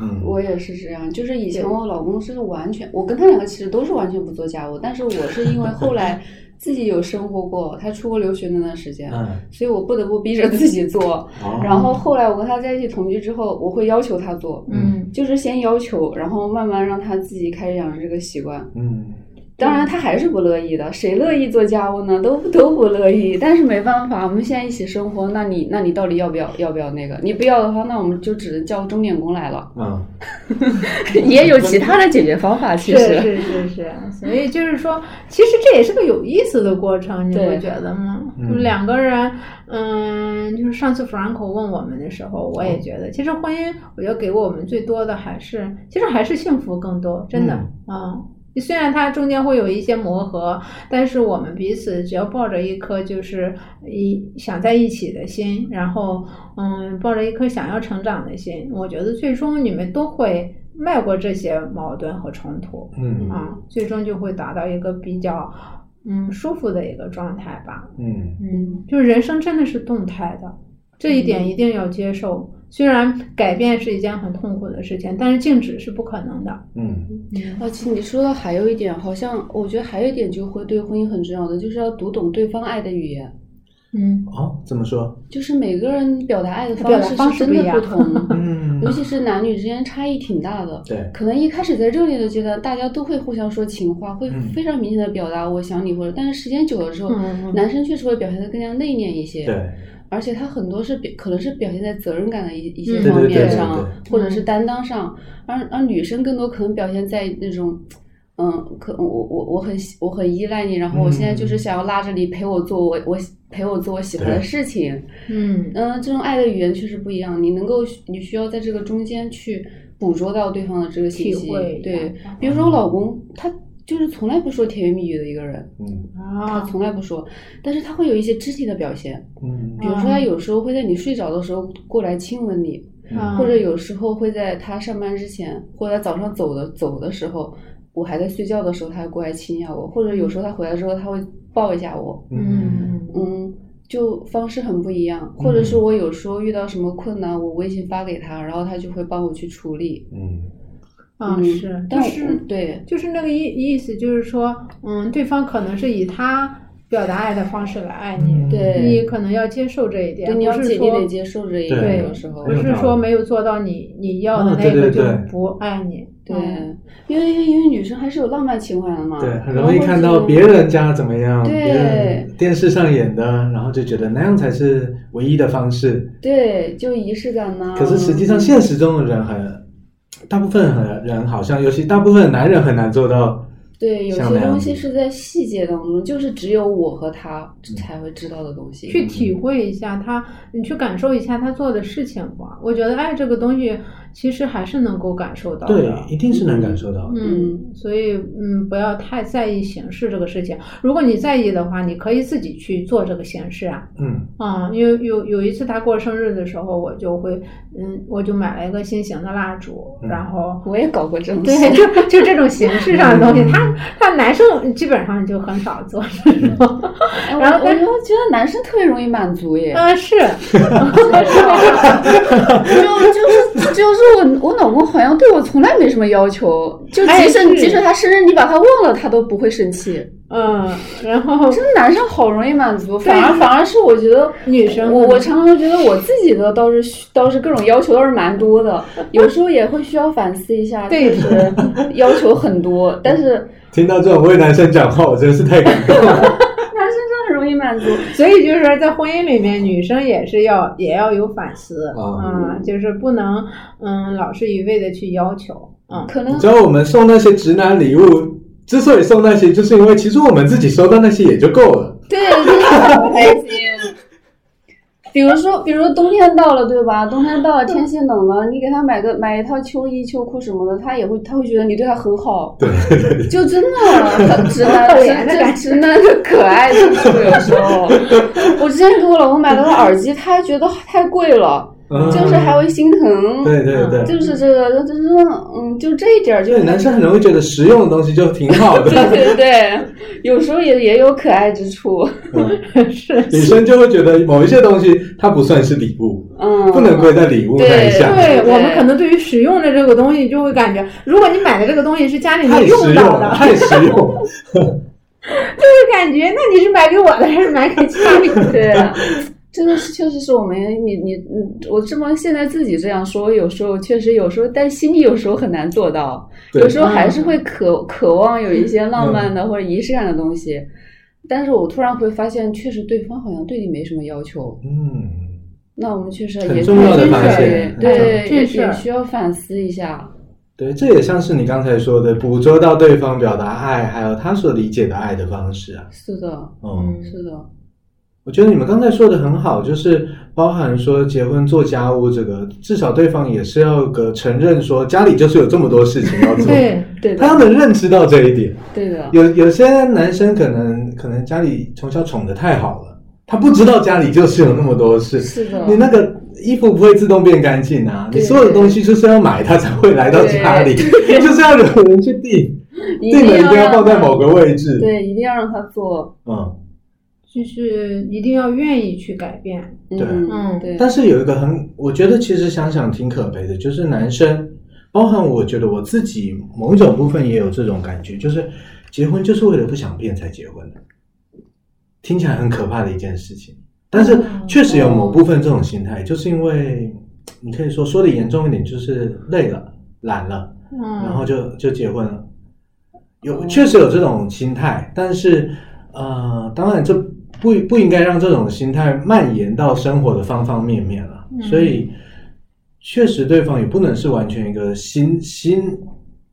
[SPEAKER 4] 嗯，
[SPEAKER 3] 我也是这样，就是以前我老公是完全，我跟他两个其实都是完全不做家务，但是我是因为后来自己有生活过，他出国留学那段时间，
[SPEAKER 4] 嗯，
[SPEAKER 3] 所以我不得不逼着自己
[SPEAKER 1] 哦
[SPEAKER 3] 做。
[SPEAKER 4] 好，
[SPEAKER 3] 然后后来我跟他在一起同居之后，我会要求他做，
[SPEAKER 2] 嗯，
[SPEAKER 3] 就是先要求，然后慢慢让他自己开始养成这个习惯。
[SPEAKER 4] 嗯，
[SPEAKER 3] 当然他还是不乐意的，谁乐意做家务呢？都都不乐意。但是没办法，我们现在一起生活，那你那你到底要不要要不要那个？你不要的话，那我们就只能叫钟点工来了。
[SPEAKER 4] 嗯，
[SPEAKER 3] 也有其他的解决方 法，其
[SPEAKER 2] 是
[SPEAKER 3] 实。
[SPEAKER 2] 是是是，所以就是说，其实这也是个有意思的过程，你不
[SPEAKER 3] 对
[SPEAKER 2] 觉得吗？
[SPEAKER 4] 嗯
[SPEAKER 2] 就是两个人，嗯，就是上次 Franco 问我们的时候，我也觉得，其实婚姻，我觉得给我们最多的还是，其实还是幸福更多，真的，嗯。虽然它中间会有一些磨合，但是我们彼此只要抱着一颗就是一想在一起的心，然后嗯，抱着一颗想要成长的心，我觉得最终你们都会迈过这些矛盾和冲突，
[SPEAKER 4] 嗯
[SPEAKER 2] 啊、最终就会达到一个比较嗯舒服的一个状态吧。
[SPEAKER 4] 嗯，
[SPEAKER 2] 嗯，就是人生真的是动态的，这一
[SPEAKER 3] 嗯
[SPEAKER 2] 点一定要接受。虽然改变是一件很痛苦的事情，但是静止是不可能的。
[SPEAKER 4] 嗯，
[SPEAKER 3] 而且你说到还有一点，好像我觉得还有一点就会对婚姻很重要的，就是要读懂对方爱的语言。
[SPEAKER 2] 嗯，
[SPEAKER 1] 哦，怎么说？
[SPEAKER 3] 就是每个人表达爱的
[SPEAKER 2] 表
[SPEAKER 3] 方
[SPEAKER 2] 达
[SPEAKER 3] 式
[SPEAKER 2] 方
[SPEAKER 3] 是
[SPEAKER 2] 式不
[SPEAKER 3] 真
[SPEAKER 2] 一
[SPEAKER 3] 的
[SPEAKER 2] 样
[SPEAKER 3] 不同，
[SPEAKER 1] 嗯
[SPEAKER 3] 尤其是男女之间差异挺大的。
[SPEAKER 1] 对，
[SPEAKER 3] 可能一开始在热恋的阶段，大家都会互相说情话，会
[SPEAKER 1] 嗯
[SPEAKER 3] 非常明显的表达我想你或者，但是时间久了之后，
[SPEAKER 2] 嗯嗯
[SPEAKER 3] 男生确实会表现的更加内敛一些。
[SPEAKER 1] 对，
[SPEAKER 3] 而且他很多是表，可能是表现在责任感的一一些
[SPEAKER 2] 嗯
[SPEAKER 3] 方
[SPEAKER 1] 对对
[SPEAKER 3] 面
[SPEAKER 1] 对
[SPEAKER 3] 上，
[SPEAKER 1] 对
[SPEAKER 3] 或者是担当上，而而女生更多可能表现在那种，嗯，可我我我很喜我很依赖你，然后我现在就是想要拉着你陪我做我我陪我做我喜欢的
[SPEAKER 1] 嗯对
[SPEAKER 3] 事情，
[SPEAKER 2] 嗯
[SPEAKER 3] 嗯，这种爱的语言确实不一样，你能够你需要在这个中间去捕捉到对方的这个信息
[SPEAKER 2] 体会，
[SPEAKER 3] 对，比如说我老公他就是从来不说甜言蜜语的一个人，
[SPEAKER 1] 嗯
[SPEAKER 3] 他
[SPEAKER 2] 啊，
[SPEAKER 3] 从来不说，但是他会有一些肢体的表现。
[SPEAKER 1] 嗯
[SPEAKER 3] 比如说，他有时候会在你睡着的时候过来亲吻你，
[SPEAKER 1] 嗯
[SPEAKER 2] 啊
[SPEAKER 3] 或者有时候会在他上班之前，或者他早上走的走的时候，我还在睡觉的时候，他还过来亲一下我，或者有时候他回来之后，他会抱一下我，
[SPEAKER 1] 嗯
[SPEAKER 2] 嗯
[SPEAKER 3] 嗯，就方式很不一样。或者是我有时候遇到什么困难，我微信发给他，然后他就会帮我去处理。
[SPEAKER 1] 嗯
[SPEAKER 2] 啊
[SPEAKER 3] 嗯
[SPEAKER 2] 是，
[SPEAKER 3] 但
[SPEAKER 2] 但
[SPEAKER 3] 我
[SPEAKER 2] 是
[SPEAKER 3] 对
[SPEAKER 2] 就是那个意意思就是说，嗯，对方可能是以他表达爱的方式来爱
[SPEAKER 1] 嗯
[SPEAKER 2] 你，你
[SPEAKER 3] 嗯对
[SPEAKER 2] 可能要接受这一点，
[SPEAKER 3] 对，你要
[SPEAKER 2] 不
[SPEAKER 3] 接
[SPEAKER 2] 是
[SPEAKER 3] 你得
[SPEAKER 2] 说
[SPEAKER 3] 接受这一
[SPEAKER 1] 对
[SPEAKER 3] 点，
[SPEAKER 2] 对
[SPEAKER 3] 有时候
[SPEAKER 2] 不是说没有做到你你要的
[SPEAKER 1] 啊
[SPEAKER 2] 那
[SPEAKER 1] 对
[SPEAKER 2] 个
[SPEAKER 1] 对
[SPEAKER 2] 就
[SPEAKER 1] 对
[SPEAKER 2] 不爱你，
[SPEAKER 3] 对
[SPEAKER 2] 嗯，
[SPEAKER 3] 因为因为因为女生还是有浪漫情怀的嘛，
[SPEAKER 1] 对，很
[SPEAKER 3] 然
[SPEAKER 1] 容易
[SPEAKER 3] 后
[SPEAKER 1] 看
[SPEAKER 3] 是
[SPEAKER 1] 到别人家怎么样，
[SPEAKER 3] 嗯对
[SPEAKER 1] 别人电视上演的，然后就觉得那样才是唯一的方式。
[SPEAKER 3] 对，就仪式感呐、嗯
[SPEAKER 1] 可是实际上，现实中的人很，大部分很人好像，尤其大部分男人很难做到。
[SPEAKER 3] 对有
[SPEAKER 1] 像
[SPEAKER 3] 些
[SPEAKER 1] 那样
[SPEAKER 3] 东
[SPEAKER 1] 子嗯
[SPEAKER 3] 西是在细节当中，就是只有我和他才会知道的东西。
[SPEAKER 2] 去体会一下他，你去感受一下他做的事情吧。我觉得爱这个东西其实还是能够感受到的。
[SPEAKER 1] 对，一定是能感受到的。
[SPEAKER 2] 嗯，所以嗯，不要太在意形式这个事情。如果你在意的话，你可以自己去做这个形式啊。
[SPEAKER 1] 嗯
[SPEAKER 2] 嗯，因为有有一次他过生日的时候，我就会嗯，我就买了一个心形的蜡烛，
[SPEAKER 1] 嗯
[SPEAKER 2] 然后
[SPEAKER 3] 我也搞过这种事，
[SPEAKER 2] 对，就就这种形式上的东西，
[SPEAKER 1] 嗯
[SPEAKER 2] 他他男生基本上就很少做这种。
[SPEAKER 3] 哎嗯我
[SPEAKER 2] 然后
[SPEAKER 3] 我
[SPEAKER 2] 但是
[SPEAKER 3] 就觉得男生特别容易满足
[SPEAKER 1] 嗯
[SPEAKER 3] 耶，
[SPEAKER 2] 啊，是，
[SPEAKER 3] 就就是就是我我老公好像对我从来没什么要求，就
[SPEAKER 2] 哎
[SPEAKER 3] 即使、
[SPEAKER 2] 是
[SPEAKER 3] 即使他生日你把他忘了，他都不会生气。
[SPEAKER 2] 嗯，然后
[SPEAKER 3] 真的男生好容易满足，反而
[SPEAKER 2] 对
[SPEAKER 3] 反而是我觉得
[SPEAKER 2] 女生
[SPEAKER 3] 我我常常觉得我自己的倒是需倒是各种要求倒是蛮 多的，有时候也会需要反思一下，
[SPEAKER 2] 对
[SPEAKER 3] 确实要求很多，但是
[SPEAKER 1] 听到这种为男生讲话，我真是太感动了。
[SPEAKER 3] 男生真的很容易满足。
[SPEAKER 2] 所以就是说，在婚姻里面，女生也是要也要有反思
[SPEAKER 1] 啊
[SPEAKER 2] 嗯，就是不能嗯老是一味的去要求，嗯，
[SPEAKER 3] 可能
[SPEAKER 1] 你知道我们送那些直男礼物，之所以送那些，就是因为其实我们自己收到那些也就够了。
[SPEAKER 3] 对，真的很开心。 比如说，比如说冬天到了，对吧？冬天到了，天气冷了，你给他买个买一套秋衣、秋裤什么的，他也会他会觉得你对他很好，
[SPEAKER 1] 对对对
[SPEAKER 3] 就真的很 直男，
[SPEAKER 2] 可
[SPEAKER 3] 直
[SPEAKER 2] 怜的感
[SPEAKER 3] 直
[SPEAKER 2] 觉
[SPEAKER 3] 直男的可爱之处有时候。 我之前给我老公买了个耳机，他还觉得太贵了，
[SPEAKER 1] 嗯
[SPEAKER 3] 就是还会心疼。
[SPEAKER 1] 对对对。
[SPEAKER 3] 就是这个，就是嗯，就这一点儿就
[SPEAKER 1] 对，男生很容易觉得实用的东西就挺好 的，
[SPEAKER 3] 对对对，有时候也也有可爱之处，
[SPEAKER 1] 嗯
[SPEAKER 2] 是
[SPEAKER 1] 女生就会觉得某一些东西它不算是礼物，
[SPEAKER 3] 嗯，
[SPEAKER 1] 不能归在礼物那一项。
[SPEAKER 2] 对
[SPEAKER 3] 对
[SPEAKER 2] 我们可能对于使用的这个东西，就会感觉，如果你买的这个东西是家里
[SPEAKER 1] 太
[SPEAKER 2] 没
[SPEAKER 1] 实
[SPEAKER 2] 用
[SPEAKER 1] 用
[SPEAKER 2] 到的
[SPEAKER 1] 了，，太实用 了。
[SPEAKER 2] 就会感觉那你是买给我的还是买给家里 的？
[SPEAKER 3] 对，这个是确实是我们，你你嗯，我这么现在自己这样说，我有时候确实有时候，但心里有时候很难做到，
[SPEAKER 1] 对嗯
[SPEAKER 3] 有时候还是会渴渴望有一些浪漫的或者仪式感的东西。但是我突然会发现，确实对方好像对你没什么要求，
[SPEAKER 1] 嗯，
[SPEAKER 3] 那我们确实
[SPEAKER 1] 很
[SPEAKER 3] 也
[SPEAKER 1] 重要的
[SPEAKER 2] 发
[SPEAKER 1] 现
[SPEAKER 3] 对，
[SPEAKER 2] 嗯
[SPEAKER 3] 也
[SPEAKER 2] 这是
[SPEAKER 3] 也需要反思一下。
[SPEAKER 1] 对，这也像是你刚才说的，捕捉到对方表达爱，还有他所理解的爱的方式啊。
[SPEAKER 3] 是的，
[SPEAKER 1] 嗯，
[SPEAKER 3] 是的，
[SPEAKER 1] 我觉得你们刚才说的很好，就是包含说结婚做家务这个，至少对方也是要有个承认说家里就是有这么多事情要做，
[SPEAKER 2] 对，
[SPEAKER 3] 对
[SPEAKER 1] 他要
[SPEAKER 3] 的，
[SPEAKER 1] 能认知到这一点。
[SPEAKER 3] 对的，
[SPEAKER 1] 有有些男生可能可能家里从小宠的太好了，他不知道家里就是有那么多事，
[SPEAKER 3] 是的。
[SPEAKER 1] 你那个衣服不会自动变干净啊，
[SPEAKER 3] 对
[SPEAKER 1] 你所有的东西就是要买，它才会来到家里，就是要有人去定，
[SPEAKER 3] 一
[SPEAKER 1] 定了一定要
[SPEAKER 3] 让
[SPEAKER 1] 放在
[SPEAKER 3] 他
[SPEAKER 1] 某个位置，
[SPEAKER 3] 对，一定要让他做。
[SPEAKER 1] 嗯。
[SPEAKER 2] 就是一定要愿意去改变，
[SPEAKER 1] 对
[SPEAKER 3] 嗯，
[SPEAKER 2] 嗯
[SPEAKER 3] 对，
[SPEAKER 1] 但是有一个很，我觉得其实想想挺可悲的，就是男生，包含我觉得我自己某种部分也有这种感觉，就是结婚就是为了不想变才结婚的，听起来很可怕的一件事情。但是确实有某部分这种心态，就是因为你可以说说的严重一点，就是累了、懒了，然
[SPEAKER 2] 嗯，哦
[SPEAKER 1] 后就就结婚了。有确实有这种心态，但是呃，当然这不不应该让这种心态蔓延到生活的方方面面了。
[SPEAKER 2] 嗯
[SPEAKER 1] 所以确实对方也不能是完全一个心心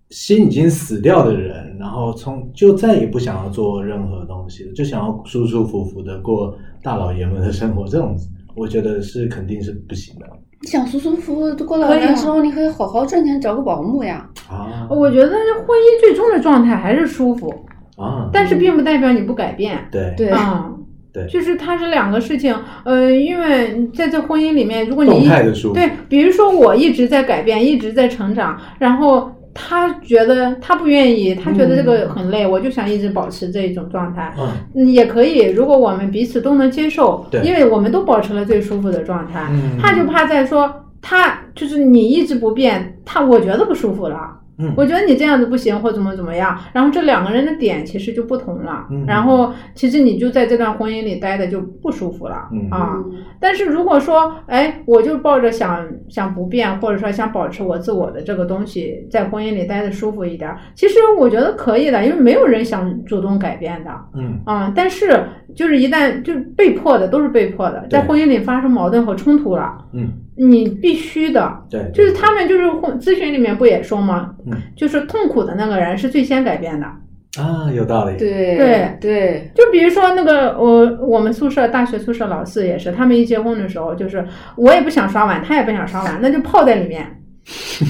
[SPEAKER 1] 心已经死掉的人，然后从就再也不想要做任何东西了，就想要舒舒服服的过大老爷们的生活，这种我觉得是肯定是不行的
[SPEAKER 3] 你想舒舒服服地过老
[SPEAKER 2] 可以
[SPEAKER 3] 年
[SPEAKER 2] 啊
[SPEAKER 3] 生活，你可以好好赚钱找个保姆呀。
[SPEAKER 1] 啊
[SPEAKER 2] 我觉得婚姻最终的状态还是舒服，
[SPEAKER 1] 啊！
[SPEAKER 2] 但是并不代表你不改变。
[SPEAKER 1] 对
[SPEAKER 3] 对，
[SPEAKER 2] 嗯，
[SPEAKER 1] 对
[SPEAKER 2] 就是它是两个事情，呃，因为在这婚姻里面，如果你
[SPEAKER 1] 动
[SPEAKER 2] 一
[SPEAKER 1] 态的舒服
[SPEAKER 2] 对，比如说我一直在改变，一直在成长，然后他觉得他不愿意，他觉得这个很累，我就想一直保持这一种状态。
[SPEAKER 1] 嗯
[SPEAKER 2] 嗯，也可以，如果我们彼此都能接受，
[SPEAKER 1] 对
[SPEAKER 2] 因为我们都保持了最舒服的状态。
[SPEAKER 1] 嗯，
[SPEAKER 2] 怕就怕在说他就是你一直不变，他我觉得不舒服了。
[SPEAKER 1] 嗯
[SPEAKER 2] 我觉得你这样子不行，或怎么怎么样，然后这两个人的点其实就不同了，
[SPEAKER 1] 嗯
[SPEAKER 2] 然后其实你就在这段婚姻里待的就不舒服了、
[SPEAKER 1] 嗯
[SPEAKER 2] 啊。但是如果说，哎，我就抱着想想不变，或者说想保持我自我的这个东西，在婚姻里待的舒服一点儿，其实我觉得可以的，因为没有人想主动改变的，
[SPEAKER 1] 嗯
[SPEAKER 2] 啊、但是就是一旦就是被迫的，都是被迫的，在
[SPEAKER 1] 对
[SPEAKER 2] 婚姻里发生矛盾和冲突了，
[SPEAKER 1] 嗯
[SPEAKER 2] 你必须的，
[SPEAKER 1] 对，
[SPEAKER 2] 就是他们就是婚咨询里面不也说吗？
[SPEAKER 1] 嗯
[SPEAKER 2] 就是痛苦的那个人是最先改变的。
[SPEAKER 1] 啊，有道理。
[SPEAKER 3] 对
[SPEAKER 2] 对
[SPEAKER 3] 对，
[SPEAKER 2] 就比如说那个我我们宿舍大学宿舍老四也是，他们一结婚的时候，就是我也不想刷碗，他也不想刷碗，那就泡在里面，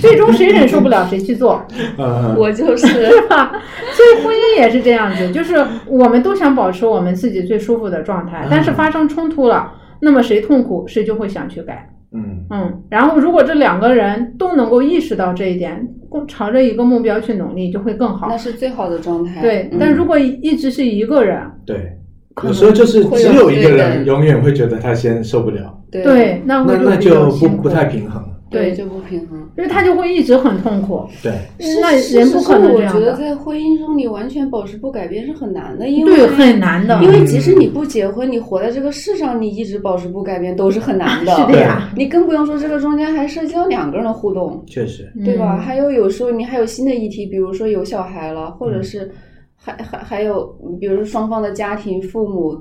[SPEAKER 2] 最终谁忍受不了谁去做，
[SPEAKER 1] 嗯，
[SPEAKER 3] 我就是
[SPEAKER 2] 是吧？所以婚姻也是这样子，就是我们都想保持我们自己最舒服的状态
[SPEAKER 1] 嗯，
[SPEAKER 2] 但是发生冲突了，那么谁痛苦谁就会想去改。
[SPEAKER 1] 嗯
[SPEAKER 2] 嗯，然后如果这两个人都能够意识到这一点，共朝着一个目标去努力，就会更好
[SPEAKER 3] 那。是最好的状态。
[SPEAKER 2] 对，
[SPEAKER 3] 嗯
[SPEAKER 2] 但如果一直是一个人，
[SPEAKER 1] 对，
[SPEAKER 2] 可
[SPEAKER 1] 有
[SPEAKER 2] 能
[SPEAKER 1] 时候就是
[SPEAKER 3] 会有
[SPEAKER 1] 只有一个
[SPEAKER 3] 对
[SPEAKER 1] 人
[SPEAKER 3] 对
[SPEAKER 1] 永远会觉得他先受不了，
[SPEAKER 3] 对
[SPEAKER 2] 对，那
[SPEAKER 1] 那
[SPEAKER 2] 会
[SPEAKER 1] 那
[SPEAKER 2] 比较
[SPEAKER 1] 就不
[SPEAKER 2] 辛苦
[SPEAKER 1] 不太，平衡。
[SPEAKER 2] 对
[SPEAKER 3] 对就不平衡。
[SPEAKER 2] 因为他就会一直很痛苦。
[SPEAKER 1] 对，
[SPEAKER 2] 那
[SPEAKER 3] 事实
[SPEAKER 2] 人不可能这
[SPEAKER 3] 我
[SPEAKER 2] 样
[SPEAKER 3] 觉得
[SPEAKER 2] 的，
[SPEAKER 3] 在婚姻中，你完全保持不改变是很难的，因为
[SPEAKER 2] 对，很难的。
[SPEAKER 3] 因为即使你不结婚，你活在这个世上，你一直保持不改变都是很难的。
[SPEAKER 2] 是的呀，
[SPEAKER 3] 你更不用说这个中间还涉及到两个人的互动，
[SPEAKER 1] 确实，
[SPEAKER 3] 对吧？
[SPEAKER 2] 嗯
[SPEAKER 3] 还有有时候你还有新的议题，比如说有小孩了，或者
[SPEAKER 1] 嗯
[SPEAKER 3] 是还还还有，比如说双方的家庭、父母、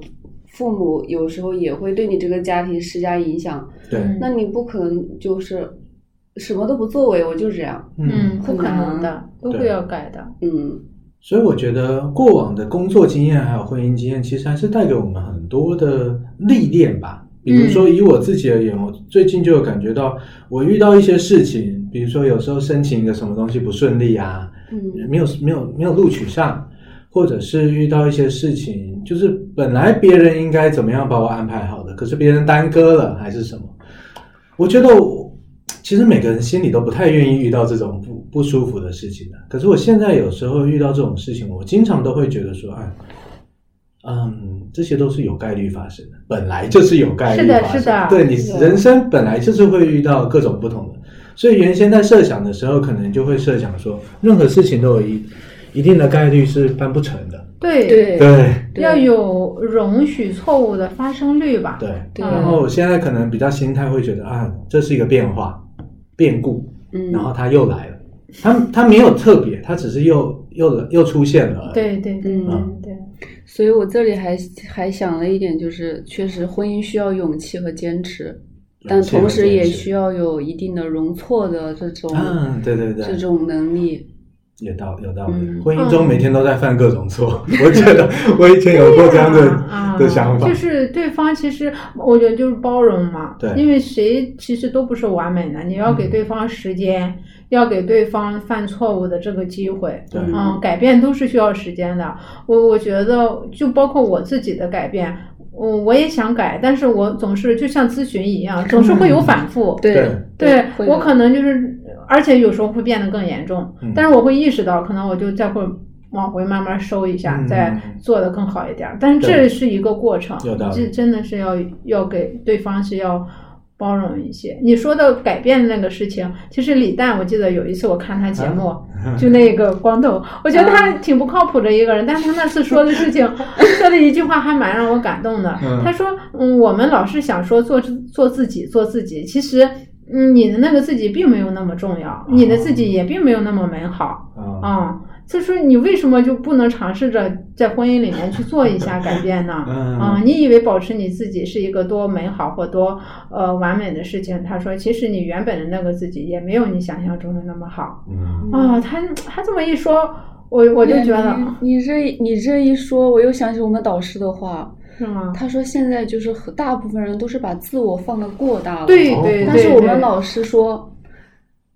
[SPEAKER 3] 父母有时候也会对你这个家庭施加影响，
[SPEAKER 1] 对，
[SPEAKER 2] 嗯
[SPEAKER 3] 那你不可能就是什么都不作为，我就这样，
[SPEAKER 2] 嗯，不
[SPEAKER 3] 很
[SPEAKER 2] 可能
[SPEAKER 3] 难
[SPEAKER 2] 的，都
[SPEAKER 1] 对
[SPEAKER 2] 会要改的。
[SPEAKER 3] 嗯，
[SPEAKER 1] 所以我觉得过往的工作经验还有婚姻经验，其实还是带给我们很多的历练吧。比如
[SPEAKER 2] 嗯
[SPEAKER 1] 说以我自己而言，我最近就有感觉到，我遇到一些事情，比如说有时候申请一个什么东西不顺利啊，
[SPEAKER 3] 嗯
[SPEAKER 1] 没有没有没有录取上，或者是遇到一些事情，就是本来别人应该怎么样把我安排好的，可是别人耽搁了还是什么？我觉得我其实每个人心里都不太愿意遇到这种不不舒服的事情的。可是我现在有时候遇到这种事情，我经常都会觉得说，哎，嗯，这些都是有概率发生的，本来就是有概率
[SPEAKER 2] 是的
[SPEAKER 1] 发生。
[SPEAKER 2] 是的
[SPEAKER 1] 对你
[SPEAKER 3] 是的
[SPEAKER 1] 人生本来就是会遇到各种不同的。所以原先在设想的时候，可能就会设想说，任何事情都有一一定的概率是办不成的。
[SPEAKER 2] 对，
[SPEAKER 3] 对
[SPEAKER 1] 对
[SPEAKER 3] 对
[SPEAKER 2] 要有容许错误的发生率吧。
[SPEAKER 1] 对。
[SPEAKER 3] 对，
[SPEAKER 1] 然后我现在可能比较心态会觉得啊，这是一个变化、变故，
[SPEAKER 3] 嗯，
[SPEAKER 1] 然后它又来了，它它没有特别，它只是又又又出现了。，
[SPEAKER 2] 对对对
[SPEAKER 3] 嗯
[SPEAKER 2] 对，
[SPEAKER 3] 所以我这里还还想了一点，就是确实婚姻需要勇气和坚持，但同时也需
[SPEAKER 1] 嗯要
[SPEAKER 3] 要有一定的容错的这种、
[SPEAKER 1] 嗯，对对对
[SPEAKER 3] 这，种能力。
[SPEAKER 1] 有道有道理。
[SPEAKER 3] 嗯
[SPEAKER 1] 婚姻中每天都在犯各种 错，我觉得我以前有过这样的
[SPEAKER 2] 啊
[SPEAKER 1] 的想法
[SPEAKER 2] 就。是对方其实我觉得就是包容嘛，
[SPEAKER 1] 对
[SPEAKER 2] 因为谁其实都不是完美的，你要给对方时间，
[SPEAKER 1] 嗯
[SPEAKER 2] 要给对方犯错误的这个机会，
[SPEAKER 1] 对
[SPEAKER 2] 嗯，改变都是需要时间的。我我觉得就包括我自己的改变。我我也想改，但是我总是就像咨询一 样，总是会有反复。
[SPEAKER 1] 对
[SPEAKER 3] 嗯
[SPEAKER 2] 对
[SPEAKER 3] 会
[SPEAKER 2] 我
[SPEAKER 3] 的
[SPEAKER 2] 可能就是，而且有时候会变得更严重，
[SPEAKER 1] 嗯
[SPEAKER 2] 但是我会意识到，可能我就再会往回慢慢收一下，
[SPEAKER 1] 嗯
[SPEAKER 2] 再做得更好一点儿。但是这
[SPEAKER 1] 对
[SPEAKER 2] 是一个过程
[SPEAKER 1] 有道，理
[SPEAKER 2] 这真的是要要给对方是要。包容一些。你说的改变那个事情，其实李诞，我记得有一次我看他节
[SPEAKER 1] 嗯
[SPEAKER 2] 目，就那个光头，我觉得他挺不靠谱的一个人，但他那次说的事情，说的一句话还蛮让我感动的。
[SPEAKER 1] 嗯
[SPEAKER 2] 他说：“嗯，我们老是想说做自做自己，做自己，其实。”嗯，你的那个自己并没有那么重要，你的自己也并没有那么美好。
[SPEAKER 4] 啊，
[SPEAKER 2] 啊、所以说你为什么就不能尝试着在婚姻里面去做一下改变 呢？
[SPEAKER 4] 嗯
[SPEAKER 2] 啊、你以为保持你自己是一个多美好或多呃完美的事情？他说，其实你原本的那个自己也没有你想象中的那么好
[SPEAKER 4] 嗯，
[SPEAKER 2] 啊、他他这么一说，我我
[SPEAKER 3] 我
[SPEAKER 2] 就觉得
[SPEAKER 3] 你你这你这一说，我又想起我们导师的话，
[SPEAKER 2] 是吗？
[SPEAKER 3] 他说现在就是很大部分人都是把自我放得过大
[SPEAKER 4] 哦
[SPEAKER 3] 了。
[SPEAKER 2] 对对对，
[SPEAKER 3] 但是我们
[SPEAKER 2] 对
[SPEAKER 3] 老师说，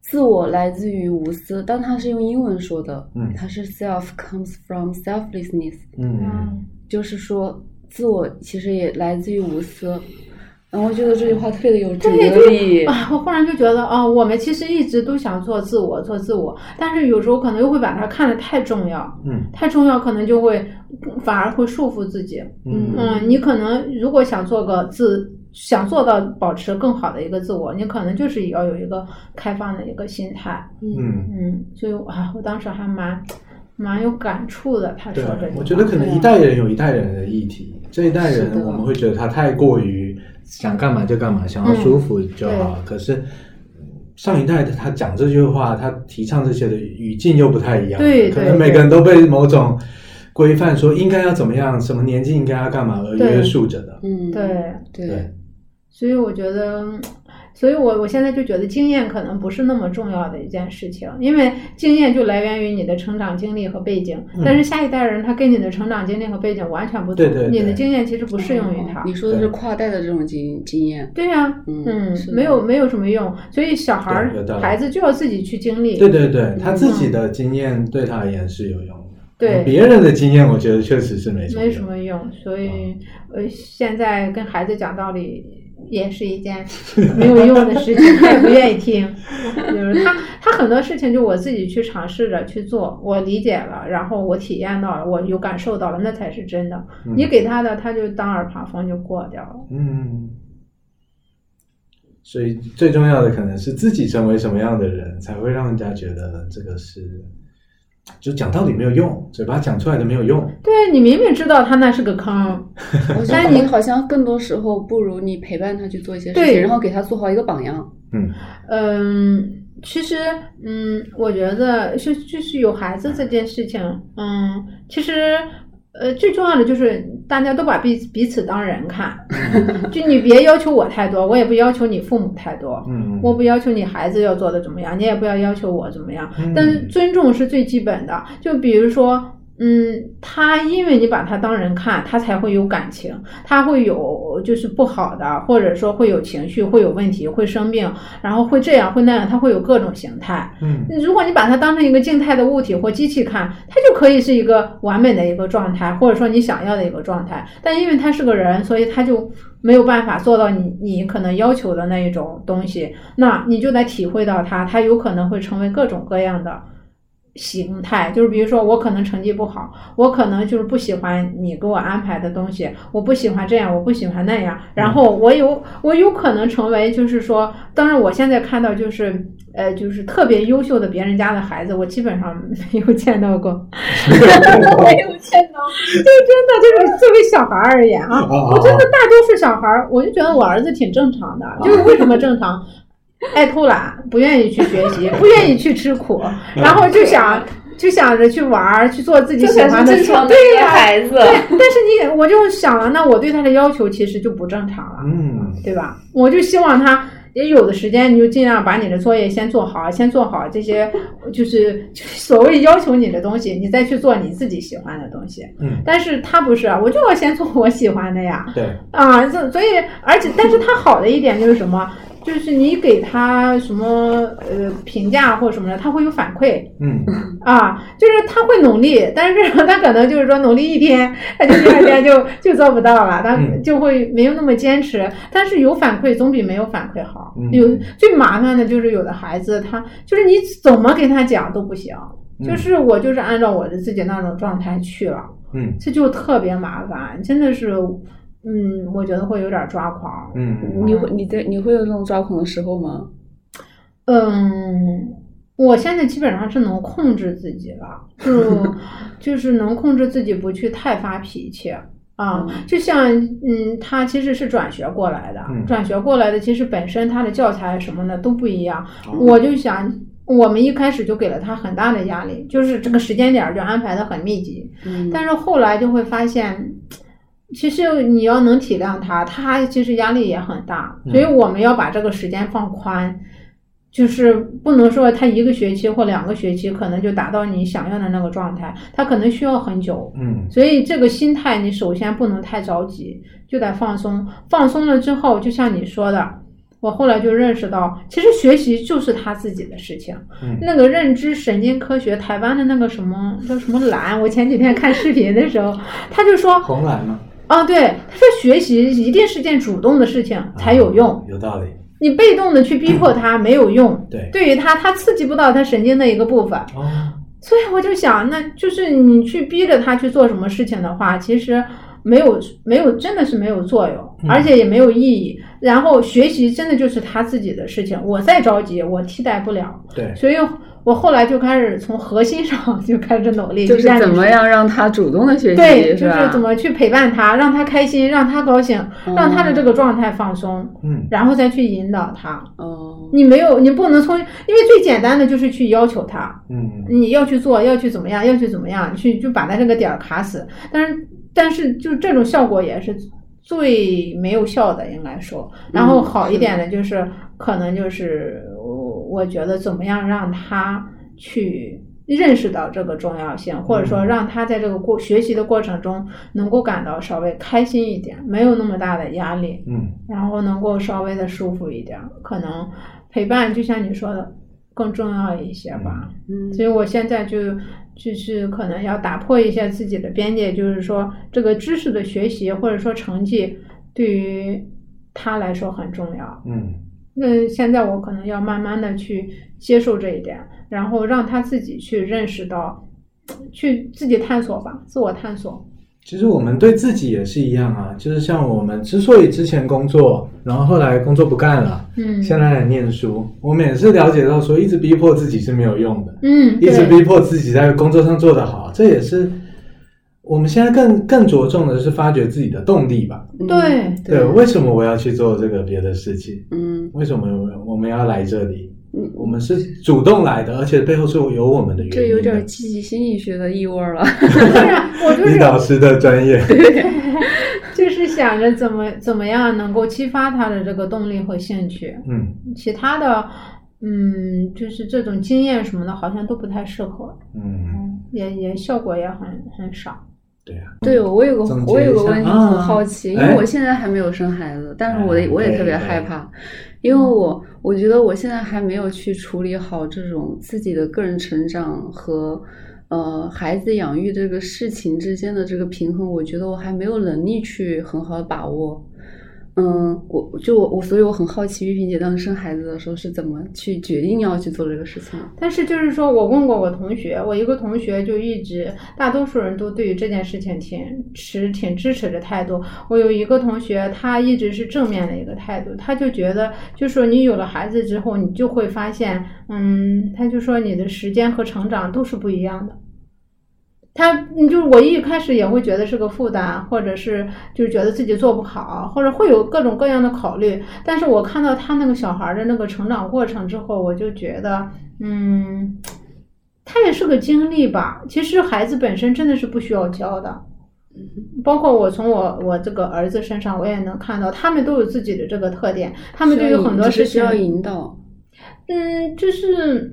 [SPEAKER 3] 自我来自于无私，但他是用英文说的，
[SPEAKER 4] 嗯
[SPEAKER 3] 他是 self comes from selflessness，
[SPEAKER 4] 嗯，
[SPEAKER 3] 就是说自我其实也来自于无私。然后我觉得这句话特别的有哲理，
[SPEAKER 2] 啊，我忽然就觉得啊、我们其实一直都想做自我，做自我，但是有时候可能又会把它看得太重要，
[SPEAKER 4] 嗯，
[SPEAKER 2] 太重要可能就会反而会束缚自己。
[SPEAKER 4] 嗯
[SPEAKER 2] 嗯，你可能如果想做个自，想做到保持更好的一个自我，你可能就是要有一个开放的一个心态。
[SPEAKER 4] 嗯，
[SPEAKER 2] 嗯，所以啊，我当时还蛮蛮有感触的。他
[SPEAKER 4] 对
[SPEAKER 2] 说
[SPEAKER 4] 啊
[SPEAKER 2] 这句，话
[SPEAKER 4] 我觉得可能一代人有一代人的议题，这一代
[SPEAKER 3] 是
[SPEAKER 4] 人
[SPEAKER 3] 的
[SPEAKER 4] 我们会觉得他太过于
[SPEAKER 1] 想干嘛就干嘛，想要舒服就好。可是上一代的他讲这句话，他提倡这些的语境又不太一样，
[SPEAKER 2] 对
[SPEAKER 1] 可
[SPEAKER 2] 对
[SPEAKER 1] 能每个人都被某种规范说应该要怎么样，什么年纪应该要干嘛而
[SPEAKER 2] 对
[SPEAKER 1] 约束着的。
[SPEAKER 3] 嗯，
[SPEAKER 2] 对，
[SPEAKER 3] 对，
[SPEAKER 2] 所以我觉得，嗯所以我我现在就觉得经验可能不是那么重要的一件事情，因为经验就来源于你的成长经历和背景。但是下一代人他跟你的成长经历和背景完全不
[SPEAKER 1] 嗯
[SPEAKER 2] 同，
[SPEAKER 1] 对对对
[SPEAKER 2] 你的经验其实不适用于他。
[SPEAKER 3] 哦你说的是跨代的这种经经验，
[SPEAKER 2] 对呀、
[SPEAKER 3] 嗯
[SPEAKER 2] 嗯，
[SPEAKER 3] 是的
[SPEAKER 2] 没有没有什么用，所以小孩儿
[SPEAKER 1] 对有道理
[SPEAKER 2] 孩子就要自己去经历。
[SPEAKER 1] 对对对，他自己的经验对他而言是有用的。
[SPEAKER 2] 对
[SPEAKER 1] 别人的经验，我觉得确实是没什么。
[SPEAKER 2] 没什。么用，所以呃，现在跟孩子讲道理也是一 件没有用的事情，他也不愿意听。就是他，他很多事情就我自己去尝试着去做，我理解了，然后我体验到了，我有感受到了，那才是真的。你给他的，他就当耳旁风就过掉了。
[SPEAKER 1] 嗯。所以最重要的可能是自己成为什么样的人，才会让人家觉得这个是，就讲道理没有用，嘴巴讲出来的没有用。
[SPEAKER 2] 对你明明知道他那是个坑，
[SPEAKER 3] 我觉得
[SPEAKER 2] 但
[SPEAKER 3] 你
[SPEAKER 2] 你
[SPEAKER 3] 好像更多时候不如你陪伴他去做一些事
[SPEAKER 2] 对
[SPEAKER 3] 情，然后给他做好一个榜样。
[SPEAKER 1] 嗯
[SPEAKER 2] 嗯，其实，嗯，我觉得是就是有孩子这件事情，嗯，其实，呃，最重要的就是大家都把彼彼此当人看，
[SPEAKER 1] 嗯
[SPEAKER 2] 就你别要求我太多，我也不要求你父母太多，
[SPEAKER 1] 嗯，
[SPEAKER 2] 我不要求你孩子要做的怎么样，你也不要要求我怎么样，
[SPEAKER 1] 嗯
[SPEAKER 2] 但是尊重是最基本的。就比如说，嗯，他因为你把他当人看，他才会有感情，他会有就是不好的，或者说会有情绪，会有问题，会生病，然后会这样会那样，他会有各种形态。
[SPEAKER 1] 嗯
[SPEAKER 2] 如果你把它当成一个静态的物体或机器看，它就可以是一个完美的一个状态，或者说你想要的一个状态。但因为它是个人，所以它就没有办法做到你你可能要求的那一种东西。那你就得体会到它，它有可能会成为各种各样的形态。就是比如说，我可能成绩不好，我可能就是不喜欢你给我安排的东西，我不喜欢这样，我不喜欢那样。然后我有我有可能成为就是说，当然我现在看到就是呃就是特别优秀的别人家的孩子，我基本上没有见到过，
[SPEAKER 1] 嗯
[SPEAKER 2] 没有见到，就真的就是作为小孩儿而言啊，
[SPEAKER 1] 啊
[SPEAKER 2] 我真的大多数小孩儿，我就觉得我儿子挺正常的，就是为什么正常？爱偷懒，不愿意去学习，不愿意去吃苦，然后就想就想着去玩儿，去做自己喜欢的事。对呀、
[SPEAKER 3] 子，
[SPEAKER 2] 对。 但是你，我就想了，那我对他的要求其实就不正常了。
[SPEAKER 1] 嗯
[SPEAKER 2] 对吧？我就希望他也有的时间，你就尽量把你的作业先做好，啊先做好这些，就是就是 所谓要求你的东西，你再去做你自己喜欢的东西。
[SPEAKER 1] 嗯，
[SPEAKER 2] 但是他不是啊，我就要先做我喜欢的呀。
[SPEAKER 1] 对，
[SPEAKER 2] 啊，这所以，而且，但是他好的一点就是什么？就是你给他什么呃评价或什么的，他会有反馈。
[SPEAKER 1] 嗯
[SPEAKER 2] 啊，就是他会努力，但是他可能就是说努力一天，他就第二 天就就做不到了，他
[SPEAKER 1] 嗯
[SPEAKER 2] 就会没有那么坚持。但是有反馈总比没有反馈好。
[SPEAKER 1] 嗯
[SPEAKER 2] 有最麻烦的就是有的孩子他就是你怎么给他讲都不行，就
[SPEAKER 1] 嗯
[SPEAKER 2] 是我就是按照我的自己那种状态去了，
[SPEAKER 1] 嗯
[SPEAKER 2] 这就特别麻烦，真的是。嗯，我觉得会有点抓狂。
[SPEAKER 1] 嗯，
[SPEAKER 3] 你会你在你会有那种抓狂的时候吗？
[SPEAKER 2] 嗯，我现在基本上是能控制自己了，就就是能控制自己不去太发脾气啊。
[SPEAKER 3] 嗯
[SPEAKER 2] 就像嗯，他其实是转学过来的，
[SPEAKER 1] 嗯
[SPEAKER 2] 转学过来的其实本身他的教材什么的都不一样。
[SPEAKER 1] 嗯
[SPEAKER 2] 我就想，我们一开始就给了他很大的压力，就是这个时间点儿就安排的很密集。
[SPEAKER 3] 嗯
[SPEAKER 2] 但是后来就会发现，其实你要能体谅他，他其实压力也很大，所以我们要把这个时间放宽，就是不能说他一个学期或两个学期可能就达到你想要的那个状态，他可能需要很久。
[SPEAKER 1] 嗯
[SPEAKER 2] 所以这个心态，你首先不能太着急，就得放松。放松了之后，就像你说的，我后来就认识到，其实学习就是他自己的事情。
[SPEAKER 1] 嗯
[SPEAKER 2] 那个认知神经科学，台湾的那个什么叫什么蓝，我前几天看视频的时候，他就说
[SPEAKER 4] 红蓝嘛，
[SPEAKER 2] 啊，对，他说学习一定是件主动的事情才有用
[SPEAKER 4] 啊，有道理，
[SPEAKER 2] 你被动的去逼迫他没有用。
[SPEAKER 4] 对，
[SPEAKER 2] 对于他，他刺激不到他神经的一个部分，
[SPEAKER 4] 哦，
[SPEAKER 2] 所以我就想，那就是你去逼着他去做什么事情的话，其实没有没有真的是没有作用，而且也没有意义。然后学习真的就是他自己的事情，我再着急，我替代不了。
[SPEAKER 4] 对，
[SPEAKER 2] 所以我后来就开始从核心上 就开始努力，
[SPEAKER 3] 就是
[SPEAKER 2] 像你
[SPEAKER 3] 怎么
[SPEAKER 2] 说
[SPEAKER 3] 样让他主动的学习，
[SPEAKER 2] 对，就是
[SPEAKER 3] 吧？哦
[SPEAKER 2] 怎么去陪伴他，让他开心，让他高兴，
[SPEAKER 3] 嗯
[SPEAKER 2] 让他的这个状态放松，
[SPEAKER 1] 嗯
[SPEAKER 2] 然后再去引导他。
[SPEAKER 3] 哦，
[SPEAKER 2] 你没有，你不能从，因为最简单的就是去要求他，
[SPEAKER 1] 嗯
[SPEAKER 2] 你要去做，要去怎么样，要去怎么样，去就把他这个点儿卡死。但是，但是就这种效果也是最没有效的，应该说。然后
[SPEAKER 3] 嗯
[SPEAKER 2] 好一
[SPEAKER 3] 是的
[SPEAKER 2] 点的就是，可能就是我我觉得怎么样让他去。认识到这个重要性，或者
[SPEAKER 3] 嗯
[SPEAKER 2] 说让他在这个过学习的过程中能够感到稍微开心一点，没有那么大的压力。
[SPEAKER 1] 嗯
[SPEAKER 2] 然后能够稍微的舒服一点，可能陪伴就像你说的更重要一些吧。
[SPEAKER 3] 嗯
[SPEAKER 2] 所以我现在就就是可能要打破一下自己的边界，就是说这个知识的学习或者说成绩对于他来说很重要。
[SPEAKER 1] 嗯
[SPEAKER 2] 那现在我可能要慢慢的去接受这一点，然后让他自己去认识到，去自己探索吧，自我探索。
[SPEAKER 4] 其实我们对自己也是一样啊，就是像我们之所以之前工作，然后后来工作不干了，
[SPEAKER 2] 嗯，
[SPEAKER 4] 现在来念书，我们也是了解到说，一直逼迫自己是没有用的，
[SPEAKER 2] 嗯，
[SPEAKER 4] 一直
[SPEAKER 2] 对
[SPEAKER 4] 逼迫自己在工作上做得好，这也是我们现在更更着重的是发掘自己的动力吧。
[SPEAKER 2] 对
[SPEAKER 4] 对，为什么我要去做这个别的事情？
[SPEAKER 3] 嗯，
[SPEAKER 4] 为什么我们要来这里？
[SPEAKER 3] 嗯
[SPEAKER 4] 我们是主动来的，而且背后是有我们的原因的。
[SPEAKER 3] 这有点积极心理学的意味儿了。
[SPEAKER 2] 不是啊我就是
[SPEAKER 4] 李老师的专业。
[SPEAKER 2] 就是想着怎么怎么样能够激发他的这个动力和兴趣，
[SPEAKER 4] 嗯
[SPEAKER 2] 其他的，嗯，就是这种经验什么的，好像都不太适合，
[SPEAKER 4] 嗯，
[SPEAKER 2] 也也效果也很很少。
[SPEAKER 4] 对啊，
[SPEAKER 3] 对，
[SPEAKER 2] 嗯
[SPEAKER 3] 我有个
[SPEAKER 4] 总结
[SPEAKER 3] 我有
[SPEAKER 4] 一
[SPEAKER 3] 个
[SPEAKER 4] 下
[SPEAKER 3] 问题
[SPEAKER 4] 啊
[SPEAKER 3] 很好奇，因
[SPEAKER 4] 哎
[SPEAKER 3] 为我现在还没有生孩子，但是我
[SPEAKER 4] 哎
[SPEAKER 3] 的我也
[SPEAKER 4] 对
[SPEAKER 3] 特别
[SPEAKER 4] 对嗯
[SPEAKER 3] 害怕，因为我我觉得我现在还没有去处理好这种自己的个人成长和呃孩子养育这个事情之间的这个平衡，我觉得我还没有能力去很好的把握。嗯，我就我我，所以我很好奇玉萍姐当时生孩子的时候是怎么去决定要去做这个事情的。
[SPEAKER 2] 但是就是说我问过我同学，我一个同学就一直，大多数人都对于这件事情挺持挺支持的态度。我有一个同学，他一直是正面的一个态度，他就觉得，就说你有了孩子之后，你就会发现，嗯，他就说你的时间和成长都是不一样的。他，你就是我一开始也会觉得是个负担，或者是就是觉得自己做不好，或者会有各种各样的考虑。但是我看到他那个小孩的那个成长过程之后，我就觉得，嗯，他也是个经历吧。其实孩子本身真的是不需要教的，包括我从我我这个儿子身上，我也能看到，他们都有自己的这个特点，他们对于很多
[SPEAKER 3] 只是
[SPEAKER 2] 事
[SPEAKER 3] 需
[SPEAKER 2] 情
[SPEAKER 3] 要引导。
[SPEAKER 2] 嗯，就是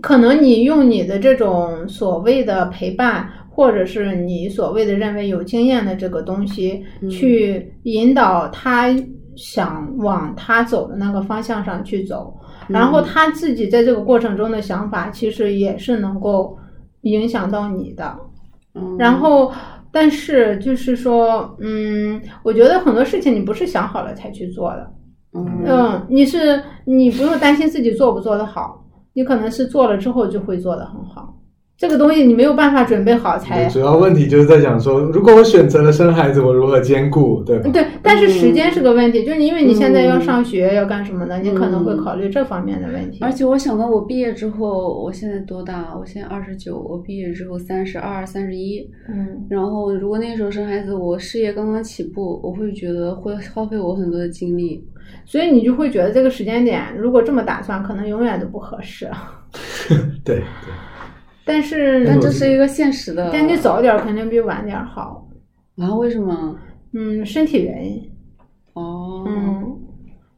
[SPEAKER 2] 可能你用你的这种所谓的陪伴，或者是你所谓的认为有经验的这个东西，
[SPEAKER 3] 嗯
[SPEAKER 2] 去引导他想往他走的那个方向上去走，然后
[SPEAKER 3] 嗯
[SPEAKER 2] 他自己在这个过程中的想法，其实也是能够影响到你的。
[SPEAKER 3] 嗯
[SPEAKER 2] 然后，但是就是说，嗯，我觉得很多事情你不是想好了才去做的。
[SPEAKER 3] 嗯
[SPEAKER 2] 嗯，你是你不用担心自己做不做得好，你可能是做了之后就会做得很好。这个东西你没有办法准备好
[SPEAKER 4] 对
[SPEAKER 2] 才
[SPEAKER 4] 主要问题就是在讲说，如果我选择了生孩子，我如何兼顾，对吧？
[SPEAKER 2] 嗯对，但是时间是个问题，就是因为你现在要上学要干什么呢？你可能会考虑这方面的问题。
[SPEAKER 3] 而且我想到我毕业之后，我现在多大？我现在二十九，我毕业之后三十二、三十一。
[SPEAKER 2] 嗯，
[SPEAKER 3] 然后如果那时候生孩子，我事业刚刚起步，我会觉得会耗费我很多的精力。
[SPEAKER 2] 所以你就会觉得这个时间点如果这么打算，可能永远都不合适。
[SPEAKER 3] 嗯
[SPEAKER 4] 对对，
[SPEAKER 2] 但是，
[SPEAKER 3] 但这是一个现实的。
[SPEAKER 2] 但你早点儿肯定比晚点儿好。
[SPEAKER 3] 啊？为什么？
[SPEAKER 2] 嗯，身体原因，
[SPEAKER 3] 哦，
[SPEAKER 2] 嗯，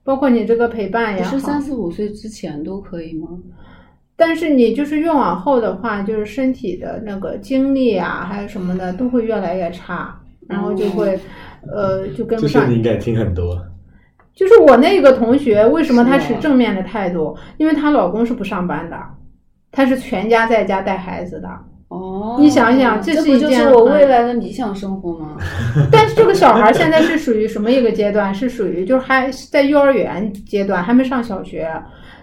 [SPEAKER 2] 包括你这个陪伴
[SPEAKER 3] 你
[SPEAKER 2] 也好
[SPEAKER 3] 是。三四五岁之前都可以吗？
[SPEAKER 2] 但是你就是越往后的话，就是身体的那个精力啊，还有什么的，都会越来越差，然后就会，呃，就跟
[SPEAKER 4] 这
[SPEAKER 2] 不
[SPEAKER 4] 是
[SPEAKER 2] 上。
[SPEAKER 4] 你应该听很多。
[SPEAKER 2] 就是我那个同学，为什么她
[SPEAKER 3] 是
[SPEAKER 2] 持
[SPEAKER 3] 啊
[SPEAKER 2] 正面的态度？因为她老公是不上班的，她是全家在家带孩子的。
[SPEAKER 3] 哦，
[SPEAKER 2] 你想想这
[SPEAKER 3] 这
[SPEAKER 2] 是
[SPEAKER 3] 不
[SPEAKER 2] 一
[SPEAKER 3] 就
[SPEAKER 2] 件
[SPEAKER 3] 是我
[SPEAKER 2] 很
[SPEAKER 3] 未来的理想生活吗？
[SPEAKER 2] 但是这个小孩儿现在是属于什么一个阶段？是属于就是还在幼儿园阶段，还没上小学，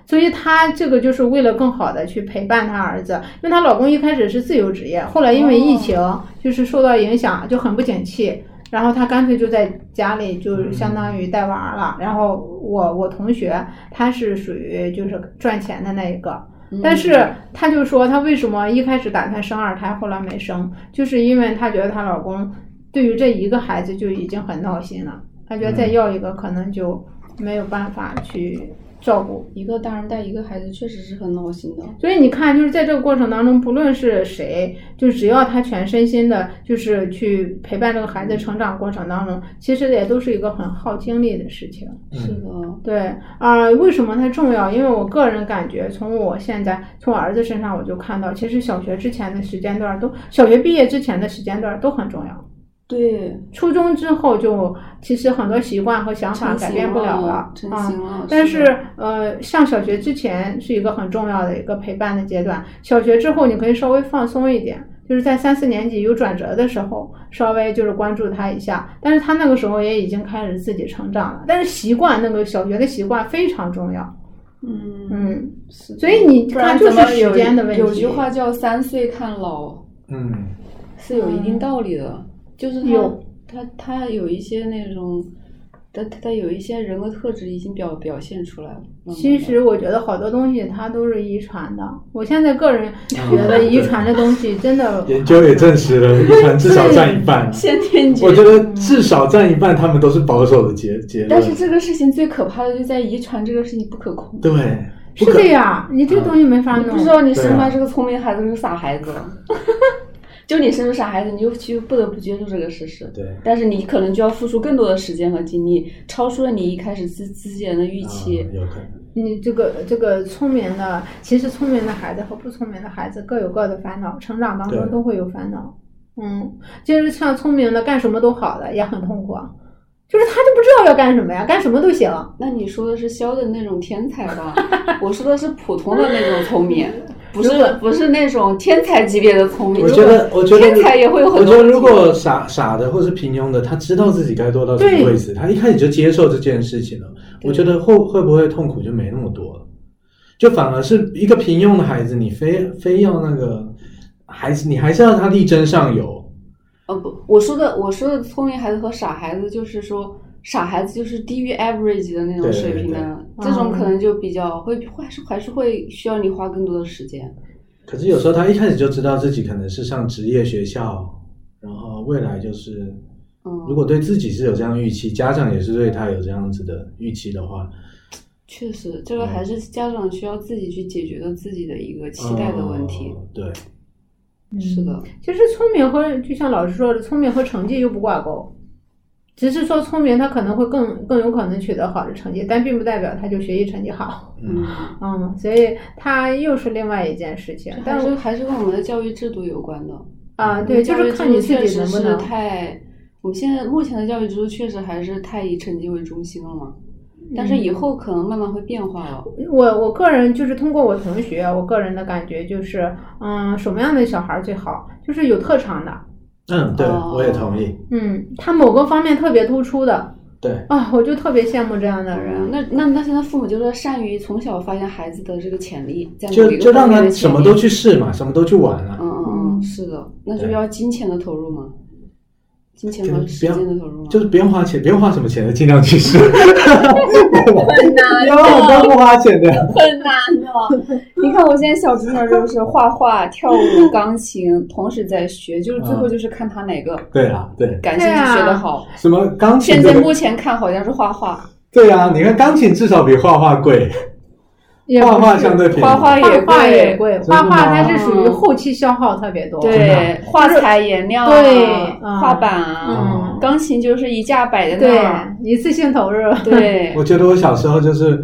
[SPEAKER 2] 所以她这个就是为了更好的去陪伴她儿子，因为她老公一开始是自由职业，后来因为疫情就是受到影响，就很不景气。然后她干脆就在家里，就相当于带娃儿了。然后我我同学她是属于就是赚钱的那一个，
[SPEAKER 3] 嗯
[SPEAKER 2] 但是她就说，她为什么一开始打算生二胎，后来没生，就是因为她觉得她老公对于这一个孩子就已经很闹心了，她觉得再要一个可能就没有办法去照顾。
[SPEAKER 3] 一个大人带一个孩子确实是很闹心的。
[SPEAKER 2] 所以你看，就是在这个过程当中，不论是谁，就只要他全身心的，就是去陪伴这个孩子成长过程当中，其实也都是一个很耗精力的事情。
[SPEAKER 1] 嗯
[SPEAKER 3] 是
[SPEAKER 4] 嗯
[SPEAKER 3] 的，
[SPEAKER 2] 对，啊、为什么它重要？因为我个人感觉，从我现在从我儿子身上，我就看到，其实小学之前的时间段都，小学毕业之前的时间段都很重要。
[SPEAKER 3] 对，
[SPEAKER 2] 初中之后就，其实很多习惯和想法
[SPEAKER 3] 成
[SPEAKER 2] 改
[SPEAKER 3] 型
[SPEAKER 2] 变不了了啊。
[SPEAKER 3] 成型了。
[SPEAKER 2] 但
[SPEAKER 3] 是
[SPEAKER 2] 是，呃，上小学之前是一个很重要的一个陪伴的阶段，小学之后你可以稍微放松一点，就是在三四年级有转折的时候，稍微就是关注他一下。但是他那个时候也已经开始自己成长了，但是习惯那个小学的习惯非常重要，
[SPEAKER 3] 嗯
[SPEAKER 2] 嗯，
[SPEAKER 3] 是的
[SPEAKER 2] 所以你
[SPEAKER 3] 不然
[SPEAKER 2] 看就
[SPEAKER 3] 怎
[SPEAKER 2] 是
[SPEAKER 3] 么
[SPEAKER 2] 时
[SPEAKER 3] 有
[SPEAKER 2] 间的问题。
[SPEAKER 3] 有句话叫“三岁看老
[SPEAKER 4] 嗯，”，
[SPEAKER 3] 是有一定道理的，就是他
[SPEAKER 2] 嗯有
[SPEAKER 3] 他他有一些那种，他他他有一些人格特质已经表表现出来了。慢慢
[SPEAKER 2] 其
[SPEAKER 3] 地
[SPEAKER 2] 实我觉得好多东西它都是遗传的，我现在个 人觉得遗传这东西真的
[SPEAKER 4] 研究也证实了，遗传至少占一半。
[SPEAKER 3] 先天
[SPEAKER 4] 我觉
[SPEAKER 3] 决。
[SPEAKER 4] 得至少占一半，他们都是保守的结结
[SPEAKER 3] 但是
[SPEAKER 4] 论。
[SPEAKER 3] 这个事情最可怕的就在遗传这个事情不可控。
[SPEAKER 4] 对，
[SPEAKER 2] 是
[SPEAKER 4] 不可
[SPEAKER 2] 的呀，你这东西没法弄。
[SPEAKER 3] 不知嗯道你生出
[SPEAKER 4] 对
[SPEAKER 3] 来
[SPEAKER 4] 啊
[SPEAKER 3] 是个聪明孩子，是个傻孩子。 就你生出傻孩子，你就去不得不接受这个事实。
[SPEAKER 4] 对，
[SPEAKER 3] 但是你可能就要付出更多的时间和精力，超出了你一开始之之前的预期。
[SPEAKER 4] 啊有可能。
[SPEAKER 2] 你嗯这个这个聪明的，其实聪明的孩子和不聪明的孩子各有各的烦恼，成长当中
[SPEAKER 4] 对
[SPEAKER 2] 都会有烦恼。嗯，就是像聪明的干什么都好的也很痛苦，啊，就是他就不知道要干什么呀，干什么都行。
[SPEAKER 3] 那你说的是肖的那种天才吧？ 我说的是普通的那种 聪明，不是不是那种天才级别的聪明。
[SPEAKER 4] 我觉得，我觉得
[SPEAKER 3] 天才也会有
[SPEAKER 4] 我
[SPEAKER 3] 很
[SPEAKER 4] 觉
[SPEAKER 3] 多
[SPEAKER 4] 得
[SPEAKER 3] 问题。
[SPEAKER 4] 如果傻傻的或是平庸的，他知道自己该做到什么位置，他一开始就接受这件事情了，
[SPEAKER 3] 对
[SPEAKER 4] 我觉得会会不会痛苦就没那么多了，就反而是一个平庸的孩子，你非非要那个，还是你还是要他力争上游，
[SPEAKER 3] 呃不，我说的我说的聪明孩子和傻孩子，就是说傻孩子就是低于 average 的那种
[SPEAKER 4] 对对
[SPEAKER 3] 水平的，
[SPEAKER 2] 对
[SPEAKER 3] 这
[SPEAKER 2] 嗯
[SPEAKER 3] 种可能就比较会会还是还是会需要你花更多的时间。
[SPEAKER 4] 可是有时候他一开始就知道自己可能是上职业学校，然后未来就是
[SPEAKER 3] 嗯，
[SPEAKER 4] 如果对自己是有这样的预期，家长也是对他有这样子的预期的话，
[SPEAKER 3] 确实这个
[SPEAKER 4] 嗯
[SPEAKER 3] 还是家长需要自己去解决的自己的一个期待的问题。
[SPEAKER 4] 嗯对，
[SPEAKER 2] 嗯
[SPEAKER 3] 是的，
[SPEAKER 2] 其实聪明和就像老师说的，聪明和成绩又不挂钩，只是说聪明他可能会更更有可能取得好的成绩，但并不代表他就学习成绩好。
[SPEAKER 4] 嗯，
[SPEAKER 2] 嗯，所以他又是另外一件事情。但
[SPEAKER 3] 但
[SPEAKER 2] 嗯是
[SPEAKER 3] 是还是跟我们的教育制度有关的。
[SPEAKER 2] 啊，对，就
[SPEAKER 3] 教育
[SPEAKER 2] 是
[SPEAKER 3] 制
[SPEAKER 2] 看
[SPEAKER 3] 度
[SPEAKER 2] 你自
[SPEAKER 3] 确
[SPEAKER 2] 己
[SPEAKER 3] 实
[SPEAKER 2] 能不
[SPEAKER 3] 是
[SPEAKER 2] 能。
[SPEAKER 3] 太，我们现在目前的教育制度确实还是太以成绩为中心了嘛。但是
[SPEAKER 2] 嗯
[SPEAKER 3] 以后可能慢慢会变化了。
[SPEAKER 2] 我我个人就是通过我同学，我个人的感觉就是，嗯，什么样的小孩儿最好？就是有特长的，
[SPEAKER 4] 嗯，对，
[SPEAKER 3] 哦
[SPEAKER 4] 我也同意，
[SPEAKER 2] 嗯，他某个方面特别突出的
[SPEAKER 4] 对。
[SPEAKER 2] 啊，我就特别羡慕这样的人。
[SPEAKER 3] 嗯那那那现在父母就是善于从小发现孩子的这个潜力，在
[SPEAKER 4] 就
[SPEAKER 3] 某一个
[SPEAKER 4] 就让
[SPEAKER 3] 方面
[SPEAKER 4] 他
[SPEAKER 3] 的
[SPEAKER 4] 什么
[SPEAKER 3] 潜力
[SPEAKER 4] 都去试嘛，什么都去玩啊。
[SPEAKER 3] 嗯嗯，是的，那就
[SPEAKER 1] 对
[SPEAKER 3] 要金钱的投入嘛，金钱
[SPEAKER 1] 就
[SPEAKER 3] 和
[SPEAKER 1] 是
[SPEAKER 3] 时
[SPEAKER 1] 不要
[SPEAKER 3] 间的投入嘛。
[SPEAKER 1] 就是不用花钱，不用花什么钱的，尽量去 试。
[SPEAKER 3] 很难
[SPEAKER 1] 有很多不花钱 的，
[SPEAKER 3] 很难的。你看我现在小侄女儿就是画画、跳舞、钢琴，同时在学，就是最后就是看她哪个
[SPEAKER 1] 对啊，对，
[SPEAKER 3] 感兴趣学得好。
[SPEAKER 2] 啊
[SPEAKER 1] 什么钢琴
[SPEAKER 3] 现
[SPEAKER 1] 这
[SPEAKER 3] 在
[SPEAKER 1] 个
[SPEAKER 3] 目前看好像是画画，
[SPEAKER 1] 对啊，你看钢琴至少比画画贵，
[SPEAKER 2] 也不
[SPEAKER 1] 画画
[SPEAKER 2] 是
[SPEAKER 1] 相对便宜。啊嗯
[SPEAKER 3] 画画也
[SPEAKER 2] 画画也
[SPEAKER 3] 贵，
[SPEAKER 2] 贵，嗯
[SPEAKER 1] 真的吗
[SPEAKER 2] 画画它是属于后期消耗特别多。
[SPEAKER 3] 对，画材、颜料啊、
[SPEAKER 2] 对嗯
[SPEAKER 3] 画板啊，
[SPEAKER 2] 嗯，
[SPEAKER 3] 钢琴就是一架摆在
[SPEAKER 2] 对
[SPEAKER 3] 那儿，，
[SPEAKER 2] 一次性投入。
[SPEAKER 3] 对嗯
[SPEAKER 1] 我，觉得我小时候就是，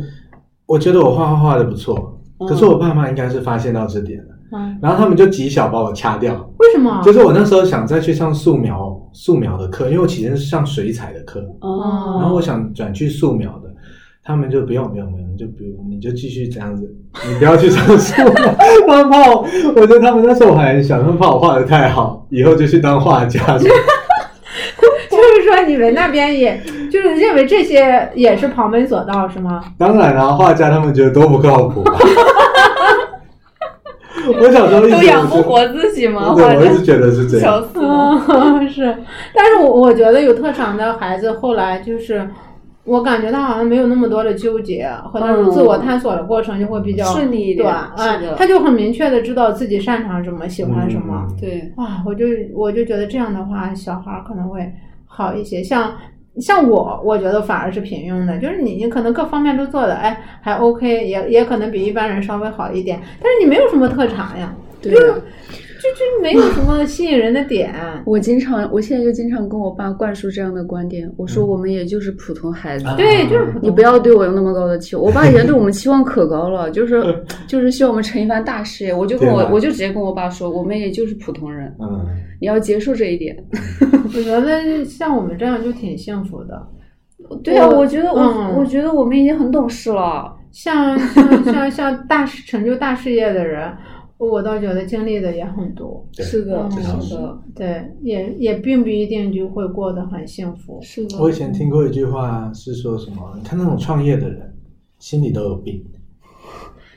[SPEAKER 1] 我觉得我画画画的不错，
[SPEAKER 3] 嗯
[SPEAKER 1] 可是我爸妈应该是发现到这点了，
[SPEAKER 2] 嗯，
[SPEAKER 1] 然后他们就极小把我掐掉。
[SPEAKER 2] 为什
[SPEAKER 3] 嗯
[SPEAKER 2] 么？
[SPEAKER 1] 就是我那时候想再去上素描素描的课，因为我起先是上水彩的课，
[SPEAKER 3] 哦，
[SPEAKER 1] 然后我想转去素描的，他们就不用不用不用，就不用你就继续这样子，你不要去上素描。他们怕我，我觉得他们那时候我还很小，他们怕我画的太好，以后就去当画家。
[SPEAKER 2] 就是说你们那边也就是认为这些也是旁门左道是吗？
[SPEAKER 1] 当然啦、画家他们觉得多不靠谱、 啊。我小时候一 直
[SPEAKER 3] 都养不
[SPEAKER 1] 觉得
[SPEAKER 3] 活自己吗？
[SPEAKER 1] 对，
[SPEAKER 3] 画
[SPEAKER 1] 我一
[SPEAKER 3] 的
[SPEAKER 1] 直觉得是这样。
[SPEAKER 3] 小死我。
[SPEAKER 2] 嗯， 是。但是我我觉得有特长的孩子后来就是。我感觉他好像没有那么多的纠结和那种自我探索的过程，就会比较
[SPEAKER 3] 嗯顺利一点
[SPEAKER 2] 对，
[SPEAKER 3] 是
[SPEAKER 2] 嗯
[SPEAKER 3] 的，
[SPEAKER 2] 他就很明确的知道自己擅长什么，喜欢什么。
[SPEAKER 1] 嗯
[SPEAKER 3] 对，
[SPEAKER 2] 哇，我就我就觉得这样的话，小孩儿可能会好一些。像像我，我觉得反而是平庸的，就是你你可能各方面都做的，哎，还 OK，也也可能比一般人稍微好一点，但是你没有什么特长呀，
[SPEAKER 3] 对
[SPEAKER 2] 就是就就没有什么吸引人的点。
[SPEAKER 3] 我经常，我现在就经常跟我爸灌输这样的观点，我说我们也就是普通孩子。
[SPEAKER 1] 嗯啊
[SPEAKER 2] 对，就是普通
[SPEAKER 3] 你不要对我有那么高的期望，我爸以前对我们期望可高 了，就是就是希望我们成一番大事业。我就跟我
[SPEAKER 1] 对吧
[SPEAKER 3] 我就直接跟我爸说，我们也就是普通人，
[SPEAKER 1] 嗯，
[SPEAKER 3] 你要接受这一点。
[SPEAKER 2] 我觉得像我们这样就挺幸福的。
[SPEAKER 3] 对啊，
[SPEAKER 2] 我
[SPEAKER 3] 我觉得我、
[SPEAKER 2] 嗯
[SPEAKER 3] 我觉得我们已经很懂事了。
[SPEAKER 2] 像像像像大事成就大事业的人，我倒觉得经历的也很多。
[SPEAKER 1] 对
[SPEAKER 2] 嗯
[SPEAKER 3] 是的，
[SPEAKER 2] 对，也也并不一定就会过得很幸福。
[SPEAKER 3] 是的。
[SPEAKER 1] 我以前听过一句话是说什么？你看那种创业的人，心里都有病。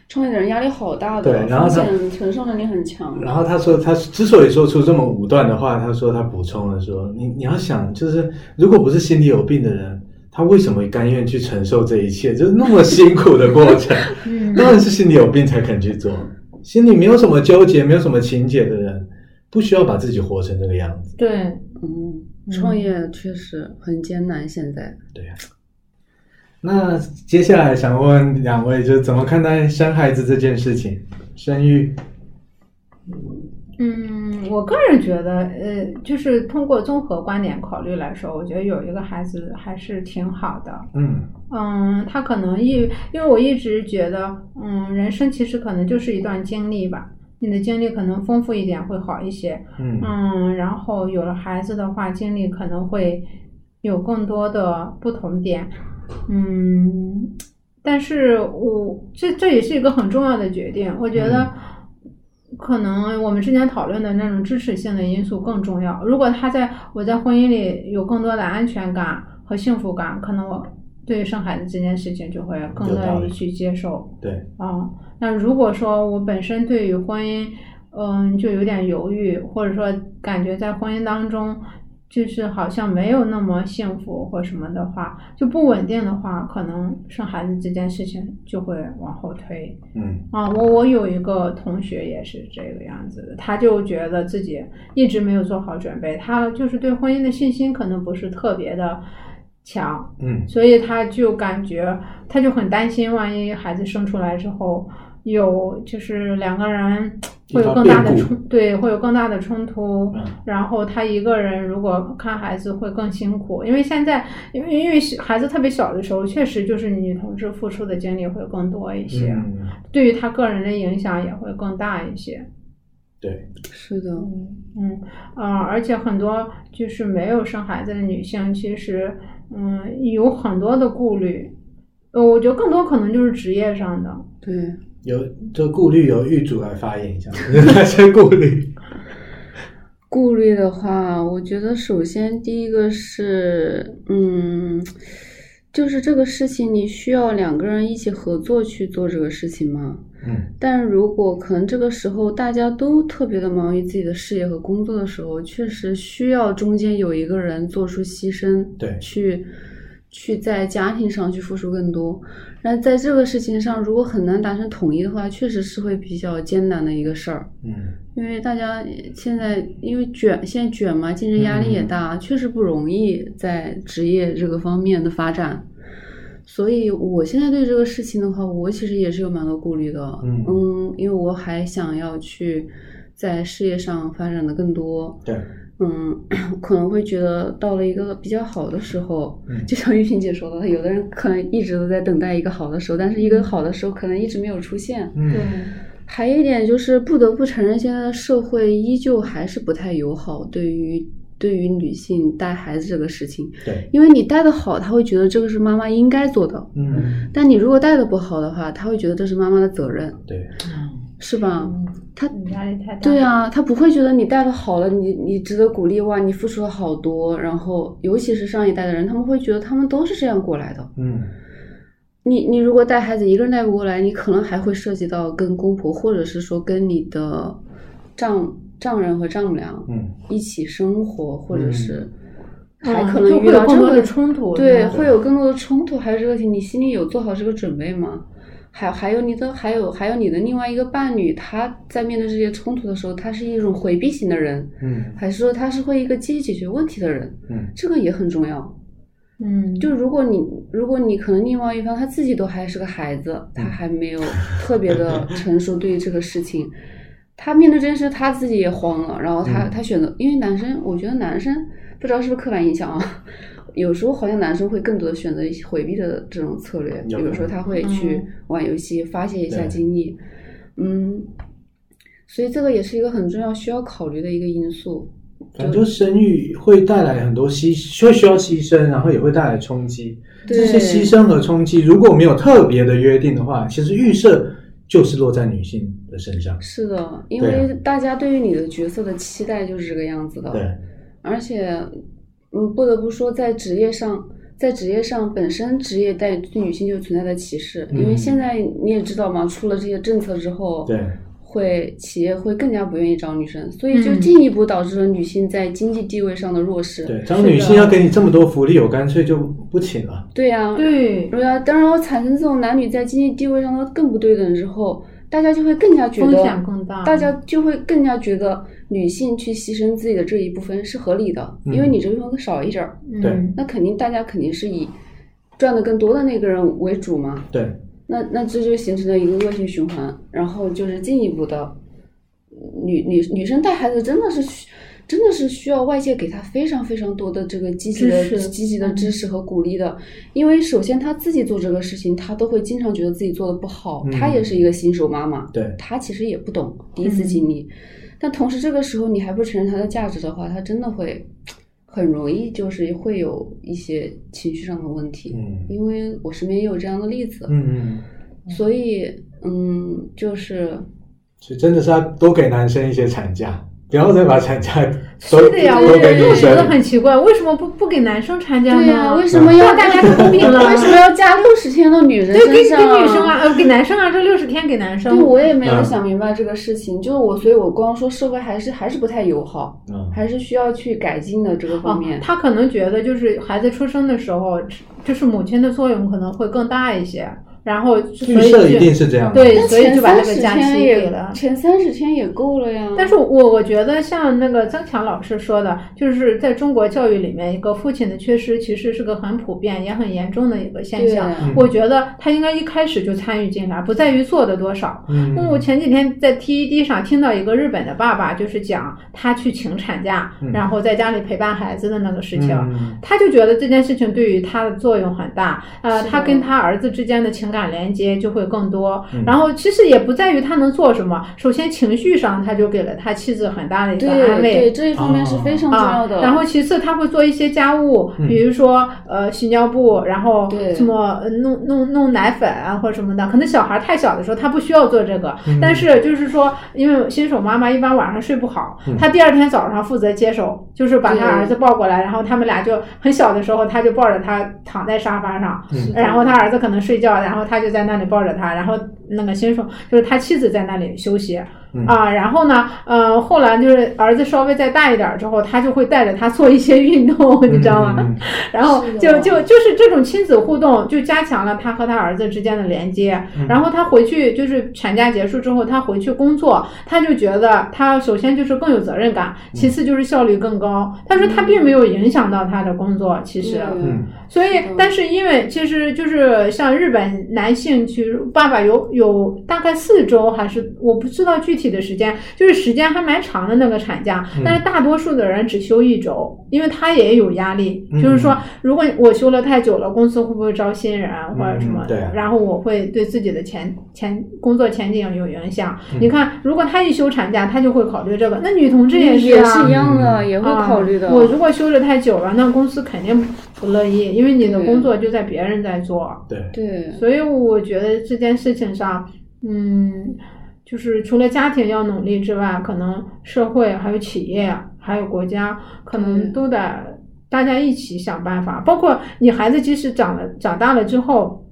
[SPEAKER 3] 创业的人压力好大的，
[SPEAKER 1] 对然后
[SPEAKER 3] 风
[SPEAKER 1] 他
[SPEAKER 3] 险承受能力很强。
[SPEAKER 1] 然后他说，他之所以说出这么武断的话，他说他补充了说，你你要想，就是如果不是心里有病的人，他为什么甘愿去承受这一切，就是那么辛苦的过程？
[SPEAKER 2] 嗯，
[SPEAKER 1] 当然是心里有病才肯去做，心里没有什么纠结、没有什么情结的人，不需要把自己活成这个样子。
[SPEAKER 2] 对，
[SPEAKER 3] 嗯，创业确实很艰难，现在。
[SPEAKER 1] 对呀、那接下来想问两位，就是怎么看待生孩子这件事情，生育？
[SPEAKER 2] 嗯，我个人觉得，呃，就是通过综合观点考虑来说，我觉得有一个孩子还是挺好的。
[SPEAKER 1] 嗯
[SPEAKER 2] 嗯，他可能一，因为我一直觉得，嗯，人生其实可能就是一段经历吧。你的经历可能丰富一点会好一些，
[SPEAKER 1] 嗯
[SPEAKER 2] 嗯，然后有了孩子的话，经历可能会有更多的不同点，嗯，但是我这这也是一个很重要的决定，我觉得可能我们之前讨论的那种支持性的因素更重要。如果他在我在婚姻里有更多的安全感和幸福感，可能我对于生孩子这件事情就会更
[SPEAKER 1] 有道
[SPEAKER 2] 乐
[SPEAKER 1] 理
[SPEAKER 2] 于去接受。
[SPEAKER 1] 对，
[SPEAKER 2] 啊，那如果说我本身对于婚姻，嗯，就有点犹豫，或者说感觉在婚姻当中，就是好像没有那么幸福或什么的话，就不稳定的话，可能生孩子这件事情就会往后推。
[SPEAKER 1] 嗯
[SPEAKER 2] 啊，我我有一个同学也是这个样子的，他就觉得自己一直没有做好准备，他就是对婚姻的信心可能不是特别的强，
[SPEAKER 1] 嗯，
[SPEAKER 2] 所以他就感觉，他就很担心，万一孩子生出来之后有就是两个人会有更大
[SPEAKER 1] 遇到
[SPEAKER 2] 的
[SPEAKER 1] 变故
[SPEAKER 2] 冲，对，会有更大的冲突。
[SPEAKER 1] 嗯
[SPEAKER 2] 然后他一个人如果看孩子会更辛苦，因为现在因为因为孩子特别小的时候，确实就是女同志付出的精力会更多一些，
[SPEAKER 1] 嗯
[SPEAKER 2] 对于他个人的影响也会更大一些。
[SPEAKER 1] 对，
[SPEAKER 3] 是的，
[SPEAKER 2] 嗯，呃，而且很多就是没有生孩子的女性，其实嗯有很多的顾虑，呃，我觉得更多可能就是职业上的，
[SPEAKER 3] 对。
[SPEAKER 1] 有这顾虑由狱主来发言一下，那 些顾虑。
[SPEAKER 3] 顾虑的话，我觉得首先第一个是，嗯，就是这个事情，你需要两个人一起合作去做这个事情吗？
[SPEAKER 1] 嗯，
[SPEAKER 3] 但如果可能这个时候大家都特别的忙于自己的事业和工作的时候，确实需要中间有一个人做出牺牲，
[SPEAKER 1] 对
[SPEAKER 3] 去去在家庭上去付出更多。那在这个事情上，如果很难达成统一的话，确实是会比较艰难的一个事儿。
[SPEAKER 1] 嗯，
[SPEAKER 3] 因为大家现在因为卷，现在卷嘛，竞争压力也
[SPEAKER 1] 嗯
[SPEAKER 3] 大，确实不容易在职业这个方面的发展。所以我现在对这个事情的话，我其实也是有蛮多顾虑的。
[SPEAKER 1] 嗯
[SPEAKER 3] 因为我还想要去在事业上发展的更多。
[SPEAKER 1] 对，
[SPEAKER 3] 嗯， 可能会觉得到了一个比较好的时候，
[SPEAKER 1] 嗯
[SPEAKER 3] 就像玉萍姐说的，有的人可能一直都在等待一个好的时候，但是一个好的时候可能一直没有出现。
[SPEAKER 1] 嗯，
[SPEAKER 3] 还有一点就是，不得不承认，现在的社会依旧还是不太友好，对于对于女性带孩子这个事情，
[SPEAKER 1] 对，
[SPEAKER 3] 因为你带的好，他会觉得这个是妈妈应该做的；
[SPEAKER 1] 嗯，
[SPEAKER 3] 但你如果带的不好的话，他会觉得这是妈妈的责任，
[SPEAKER 1] 对，
[SPEAKER 3] 是吧？他
[SPEAKER 2] 你嗯压力太大。
[SPEAKER 3] 对，啊，他不会觉得你带的好了，你你值得鼓励哇，你付出了好多。然后，尤其是上一代的人，他们会觉得他们都是这样过来的。
[SPEAKER 1] 嗯，
[SPEAKER 3] 你你如果带孩子一个人带不过来，你可能还会涉及到跟公婆，或者是说跟你的丈丈人和丈母娘
[SPEAKER 1] 嗯，
[SPEAKER 3] 一起生活，或者是
[SPEAKER 2] 嗯
[SPEAKER 3] 还可能
[SPEAKER 2] 就会
[SPEAKER 3] 遇
[SPEAKER 2] 有
[SPEAKER 3] 到
[SPEAKER 2] 更
[SPEAKER 3] 这
[SPEAKER 2] 多
[SPEAKER 3] 个
[SPEAKER 2] 的冲突
[SPEAKER 3] 对，
[SPEAKER 2] 嗯
[SPEAKER 3] 会有更多的冲突，还有这个题，你心里有做好这个准备吗？还还有你的，还有还有你的另外一个伴侣，他在面对这些冲突的时候，他是一种回避型的人，
[SPEAKER 1] 嗯，
[SPEAKER 3] 还是说他是会一个积极解决问题的人？
[SPEAKER 1] 嗯，
[SPEAKER 3] 这个也很重要。
[SPEAKER 2] 嗯，
[SPEAKER 3] 就如果你如果你可能另外一方他自己都还是个孩子，他
[SPEAKER 1] 嗯
[SPEAKER 3] 还没有特别的成熟对于这个事情，他面对这件事他自己也慌了，然后他、
[SPEAKER 1] 嗯
[SPEAKER 3] 他选择，因为男生我觉得男生不知道是不是刻板印象啊，有时候好像男生会更多的选择一些回避的这种策略，比
[SPEAKER 1] 有可能
[SPEAKER 3] 如说他会去
[SPEAKER 2] 嗯
[SPEAKER 3] 玩游戏发泄一下
[SPEAKER 1] 对
[SPEAKER 3] 精力，嗯，所以这个也是一个很重要需要考虑的一个因素，
[SPEAKER 1] 反正就生育会带来很多牺，会需要牺牲，然后也会带来冲击。
[SPEAKER 3] 对
[SPEAKER 1] 这些牺牲和冲击，如果没有特别的约定的话，其实预设就是落在女性的身上。
[SPEAKER 3] 是的，因
[SPEAKER 1] 对啊
[SPEAKER 3] 为大家对于你的角色的期待就是这个样子的。
[SPEAKER 1] 对，
[SPEAKER 3] 而且，嗯，不得不说，在职业上，在职业上本身职业带对女性就存在的歧视，因为
[SPEAKER 1] 嗯
[SPEAKER 3] 现在你也知道嘛，出了这些政策之后，
[SPEAKER 1] 对，
[SPEAKER 3] 会企业会更加不愿意招女生，所以就
[SPEAKER 2] 嗯
[SPEAKER 3] 进一步导致了女性在经济地位上的弱势。
[SPEAKER 1] 对，当女性要给你这么多福利，我干脆就不请了。
[SPEAKER 3] 对呀、
[SPEAKER 2] 对，
[SPEAKER 3] 对呀，当然后产生这种男女在经济地位上的更不对等之后，大家就会更加觉
[SPEAKER 2] 风
[SPEAKER 3] 得
[SPEAKER 2] 险更大。
[SPEAKER 3] 大家就会更加觉得女性去牺牲自己的这一部分是合理的，
[SPEAKER 1] 嗯
[SPEAKER 3] 因为你这部分会少一点儿，
[SPEAKER 1] 对
[SPEAKER 2] 嗯
[SPEAKER 3] 那肯定大家肯定是以赚的更多的那个人为主嘛。
[SPEAKER 1] 对，
[SPEAKER 3] 那那这就形成了一个恶性循环，然后就是进一步的，女女女生带孩子真的是需真的是需要外界给她非常非常多的这个积极的
[SPEAKER 2] 支持
[SPEAKER 3] 积极的支持和鼓励的，因为首先她自己做这个事情，她都会经常觉得自己做的不好，
[SPEAKER 1] 嗯
[SPEAKER 3] 她也是一个新手妈妈，
[SPEAKER 1] 对
[SPEAKER 3] 她其实也不懂，第一次
[SPEAKER 2] 嗯
[SPEAKER 3] 经历，但同时这个时候你还不承认她的价值的话，她真的会很容易就是会有一些情绪上的问题，
[SPEAKER 1] 嗯
[SPEAKER 3] 因为我身边也有这样的例子，
[SPEAKER 1] 嗯嗯，
[SPEAKER 3] 所以，嗯，就是
[SPEAKER 1] 就真的是要多给男生一些产假，不要再把产假都
[SPEAKER 2] 嗯是的呀，我
[SPEAKER 1] 都
[SPEAKER 2] 也
[SPEAKER 1] 给
[SPEAKER 2] 就
[SPEAKER 1] 女
[SPEAKER 2] 觉得
[SPEAKER 1] 生。
[SPEAKER 2] 很奇怪，为什么不不给男生参加呢？
[SPEAKER 3] 对呀、为什么
[SPEAKER 2] 那
[SPEAKER 3] 要
[SPEAKER 2] 嗯 大家公平了
[SPEAKER 3] 为什么要加六十天到女人
[SPEAKER 2] 对，给
[SPEAKER 3] 身
[SPEAKER 2] 给
[SPEAKER 3] 上？
[SPEAKER 2] 女生啊，呃，给男生啊，这六十天给男
[SPEAKER 3] 对，
[SPEAKER 2] 生。
[SPEAKER 3] 我也没有
[SPEAKER 1] 嗯
[SPEAKER 3] 想明白这个事情，就是我，所以我光说社会还是还是不太友好，
[SPEAKER 1] 嗯，
[SPEAKER 3] 还是需要去改进的这个方
[SPEAKER 2] 哦
[SPEAKER 3] 面。，
[SPEAKER 2] 他可能觉得就是孩子出生的时候，就是母亲的作用可能会更大一些，然后所
[SPEAKER 1] 预
[SPEAKER 2] 以
[SPEAKER 1] 设
[SPEAKER 2] 就
[SPEAKER 1] 一定是这样的。
[SPEAKER 2] 对，
[SPEAKER 3] 但
[SPEAKER 2] 所以
[SPEAKER 3] 前
[SPEAKER 2] 就把
[SPEAKER 3] 三
[SPEAKER 2] 这个
[SPEAKER 3] 十
[SPEAKER 2] 假
[SPEAKER 3] 天
[SPEAKER 2] 期给
[SPEAKER 3] 也
[SPEAKER 2] 了。
[SPEAKER 3] 前三十天也够了呀。
[SPEAKER 2] 但是我我觉得像那个曾强老师说的，就是在中国教育里面，一个父亲的缺失其实是个很普遍也很严重的一个现
[SPEAKER 3] 对
[SPEAKER 2] 象。
[SPEAKER 3] 呀，
[SPEAKER 2] 我觉得他应该一开始就参与进来，不在于做的多少。
[SPEAKER 1] 嗯，
[SPEAKER 2] 嗯，我前几天在 TED 上听到一个日本的爸爸，就是讲他去请产假，
[SPEAKER 1] 嗯
[SPEAKER 2] 然后在家里陪伴孩子的那个事情。
[SPEAKER 1] 嗯
[SPEAKER 2] 他就觉得这件事情对于他的作用很大，呃，
[SPEAKER 3] 是的
[SPEAKER 2] 他跟他儿子之间的情感连接就会更多。
[SPEAKER 4] 嗯
[SPEAKER 2] 然后其实也不在于他能做什么，首先情绪上他就给了他妻子嗯很大的一个
[SPEAKER 3] 对
[SPEAKER 2] 安慰，
[SPEAKER 3] 对，这一方面是非常重要的。
[SPEAKER 2] 啊。然后其次他会做一些家务，
[SPEAKER 4] 嗯
[SPEAKER 2] 比如说呃洗尿布，然后
[SPEAKER 3] 对
[SPEAKER 2] 什么呃弄弄弄奶粉啊或者什么的。可能小孩太小的时候他不需要做这个，
[SPEAKER 4] 嗯
[SPEAKER 2] 但是就是说，因为新手妈妈一般晚上睡不好，
[SPEAKER 4] 嗯
[SPEAKER 2] 她第二天早上负责接手，就是把她
[SPEAKER 3] 对
[SPEAKER 2] 儿子抱过来，然后他们俩就很小的时候，她就抱着他躺在沙发上，
[SPEAKER 4] 嗯
[SPEAKER 2] 哎然后他儿子可能睡觉，然后他就在那里抱着他，然后那个新手就是他妻子在那里休息、
[SPEAKER 4] 嗯
[SPEAKER 2] 啊，然后呢，呃，后来就是儿子稍微再大一点儿之后，他就会带着他做一些运动， 你知道吗？
[SPEAKER 4] 嗯
[SPEAKER 2] 然后
[SPEAKER 3] 是的
[SPEAKER 2] 就就就是这种亲子互动，就加强了他和他儿子之间的连接。
[SPEAKER 4] 嗯
[SPEAKER 2] 然后他回去就是产假结束之后，他回去工作，他就觉得他首先就是更有责任感，其次就是效率更高。他说他并没有影响到他的工作，其实。
[SPEAKER 3] 嗯
[SPEAKER 4] 嗯
[SPEAKER 2] 所以
[SPEAKER 3] 是的，
[SPEAKER 2] 但是因为其实就是像日本男性，其实爸爸有有大概四周还是我不知道具体的时间，就是时间还蛮长的那个产假
[SPEAKER 4] 嗯，
[SPEAKER 2] 但是大多数的人只休一周，因为他也有压力，
[SPEAKER 4] 嗯
[SPEAKER 2] 就是说如果我休了太久了，公司会不会招新人啊或者什么
[SPEAKER 4] 嗯对
[SPEAKER 2] 的，然后我会对自己的前前工作前景有影响
[SPEAKER 4] 嗯。
[SPEAKER 2] 你看，如果他一休产假，他就会考虑这个，那女同志
[SPEAKER 3] 也
[SPEAKER 2] 是啊，
[SPEAKER 3] 一样的，
[SPEAKER 4] 嗯
[SPEAKER 3] 也
[SPEAKER 2] 也
[SPEAKER 3] 会考虑的。哦
[SPEAKER 2] 我如果休的太久了，那公司肯定不乐意，因为你的工作就在别人在做。
[SPEAKER 4] 对，
[SPEAKER 3] 对，
[SPEAKER 2] 所以我觉得这件事情上，嗯，就是除了家庭要努力之外，可能社会还有企业还有国家，可
[SPEAKER 3] 对
[SPEAKER 2] 能都得大家一起想办法。包括你孩子，即使长了长大了之后。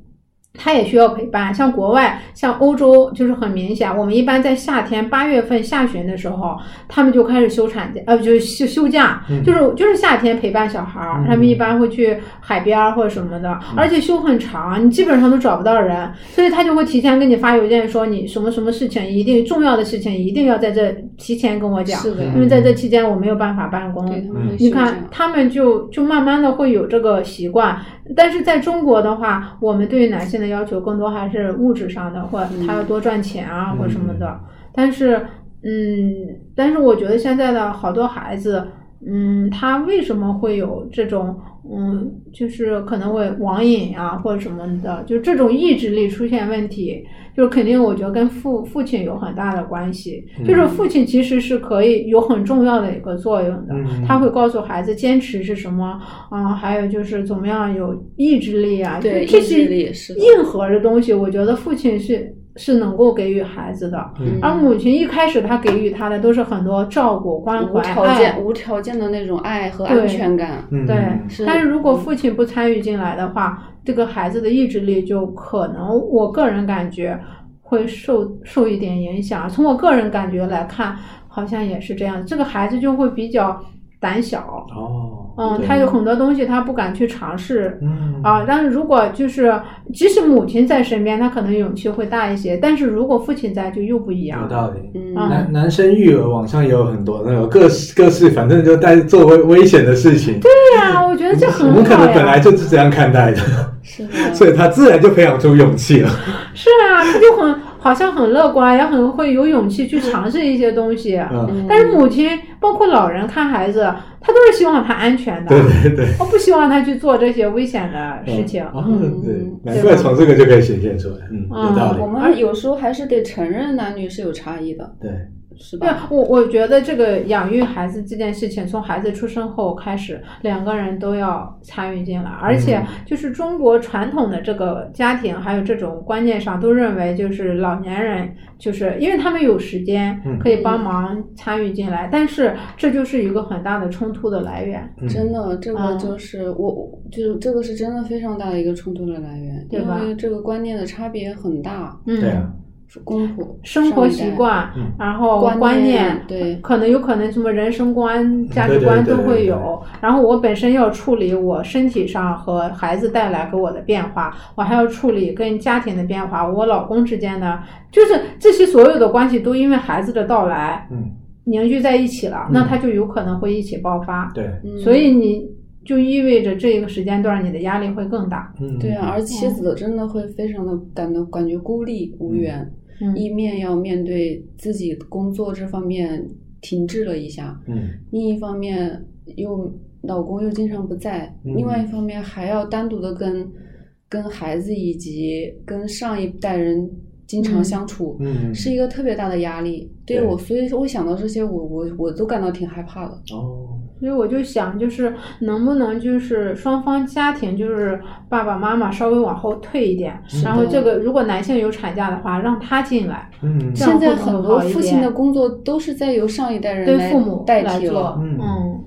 [SPEAKER 2] 他也需要陪伴，像国外，像欧洲就是很明显。我们一般在夏天八月份下旬的时候，他们就开始休产假，呃，就是休休假，
[SPEAKER 4] 嗯
[SPEAKER 2] 就是就是夏天陪伴小孩儿，
[SPEAKER 4] 嗯
[SPEAKER 2] 他们一般会去海边儿或者什么的，
[SPEAKER 3] 嗯
[SPEAKER 2] 而且休很长，你基本上都找不到人，所以他就会提前给你发邮件说你什么什么事情一定重要的事情一定要在这提前跟我讲，
[SPEAKER 3] 是的，
[SPEAKER 2] 因为在这期间我没有办法办公，
[SPEAKER 3] 对他们会
[SPEAKER 2] 你
[SPEAKER 3] 休假
[SPEAKER 2] 看，他们就就慢慢的会有这个习惯，但是在中国的话，我们对于男性的要求更多还是物质上的，或
[SPEAKER 3] 嗯
[SPEAKER 2] 他要多赚钱啊，或什么的。但是，嗯，但是我觉得现在的好多孩子，嗯，他为什么会有这种，嗯，就是可能会网瘾啊，或者什么的，就这种意志力出现问题，就是肯定我觉得跟父父亲有很大的关系。
[SPEAKER 4] 嗯
[SPEAKER 2] 就是父亲其实是可以有很重要的一个作用的，
[SPEAKER 4] 嗯
[SPEAKER 2] 他会告诉孩子坚持是什么，啊、还有就是怎么样有意志力啊，
[SPEAKER 3] 对
[SPEAKER 2] 就这
[SPEAKER 3] 意志力是
[SPEAKER 2] 些
[SPEAKER 3] 的
[SPEAKER 2] 硬核的东西，我觉得父亲是是能够给予孩子的。
[SPEAKER 4] 嗯
[SPEAKER 2] 而母亲一开始她给予他的都是很多照顾、关
[SPEAKER 3] 无
[SPEAKER 2] 怀、
[SPEAKER 3] 条件、
[SPEAKER 2] 爱，
[SPEAKER 3] 无条件的那种爱和
[SPEAKER 2] 对
[SPEAKER 3] 安全感。
[SPEAKER 4] 嗯
[SPEAKER 2] 对
[SPEAKER 4] 嗯
[SPEAKER 3] 是
[SPEAKER 2] 但是如果父亲不参与进来的话，这个孩子的意志力就可能，我个人感觉会受受一点影响。从我个人感觉来看，好像也是这样，这个孩子就会比较胆小，
[SPEAKER 4] 哦，
[SPEAKER 2] 嗯，
[SPEAKER 4] 对
[SPEAKER 2] 他有很多东西他不敢去尝试。
[SPEAKER 4] 嗯
[SPEAKER 2] 啊，但是如果就是，即使母亲在身边，他可能勇气会大一些。但是如果父亲在，就又不一样
[SPEAKER 4] 有
[SPEAKER 2] 了。
[SPEAKER 4] 道理。
[SPEAKER 3] 嗯，
[SPEAKER 2] 啊
[SPEAKER 4] 男男生育儿网上也有很多那种各式各式，反正就在做危危险的事情。
[SPEAKER 2] 对呀、我觉得这很
[SPEAKER 4] 我
[SPEAKER 2] 好呀。
[SPEAKER 4] 们可能本来就是这样看待的，
[SPEAKER 3] 是的，
[SPEAKER 4] 嗯所以他自然就培养出勇气了。
[SPEAKER 2] 是啊，他就很好像很乐观，也很会有勇气去尝试一些东西。
[SPEAKER 4] 嗯，
[SPEAKER 3] 嗯
[SPEAKER 2] 但是母亲，包括老人看孩子，他都是希望他安全的
[SPEAKER 4] 对，对对。
[SPEAKER 2] 我不希望他去做这些危险的事情。嗯
[SPEAKER 4] 哦，对
[SPEAKER 3] 嗯，
[SPEAKER 4] 难怪从这个就可以显现出来，嗯，有道
[SPEAKER 3] 我
[SPEAKER 4] 理，
[SPEAKER 3] 们有时候还是得承认男女是有差异的，
[SPEAKER 4] 对，
[SPEAKER 3] 是
[SPEAKER 2] 对
[SPEAKER 3] 吧？，
[SPEAKER 2] 我我觉得这个养育孩子这件事情，从孩子出生后开始，两个人都要参与进来，而且
[SPEAKER 4] 嗯
[SPEAKER 2] 就是中国传统的这个家庭，还有这种观念上，都认为就是老年人，就是因为他们有时间
[SPEAKER 4] 嗯
[SPEAKER 2] 可以帮忙参与进来，但是这就是一个很大的冲突的来源。
[SPEAKER 4] 嗯
[SPEAKER 3] 真，的，这个
[SPEAKER 2] 啊
[SPEAKER 3] 就是我我，就是这个是真的非常大的一个冲突的来源，
[SPEAKER 2] 对
[SPEAKER 3] 因
[SPEAKER 2] 吧
[SPEAKER 3] 为这个观念的差别很大，
[SPEAKER 2] 嗯，
[SPEAKER 4] 对啊，
[SPEAKER 3] 公婆
[SPEAKER 2] 生活习惯
[SPEAKER 4] 上一代嗯，
[SPEAKER 2] 然后
[SPEAKER 3] 观
[SPEAKER 2] 观
[SPEAKER 3] 念
[SPEAKER 2] 念，
[SPEAKER 3] 对
[SPEAKER 2] 可能有可能什么人生观、价值
[SPEAKER 4] 对对
[SPEAKER 2] 观
[SPEAKER 4] 对
[SPEAKER 2] 都
[SPEAKER 4] 对
[SPEAKER 2] 会
[SPEAKER 4] 对
[SPEAKER 2] 有。然后我本身要处理我身体上和孩子带来给我的变化，我还要处理跟家庭的变化，我老公之间的，就是这些所有的关系都因为孩子的到来
[SPEAKER 4] 嗯，
[SPEAKER 2] 凝聚在一起了，
[SPEAKER 4] 嗯
[SPEAKER 2] 那他就有可能会一起爆发。
[SPEAKER 4] 对，
[SPEAKER 3] 嗯
[SPEAKER 2] 所以你就意味着这个时间段你的压力会更大。
[SPEAKER 4] 嗯，
[SPEAKER 3] 对啊，而妻子真的会非常的感到感觉孤立无援，
[SPEAKER 2] 嗯，
[SPEAKER 3] 一面要面对自己工作这方面停滞了一下，
[SPEAKER 4] 嗯，
[SPEAKER 3] 另一方面又老公又经常不在，
[SPEAKER 4] 嗯
[SPEAKER 3] 另外一方面还要单独的跟跟孩子以及跟上一代人经常
[SPEAKER 2] 嗯
[SPEAKER 3] 相处，
[SPEAKER 4] 嗯，
[SPEAKER 3] 是一个特别大的压力。对
[SPEAKER 4] 对
[SPEAKER 3] 我，所以说我想到这些，我我我都感到挺害怕的。
[SPEAKER 4] 哦，
[SPEAKER 2] 所以我就想，就是能不能就是双方家庭就是爸爸妈妈稍微往后退一点，
[SPEAKER 4] 是的
[SPEAKER 2] 然后这
[SPEAKER 3] 嗯
[SPEAKER 2] 个如果男性有产假的话，让他进来，
[SPEAKER 4] 嗯
[SPEAKER 2] 这样会
[SPEAKER 3] 现在
[SPEAKER 2] 不会好
[SPEAKER 3] 很多
[SPEAKER 2] 一
[SPEAKER 3] 父亲的
[SPEAKER 2] 点
[SPEAKER 3] 工作都是在由上一代人
[SPEAKER 2] 对
[SPEAKER 3] 来
[SPEAKER 2] 父母
[SPEAKER 3] 代
[SPEAKER 2] 来
[SPEAKER 3] 替
[SPEAKER 2] 做
[SPEAKER 3] 了。，
[SPEAKER 4] 嗯
[SPEAKER 2] 嗯，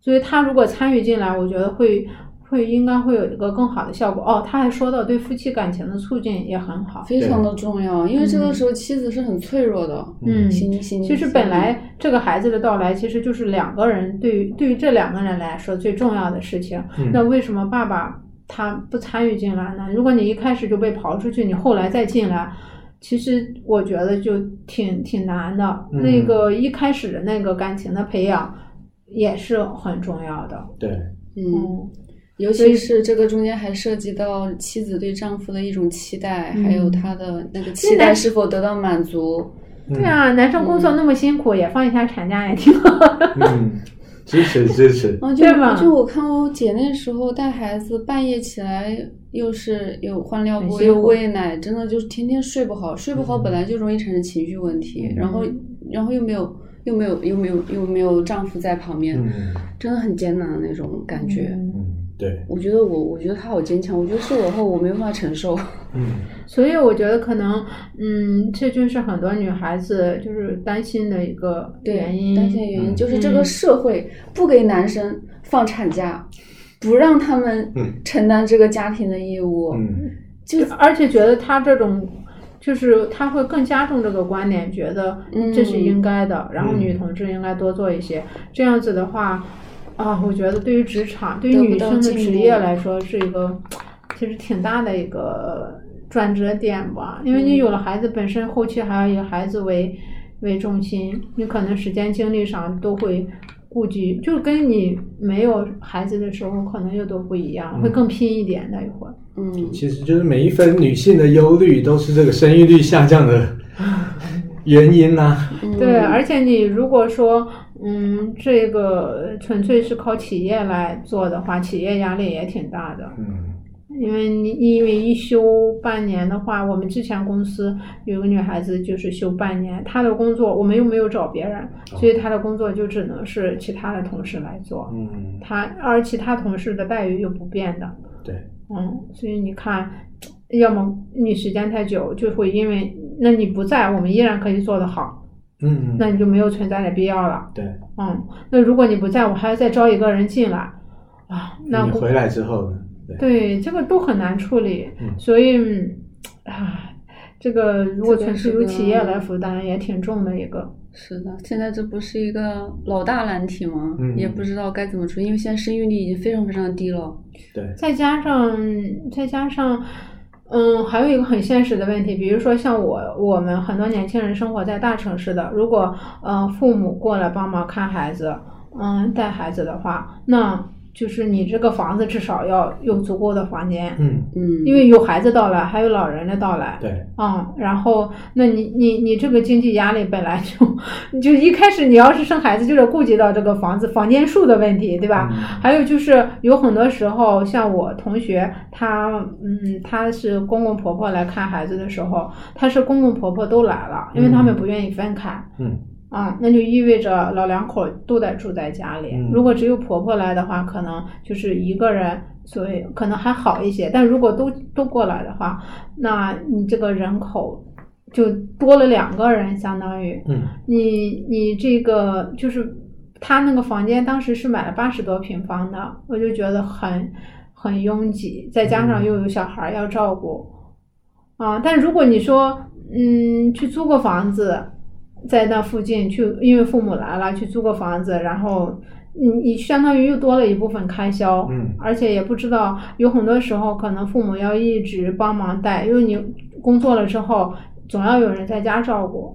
[SPEAKER 2] 所以他如果参与进来，我觉得会会应该会有一个更好的效果。哦，他还说到对夫妻感情的促进也很好，
[SPEAKER 3] 非常的重要，因为这个时候妻子是很脆弱的。
[SPEAKER 2] 嗯
[SPEAKER 3] 心心
[SPEAKER 2] 其实
[SPEAKER 3] 心
[SPEAKER 2] 本
[SPEAKER 3] 理
[SPEAKER 2] 来这个孩子的到来，其实就是两个人对于对于这两个人来说最重要的事情。
[SPEAKER 4] 嗯
[SPEAKER 2] 那为什么爸爸他不参与进来呢？如果你一开始就被刨出去，你后来再进来，其实我觉得就挺挺难的。
[SPEAKER 4] 嗯
[SPEAKER 2] 那个一开始的那个感情的培养也是很重要的。
[SPEAKER 4] 对，
[SPEAKER 3] 嗯，，尤
[SPEAKER 2] 所以
[SPEAKER 3] 其是这个中间还涉及到妻子对丈夫的一种期待，
[SPEAKER 2] 嗯
[SPEAKER 3] 还有他的那个期
[SPEAKER 2] 那
[SPEAKER 3] 待
[SPEAKER 2] 男
[SPEAKER 3] 是否得到满足。
[SPEAKER 4] 对
[SPEAKER 2] 对，啊，男生工作那么辛苦，也放一下产假也挺好。
[SPEAKER 4] 嗯，支持支 持，
[SPEAKER 3] 啊，就
[SPEAKER 2] 对吧
[SPEAKER 3] 就我看我姐那时候带孩子，半夜起来又是有换尿
[SPEAKER 2] 很
[SPEAKER 3] 布
[SPEAKER 2] 辛
[SPEAKER 3] 又
[SPEAKER 2] 苦
[SPEAKER 3] 喂奶，真的就是天天睡不好，睡不好
[SPEAKER 4] 嗯
[SPEAKER 3] 本来就容易产生情绪问题，
[SPEAKER 4] 嗯
[SPEAKER 3] 然后然后又没有又没有又没有又没有丈夫在旁边，
[SPEAKER 4] 嗯
[SPEAKER 3] 真的很艰难的那种感觉。
[SPEAKER 4] 嗯，对，
[SPEAKER 3] 我觉得我，我觉得他好坚强。我觉得是我的话，我没办法承受。
[SPEAKER 4] 嗯
[SPEAKER 2] 所以我觉得可能，嗯，这就是很多女孩子就是担心的一个原因。
[SPEAKER 3] 担心的原因
[SPEAKER 4] 嗯
[SPEAKER 3] 就是这个
[SPEAKER 2] 嗯
[SPEAKER 3] 社会不给男生放产假，不让他们
[SPEAKER 4] 嗯
[SPEAKER 3] 承担这个家庭的义务。
[SPEAKER 4] 嗯，
[SPEAKER 3] 就
[SPEAKER 2] 而且觉得他这种，就是他会更加重这个观点，觉得
[SPEAKER 3] 嗯
[SPEAKER 2] 这是应该的，然后
[SPEAKER 4] 嗯
[SPEAKER 2] 女同志应该多做一些。这样子的话，啊，我觉得对于职场，对于
[SPEAKER 3] 得不
[SPEAKER 2] 女
[SPEAKER 3] 到
[SPEAKER 2] 性的
[SPEAKER 3] 进
[SPEAKER 2] 职
[SPEAKER 3] 步
[SPEAKER 2] 业来说，是一个其实挺大的一个转折点吧，因为你
[SPEAKER 3] 嗯
[SPEAKER 2] 有了孩子，本身后期还要以孩子为为重心，你可能时间精力上都会。顾及就跟你没有孩子的时候，可能又都不一样，会
[SPEAKER 4] 嗯
[SPEAKER 2] 更拼一点那一会儿。
[SPEAKER 3] 嗯，
[SPEAKER 4] 其实就是每一分女性的忧虑都是这个生育率下降的原因啊呐、
[SPEAKER 3] 嗯
[SPEAKER 2] 对，而且你如果说，嗯，这个纯粹是靠企业来做的话，企业压力也挺大的，
[SPEAKER 4] 嗯
[SPEAKER 2] 因为你因为一休半年的话，我们之前公司有个女孩子就是休半年，她的工作我们又没有找别人，
[SPEAKER 4] 嗯
[SPEAKER 2] 所以她的工作就只能是其他的同事来做，
[SPEAKER 4] 嗯，
[SPEAKER 2] 她而其他同事的待遇又不变的，
[SPEAKER 4] 对，
[SPEAKER 2] 嗯，所以你看，要么你时间太久，就会因为那你不在，我们依然可以做得好。
[SPEAKER 4] 嗯，
[SPEAKER 2] 那你就没有存在的必要了。
[SPEAKER 4] 对，
[SPEAKER 2] 嗯，那如果你不在，我还要再招一个人进来，啊，那
[SPEAKER 4] 你
[SPEAKER 2] 不
[SPEAKER 4] 回来之后呢？
[SPEAKER 2] 对这个都很难处理，
[SPEAKER 4] 嗯
[SPEAKER 2] 所以嗯啊，这个如果
[SPEAKER 3] 这个
[SPEAKER 2] 全
[SPEAKER 3] 是
[SPEAKER 2] 是由
[SPEAKER 3] 个
[SPEAKER 2] 企业来负担，也挺重的一个。
[SPEAKER 3] 是的，现在这不是一个老大难题吗？
[SPEAKER 4] 嗯
[SPEAKER 3] 也不知道该怎么处理，因为现在生育率已经非常非常低了。
[SPEAKER 4] 对，
[SPEAKER 2] 再加上再加上，嗯，还有一个很现实的问题，比如说像我我们很多年轻人生活在大城市的，如果嗯、呃父母过来帮忙看孩子，嗯带孩子的话，那就是你这个房子至少要有足够的房间，
[SPEAKER 4] 嗯，
[SPEAKER 3] 嗯，
[SPEAKER 2] 因为有孩子到来，还有老人的到来。
[SPEAKER 4] 对，
[SPEAKER 2] 嗯，然后那你你你这个经济压力本来就，你就 一开始你要是生孩子，就得顾及到这个房子房间数的问题，对吧？
[SPEAKER 4] 嗯
[SPEAKER 2] 还有就是有很多时候，像我同学，她嗯，她是公公婆婆来看孩子的时候，她是公公婆婆都来了，因为他们
[SPEAKER 4] 嗯
[SPEAKER 2] 不愿意分开。
[SPEAKER 4] 嗯
[SPEAKER 2] 啊、那就意味着老两口都得住在家里。
[SPEAKER 4] 嗯
[SPEAKER 2] 如果只有婆婆来的话，可能就是一个人，所以可能还好一些。但如果都都过来的话，那你这个人口就多了两个人，相当于
[SPEAKER 4] 嗯，
[SPEAKER 2] 你你这个就是他那个房间当时是买了八十多平方的，我就觉得很很拥挤，再加上又有小孩儿要照顾，啊，但如果你说嗯去租个房子，在那附近去，因为父母来了去租个房子，然后你你相当于又多了一部分开销，
[SPEAKER 4] 嗯
[SPEAKER 2] 而且也不知道，有很多时候可能父母要一直帮忙带，因为你工作了之后，总要有人在家照顾，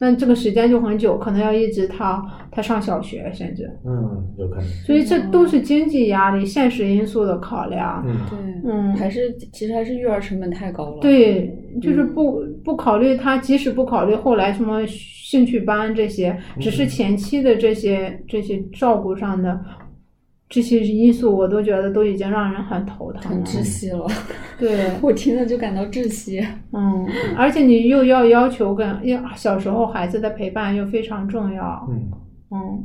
[SPEAKER 2] 那这个时间就很久，可能要一直他他上小学甚至，
[SPEAKER 4] 嗯，有可能，
[SPEAKER 2] 所以这都是经济压力、现实因素的考量。
[SPEAKER 4] 嗯
[SPEAKER 3] 对，
[SPEAKER 2] 嗯，
[SPEAKER 3] 还是其实还是育儿成本太高了。，
[SPEAKER 2] 对，就是不不考虑他，即使不考虑后来什么兴趣班这些，只是前期的这些这些照顾上的这些因素，我都觉得都已经让人很头疼
[SPEAKER 3] 很
[SPEAKER 2] 了。
[SPEAKER 3] 窒息了，
[SPEAKER 2] 对，
[SPEAKER 3] 我听着就感到窒息。
[SPEAKER 2] 嗯，而且你又要要求跟要小时候孩子的陪伴又非常重要，
[SPEAKER 4] 嗯，
[SPEAKER 2] 嗯。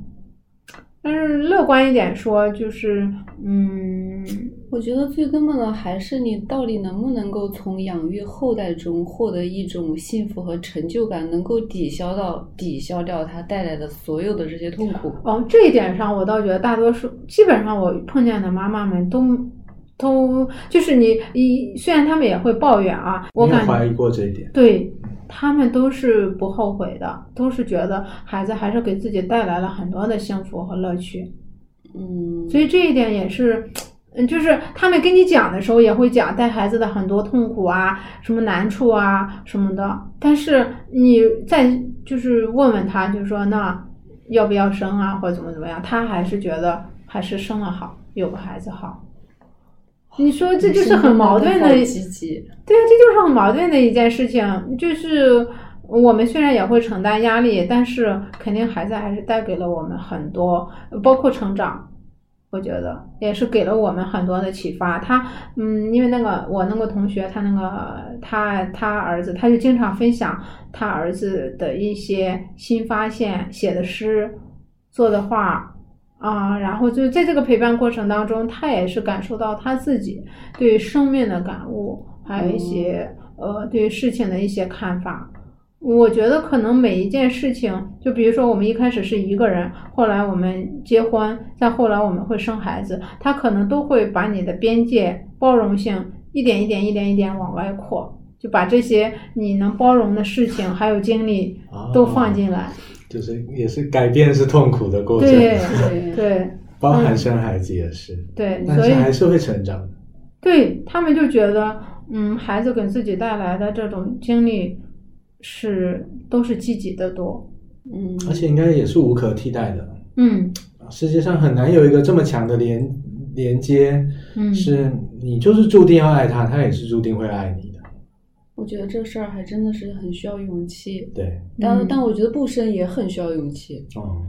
[SPEAKER 2] 但是乐观一点说，就是嗯，
[SPEAKER 3] 我觉得最根本的还是你到底能不能够从养育后代中获得一种幸福和成就感，能够抵消到抵消掉它带来的所有的这些痛苦。
[SPEAKER 2] 哦，这一点上我倒觉得大多数，基本上我碰见的妈妈们都都就是你一虽然他们也会抱怨啊，我
[SPEAKER 4] 你有
[SPEAKER 2] 感觉
[SPEAKER 4] 怀疑过这一点？
[SPEAKER 2] 对他们都是不后悔的，都是觉得孩子还是给自己带来了很多的幸福和乐趣。
[SPEAKER 3] 嗯，
[SPEAKER 2] 所以这一点也是，嗯，就是他们跟你讲的时候也会讲带孩子的很多痛苦啊、什么难处啊什么的，但是你再就是问问他，就是说那要不要生啊，或者怎么怎么样，他还是觉得还是生了好，有个孩子好。你说这就是很矛盾的，
[SPEAKER 3] 积极。
[SPEAKER 2] 对啊，这就是很矛盾的一件事情。就是我们虽然也会承担压力，但是肯定孩子还是带给了我们很多，包括成长。我觉得也是给了我们很多的启发。他，嗯，因为那个我那个同学，他那个他他儿子，他就经常分享他儿子的一些新发现，写的诗，做的画啊、然后就在这个陪伴过程当中，他也是感受到他自己对生命的感悟，还有一些、呃对事情的一些看法。我觉得可能每一件事情，就比如说我们一开始是一个人，后来我们结婚，再后来我们会生孩子，他可能都会把你的边界包容性一点一点一点一点往外扩，就把这些你能包容的事情还有精力都放进来。
[SPEAKER 4] 啊就是也是改变是痛苦的过程，
[SPEAKER 2] 对
[SPEAKER 3] 对，
[SPEAKER 2] 对
[SPEAKER 4] 包含生孩子也是，
[SPEAKER 2] 对，
[SPEAKER 4] 但
[SPEAKER 2] 嗯所
[SPEAKER 4] 是
[SPEAKER 2] 以
[SPEAKER 4] 还是会成长的。
[SPEAKER 2] 对他们就觉得，嗯，孩子给自己带来的这种经历是都是积极的多。
[SPEAKER 3] 嗯，
[SPEAKER 4] 而且应该也是无可替代的。
[SPEAKER 2] 嗯
[SPEAKER 4] 世界上很难有一个这么强的连连接，
[SPEAKER 2] 嗯，
[SPEAKER 4] 是你就是注定要爱他，他也是注定会爱你的。
[SPEAKER 3] 我觉得这事儿还真的是很需要勇气，
[SPEAKER 4] 对，
[SPEAKER 3] 但、
[SPEAKER 2] 嗯
[SPEAKER 3] 但我觉得不生也很需要勇气，
[SPEAKER 4] 哦，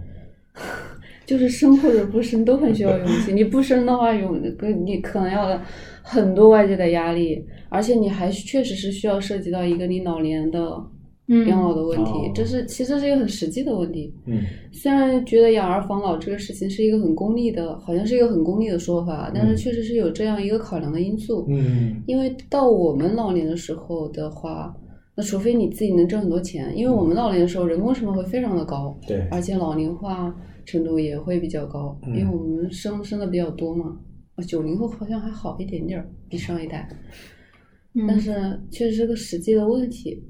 [SPEAKER 3] 就是生或者不生都很需要勇气。你不生的话，勇跟你可能要很多外界的压力，而且你还确实是需要涉及到一个你老年的
[SPEAKER 2] 嗯
[SPEAKER 3] 养老的问题，
[SPEAKER 4] 哦
[SPEAKER 3] 这是其实这是一个很实际的问题。
[SPEAKER 4] 嗯，
[SPEAKER 3] 虽然觉得养儿防老这个事情是一个很功利的，好像是一个很功利的说法，但是确实是有这样一个考量的因素。
[SPEAKER 4] 嗯，
[SPEAKER 3] 因为到我们老年的时候的话，那除非你自己能挣很多钱，因为我们老年的时候人工成本会非常的高，
[SPEAKER 4] 对，
[SPEAKER 3] 而且老龄化程度也会比较高，
[SPEAKER 4] 嗯
[SPEAKER 3] 因为我们生生的比较多嘛。呃九零后好像还好一点点儿，比上一代，
[SPEAKER 2] 嗯
[SPEAKER 3] 但是确实是个实际的问题。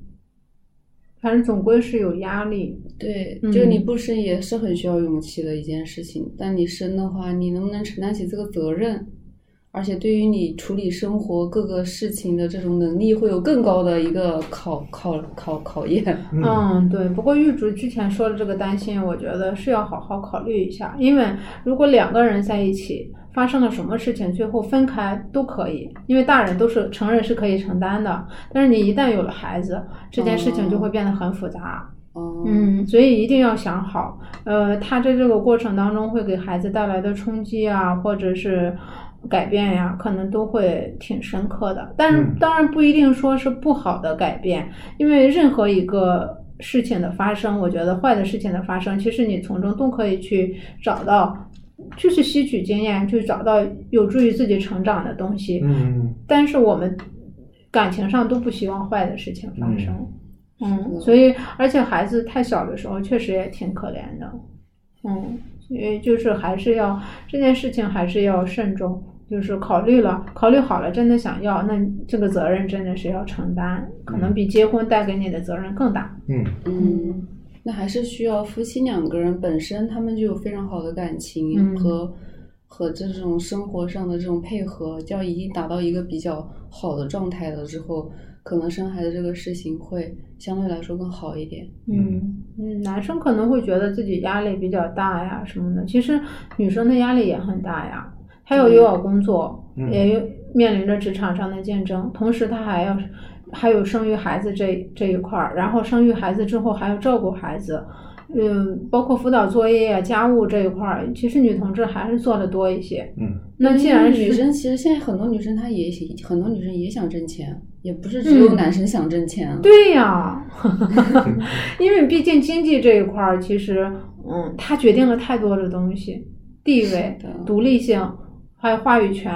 [SPEAKER 2] 反正总归是有压力。
[SPEAKER 3] 对，
[SPEAKER 2] 嗯
[SPEAKER 3] 就是你不生也是很需要勇气的一件事情，但你生的话，你能不能承担起这个责任？而且对于你处理生活各个事情的这种能力，会有更高的一个考考考考验。
[SPEAKER 4] 嗯，
[SPEAKER 2] 嗯，对。不过玉竹之前说的这个担心，我觉得是要好好考虑一下，因为如果两个人在一起发生了什么事情，最后分开都可以，因为大人都是成人是可以承担的。但是你一旦有了孩子，这件事情就会变得很复杂。
[SPEAKER 3] 哦，
[SPEAKER 2] 嗯，所以一定要想好，呃，他在这个过程当中会给孩子带来的冲击啊，或者是改变呀、可能都会挺深刻的。但是
[SPEAKER 4] 嗯
[SPEAKER 2] 当然不一定说是不好的改变，因为任何一个事情的发生，我觉得坏的事情的发生，其实你从中都可以去找到，就是吸取经验，去找到有助于自己成长的东西。
[SPEAKER 4] 嗯，
[SPEAKER 2] 但是我们感情上都不希望坏的事情发生。嗯，
[SPEAKER 3] 是的
[SPEAKER 2] 所以而且孩子太小的时候确实也挺可怜的。嗯，所以就是还是要这件事情还是要慎重，就是考虑了，考虑好了，真的想要，那这个责任真的是要承担，可能比结婚带给你的责任更大。
[SPEAKER 4] 嗯，
[SPEAKER 3] 嗯，那还是需要夫妻两个人本身他们就有非常好的感情
[SPEAKER 2] 嗯
[SPEAKER 3] 和、和这种生活上的这种配合，就要已经达到一个比较好的状态了之后，可能生孩子这个事情会相对来说更好一点。
[SPEAKER 2] 嗯嗯，男生可能会觉得自己压力比较大呀什么的，其实女生的压力也很大呀。她又
[SPEAKER 3] 嗯
[SPEAKER 2] 又要工作，
[SPEAKER 4] 嗯
[SPEAKER 2] 也有面临着职场上的竞争，同时她还要还有生育孩子这这一块儿，然后生育孩子之后还要照顾孩子，嗯，包括辅导作业啊、家务这一块儿，其实女同志还是做的多一些。
[SPEAKER 1] 嗯，
[SPEAKER 2] 那既然
[SPEAKER 3] 女
[SPEAKER 2] 是
[SPEAKER 3] 生，其实现在很多女生她也很多女生也想挣钱，也不是只有
[SPEAKER 2] 嗯
[SPEAKER 3] 男生想挣钱啊。
[SPEAKER 2] 对呀、因为毕竟经济这一块儿，其实嗯，它决定了太多的东西，地位
[SPEAKER 3] 是的、
[SPEAKER 2] 独立性，还有话语权，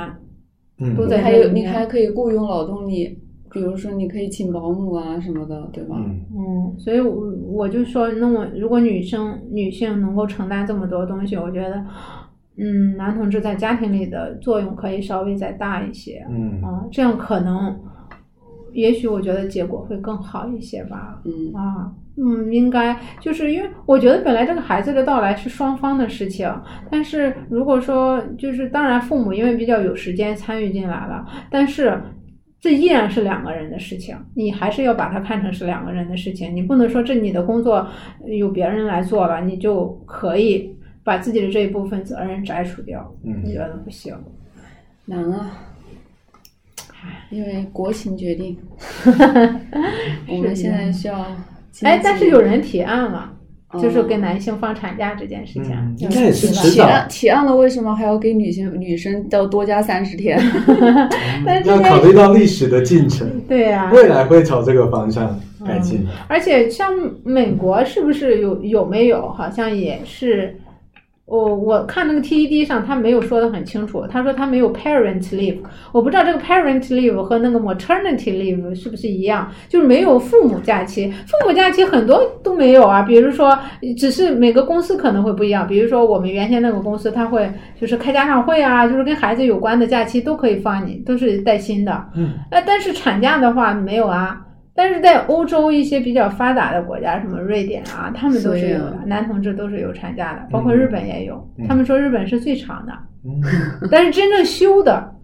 [SPEAKER 1] 嗯
[SPEAKER 2] 都
[SPEAKER 3] 你
[SPEAKER 2] 在
[SPEAKER 3] 还
[SPEAKER 2] 这
[SPEAKER 3] 有
[SPEAKER 2] 里
[SPEAKER 3] 你
[SPEAKER 2] 面
[SPEAKER 3] 还可以雇佣劳动力，比如说你可以请保姆啊什么的，对吧？
[SPEAKER 1] 嗯
[SPEAKER 2] 嗯，所以我我就说，那么如果女生女性能够承担这么多东西，我觉得，嗯，男同志在家庭里的作用可以稍微再大一些，
[SPEAKER 1] 嗯
[SPEAKER 2] 啊、这样可能，也许我觉得结果会更好一些吧，
[SPEAKER 3] 嗯，
[SPEAKER 2] 啊。嗯，应该就是因为我觉得本来这个孩子的到来是双方的事情，但是如果说就是当然父母因为比较有时间参与进来了，但是这依然是两个人的事情，你还是要把它看成是两个人的事情，你不能说这你的工作呃由别人来做了，你就可以把自己的这一部分责任摘除掉，
[SPEAKER 1] 嗯
[SPEAKER 2] 你觉得不行？
[SPEAKER 3] 难啊，因为国情决定，我们现在需要经济。
[SPEAKER 2] 哎，但是有人提案了，
[SPEAKER 3] 嗯
[SPEAKER 2] 就是给男性放产假这件事情，
[SPEAKER 1] 嗯应该也是
[SPEAKER 2] 对吧
[SPEAKER 1] 迟
[SPEAKER 3] 提
[SPEAKER 1] 早
[SPEAKER 3] 案提案了，为什么还要给女性女生要多加三十天？
[SPEAKER 2] 但是
[SPEAKER 1] 要
[SPEAKER 2] 应该
[SPEAKER 1] 考虑到历史的进程，
[SPEAKER 2] 对呀、
[SPEAKER 1] 未来会朝这个方向改进。
[SPEAKER 2] 而且像美国是不是有有没有？好像也是，我、我看那个 TED 上他没有说的很清楚，他说他没有 parent leave，我不知道这个 parent leave 和那个 maternity leave 是不是一样，就是没有父母假期。父母假期很多都没有啊，比如说，只是每个公司可能会不一样，比如说我们原先那个公司，他会就是开家长会啊，就是跟孩子有关的假期都可以放你，都是带薪的。
[SPEAKER 1] 嗯
[SPEAKER 2] 呃，但是产假的话没有啊。但是在欧洲一些比较发达的国家，什么瑞典啊，他们都是有
[SPEAKER 3] 所以
[SPEAKER 2] 的
[SPEAKER 3] 啊，
[SPEAKER 2] 男同志都是有产假的，包括日本也有。
[SPEAKER 1] 嗯
[SPEAKER 2] 他们说日本是最长的，
[SPEAKER 1] 嗯，
[SPEAKER 2] 但是真正休的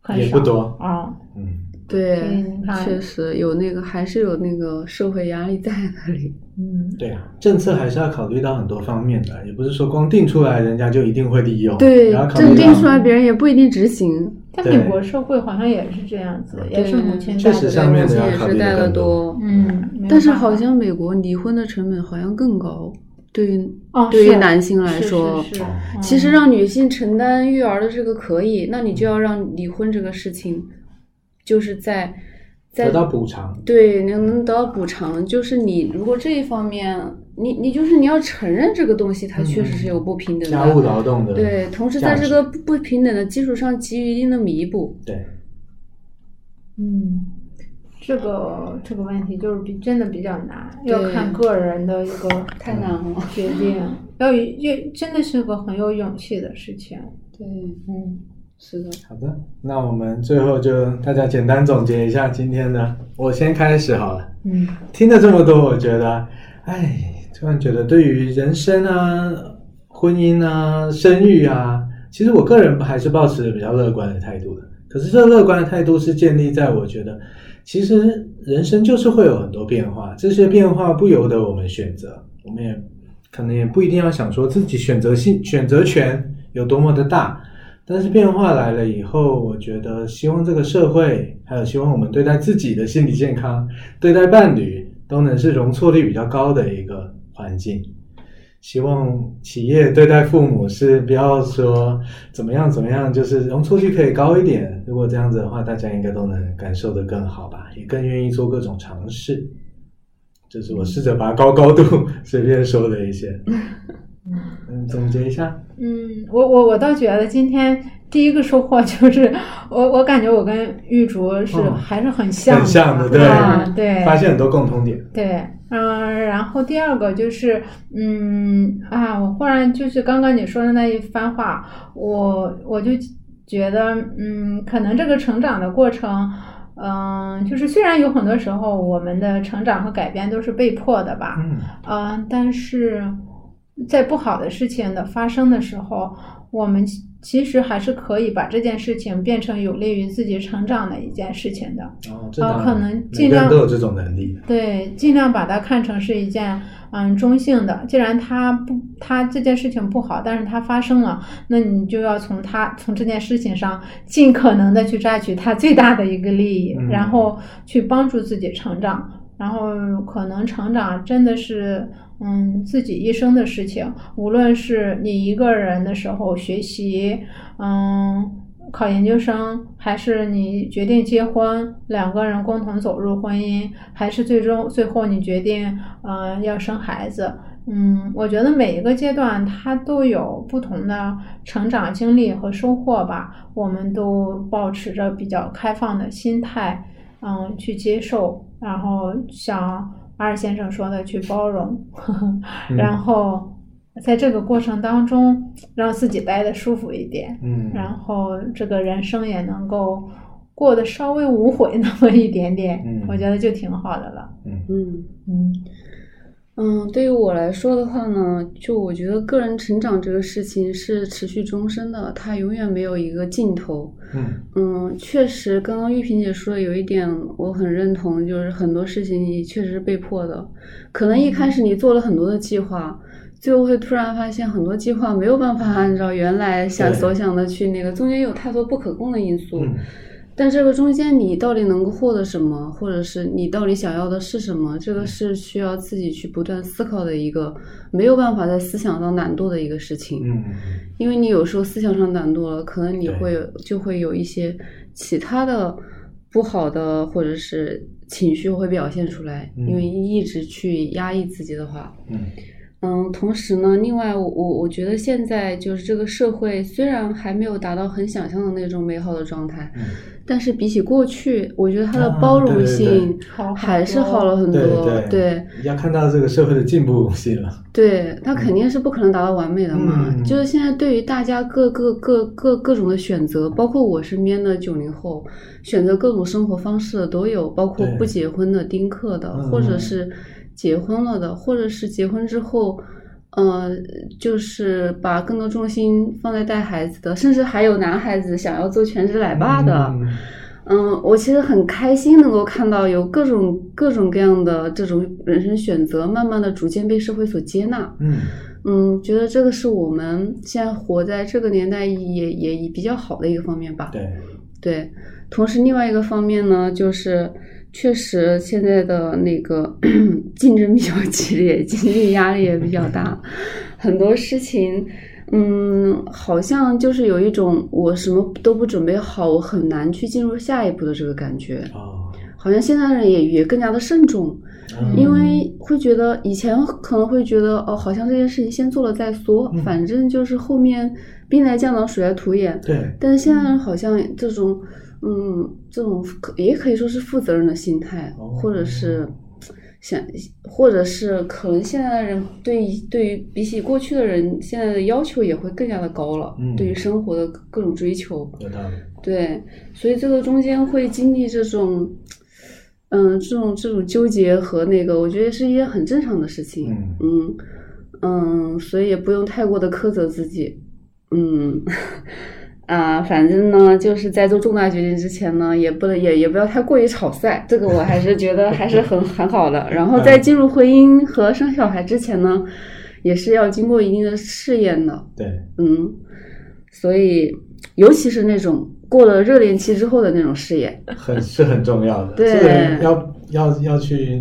[SPEAKER 2] 很少。
[SPEAKER 1] 也不多。
[SPEAKER 2] 啊、
[SPEAKER 1] 嗯，
[SPEAKER 3] 对
[SPEAKER 2] 所以你看
[SPEAKER 3] 确实有那个，还是有那个社会压力在那里。
[SPEAKER 2] 嗯，
[SPEAKER 1] 对啊，政策还是要考虑到很多方面的，也不是说光定出来人家就一定会利用。
[SPEAKER 3] 对
[SPEAKER 1] 也要，考
[SPEAKER 3] 这
[SPEAKER 1] 虑
[SPEAKER 3] 定出
[SPEAKER 1] 到。
[SPEAKER 3] 来别人也不一定执行。
[SPEAKER 2] 在
[SPEAKER 1] 对
[SPEAKER 2] 美国社会好像也是这样子，也是母亲带
[SPEAKER 1] 确实
[SPEAKER 2] 的
[SPEAKER 1] 上面的要
[SPEAKER 3] 也
[SPEAKER 1] 考
[SPEAKER 3] 是
[SPEAKER 1] 虑
[SPEAKER 3] 带
[SPEAKER 1] 的
[SPEAKER 3] 的
[SPEAKER 1] 更多。
[SPEAKER 3] 多，
[SPEAKER 2] 嗯，没有
[SPEAKER 3] 但是
[SPEAKER 2] 办法
[SPEAKER 3] 好像美国离婚的成本好像更高，对于
[SPEAKER 2] 哦，
[SPEAKER 3] 对于
[SPEAKER 2] 是
[SPEAKER 3] 男性来
[SPEAKER 2] 是是
[SPEAKER 3] 说，哦
[SPEAKER 2] 是嗯
[SPEAKER 3] 其实让女性承担育儿的这个可以，那你就要让离婚这个事情，就是在在
[SPEAKER 4] 得到补偿。
[SPEAKER 3] 对能能得到补偿，就是你如果这一方面，你你就是你要承认这个东西，它确实是有不平等
[SPEAKER 1] 家务
[SPEAKER 3] 的。
[SPEAKER 1] 劳动的，
[SPEAKER 3] 对，同时在这个不不平等的基础上给予一定的弥补。
[SPEAKER 1] 对，
[SPEAKER 2] 嗯，这个这个问题就是比真的比较难，要
[SPEAKER 3] 对
[SPEAKER 2] 看个人的一个
[SPEAKER 3] 太难了。
[SPEAKER 2] 决定，要有也真的是个很有勇气的事情。
[SPEAKER 3] 对，
[SPEAKER 2] 嗯，
[SPEAKER 3] 是的。
[SPEAKER 1] 好的，那我们最后就大家简单总结一下今天的，我先开始好了。
[SPEAKER 2] 嗯，
[SPEAKER 1] 听了这么多，我觉得，哎，突然觉得对于人生啊、婚姻啊、生育啊，其实我个人还是保持着比较乐观的态度的。可是这乐观的态度是建立在我觉得，其实人生就是会有很多变化，这些变化不由得我们选择，我们也可能也不一定要想说自己选择性选择权有多么的大，但是变化来了以后，我觉得希望这个社会，还有希望我们对待自己的心理健康、对待伴侣，都能是容错率比较高的一个环境。希望企业对待父母是不要说怎么样怎么样，就是容错率可以高一点。如果这样子的话，大家应该都能感受得更好吧，也更愿意做各种尝试。这是我试着拔高高度 随便说的一 些。嗯，总结一下，
[SPEAKER 2] 嗯，我我我倒觉得今天第一个收获就是，我我感觉我跟玉竹是、
[SPEAKER 1] 嗯
[SPEAKER 2] 还是很像的，
[SPEAKER 1] 很像的对
[SPEAKER 2] 啊对，
[SPEAKER 1] 发现很多共通点。
[SPEAKER 2] 对，嗯，然后第二个就是，嗯啊，我忽然就是刚刚你说的那一番话，我我就觉得，嗯，可能这个成长的过程，嗯，就是虽然有很多时候我们的成长和改变都是被迫的吧，
[SPEAKER 1] 嗯。
[SPEAKER 2] 嗯，但是在不好的事情的发生的时候，我们其其实还是可以把这件事情变成有利于自己成长的一件事情的。
[SPEAKER 1] 哦，这
[SPEAKER 2] 呃
[SPEAKER 1] 当然
[SPEAKER 2] 可能
[SPEAKER 1] 每
[SPEAKER 2] 尽
[SPEAKER 1] 个人
[SPEAKER 2] 量
[SPEAKER 1] 都有这种能力。
[SPEAKER 2] 对，尽量把它看成是一件嗯中性的。既然它不，它这件事情不好，但是它发生了，那你就要从它从这件事情上 尽可能的去榨取它最大的一个利益，
[SPEAKER 1] 嗯
[SPEAKER 2] 然后去帮助自己成长。然后可能成长真的是，嗯，自己一生的事情。无论是你一个人的时候学习，嗯，考研究生，还是你决定结婚，两个人共同走入婚姻，还是最终最后你决定，呃，要生孩子。嗯，我觉得每一个阶段它都有不同的成长经历和收获吧。我们都保持着比较开放的心态，嗯，去接受，然后像二先生说的去包容，呵呵
[SPEAKER 1] 嗯
[SPEAKER 2] 然后在这个过程当中让自己待的舒服一点，
[SPEAKER 4] 嗯，
[SPEAKER 2] 然后这个人生也能够过得稍微无悔那么一点点，
[SPEAKER 4] 嗯
[SPEAKER 2] 我觉得就挺好的了。
[SPEAKER 3] 嗯。
[SPEAKER 2] 嗯
[SPEAKER 3] 嗯，对于我来说的话呢，就我觉得个人成长这个事情是持续终身的，它永远没有一个尽头。
[SPEAKER 4] 嗯
[SPEAKER 3] 嗯，确实，刚刚玉萍姐说的有一点我很认同，就是很多事情你确实是被迫的，可能一开始你做了很多的计划，最后会突然发现很多计划没有办法按照原来想
[SPEAKER 4] 对
[SPEAKER 3] 所想的去那个，中间有太多不可控的因素。
[SPEAKER 4] 嗯
[SPEAKER 3] 但这个中间你到底能够获得什么，或者是你到底想要的是什么，这
[SPEAKER 4] 嗯
[SPEAKER 3] 个是需要自己去不断思考的一个，没有办法在思想上懒惰的一个事情。
[SPEAKER 4] 嗯
[SPEAKER 3] 因为你有时候思想上懒惰了，可能你
[SPEAKER 4] 对
[SPEAKER 3] 会有就会有一些其他的不好的或者是情绪会表现出来，
[SPEAKER 4] 嗯
[SPEAKER 3] 因为一直去压抑自己的话，
[SPEAKER 4] 嗯
[SPEAKER 3] 嗯，同时呢，另外我我我觉得现在就是这个社会虽然还没有达到很想象的那种美好的状态，
[SPEAKER 4] 嗯
[SPEAKER 3] 但是比起过去，我觉得它的
[SPEAKER 4] 啊
[SPEAKER 3] 包
[SPEAKER 4] 对
[SPEAKER 3] 容
[SPEAKER 4] 对对
[SPEAKER 3] 性
[SPEAKER 2] 好很
[SPEAKER 3] 还是
[SPEAKER 2] 多
[SPEAKER 3] 好了很多。
[SPEAKER 4] 对要看到这个社会的进步性了。
[SPEAKER 3] 对，它肯定是不可能达到完美的嘛。
[SPEAKER 4] 嗯
[SPEAKER 3] 就是现在对于大家各各各各各种的选择，包括我身边的九零后，选择各种生活方式的都有，包括
[SPEAKER 4] 对
[SPEAKER 3] 不结婚的、丁克的，
[SPEAKER 4] 嗯
[SPEAKER 3] 或者是结婚了的，或者是结婚之后。呃，就是把更多重心放在带孩子的，甚至还有男孩子想要做全职奶爸的，
[SPEAKER 4] 嗯
[SPEAKER 3] 嗯，我其实很开心能够看到有各种各种各样的这种人生选择，慢慢的逐渐被社会所接纳。
[SPEAKER 4] 嗯
[SPEAKER 3] 嗯，觉得这个是我们现在活在这个年代也也也比较好的一个方面吧。
[SPEAKER 4] 对，
[SPEAKER 3] 对，同时另外一个方面呢，就是确实现在的那个 竞争比较激烈，经济压力也比较大，很多事情，嗯，好像就是有一种我什么都不准备好，我很难去进入下一步的这个感觉。
[SPEAKER 4] 哦，
[SPEAKER 3] 好像现在人也也更加的慎重，
[SPEAKER 4] 嗯
[SPEAKER 3] 因为会觉得以前可能会觉得哦，好像这件事情先做了再说，
[SPEAKER 4] 嗯
[SPEAKER 3] 反正就是后面兵来将挡，水来土掩。
[SPEAKER 4] 对，
[SPEAKER 3] 但是现
[SPEAKER 4] 嗯
[SPEAKER 3] 在好像这种，嗯，这种可也可以说是负责任的心态，
[SPEAKER 4] 哦
[SPEAKER 3] 或者是想，或者是可能现在的人对于对于比起过去的人，现在的要求也会更加的高了，
[SPEAKER 4] 嗯
[SPEAKER 3] 对于生活的各种追求，
[SPEAKER 4] 有道理。
[SPEAKER 3] 对，所以这个中间会经历这种，嗯，这种这种纠结和那个，我觉得是一件很正常的事情，
[SPEAKER 4] 嗯
[SPEAKER 3] 嗯嗯，所以也不用太过的苛责自己。嗯 啊，反正呢，就是在做重大决定之前呢，也不能也也不要太过于草率，这个我还是觉得还是很很好的。然后在进入婚姻和生小孩之前呢，也是要经过一定的试验的。
[SPEAKER 4] 对，
[SPEAKER 3] 嗯，所以尤其是那种过了热恋期之后的那种试验，
[SPEAKER 4] 很是很重要的，
[SPEAKER 3] 对
[SPEAKER 4] 这个要要要去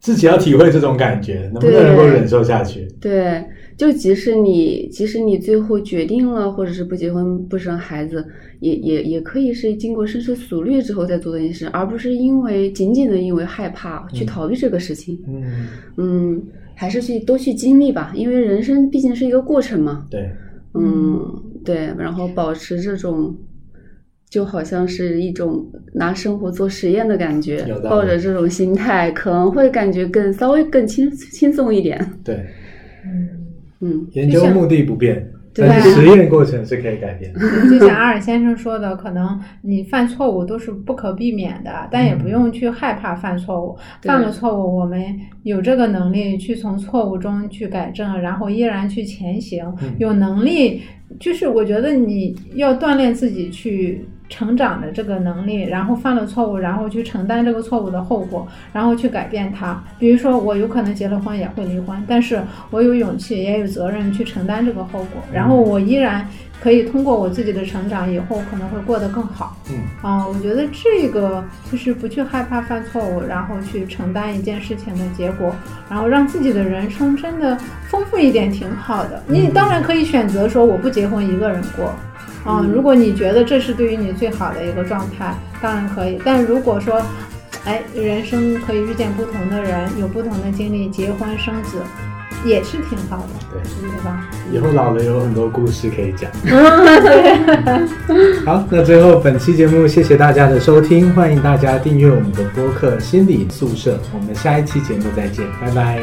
[SPEAKER 4] 自己要体会这种感觉，能不能能够忍受下去？
[SPEAKER 3] 对，就即使你即使你最后决定了，或者是不结婚不生孩子，也也也可以是经过深思熟虑之后再做这件事，而不是因为仅仅的因为害怕去
[SPEAKER 4] 嗯
[SPEAKER 3] 逃避这个事情。
[SPEAKER 4] 嗯，
[SPEAKER 3] 嗯，还是去多去经历吧，因为人生毕竟是一个过程嘛。
[SPEAKER 4] 对，
[SPEAKER 3] 嗯，对，然后保持这种，就好像是一种拿生活做实验的感觉
[SPEAKER 4] 有道，理
[SPEAKER 3] 抱着这种心态，可能会感觉更稍微更轻轻松一点。
[SPEAKER 4] 对，
[SPEAKER 2] 嗯。
[SPEAKER 3] 嗯，
[SPEAKER 4] 研究目的不变，
[SPEAKER 3] 对啊
[SPEAKER 4] 但是实验过程是可以改变的。
[SPEAKER 2] 就像阿尔先生说的，可能你犯错误都是不可避免的，但也不用去害怕犯错误。
[SPEAKER 3] 对
[SPEAKER 2] 犯了错误，我们有这个能力去从错误中去改正，然后依然去前行
[SPEAKER 4] 嗯。
[SPEAKER 2] 有能力，就是我觉得你要锻炼自己去成长的这个能力，然后犯了错误，然后去承担这个错误的后果，然后去改变它。比如说，我有可能结了婚也会离婚，但是我有勇气也有责任去承担这个后果，然后我依然可以通过我自己的成长，以后可能会过得更好。
[SPEAKER 4] 嗯
[SPEAKER 2] 啊，我觉得这个就是不去害怕犯错误，然后去承担一件事情的结果，然后让自己的人生真的丰富一点，挺好的。你当然可以选择说我不结婚，一个人过。啊，
[SPEAKER 3] 嗯
[SPEAKER 2] 如果你觉得这是对于你最好的一个状态，当然可以。但如果说，哎，人生可以遇见不同的人，有不同的经历，结婚生子，也是挺好的，
[SPEAKER 4] 对，
[SPEAKER 2] 对吧？
[SPEAKER 4] 以后老了有很多故事可以讲。
[SPEAKER 1] 好，那最后本期节目谢谢大家的收听，欢迎大家订阅我们的播客《心理宿舍》，我们下一期节目再见，拜拜。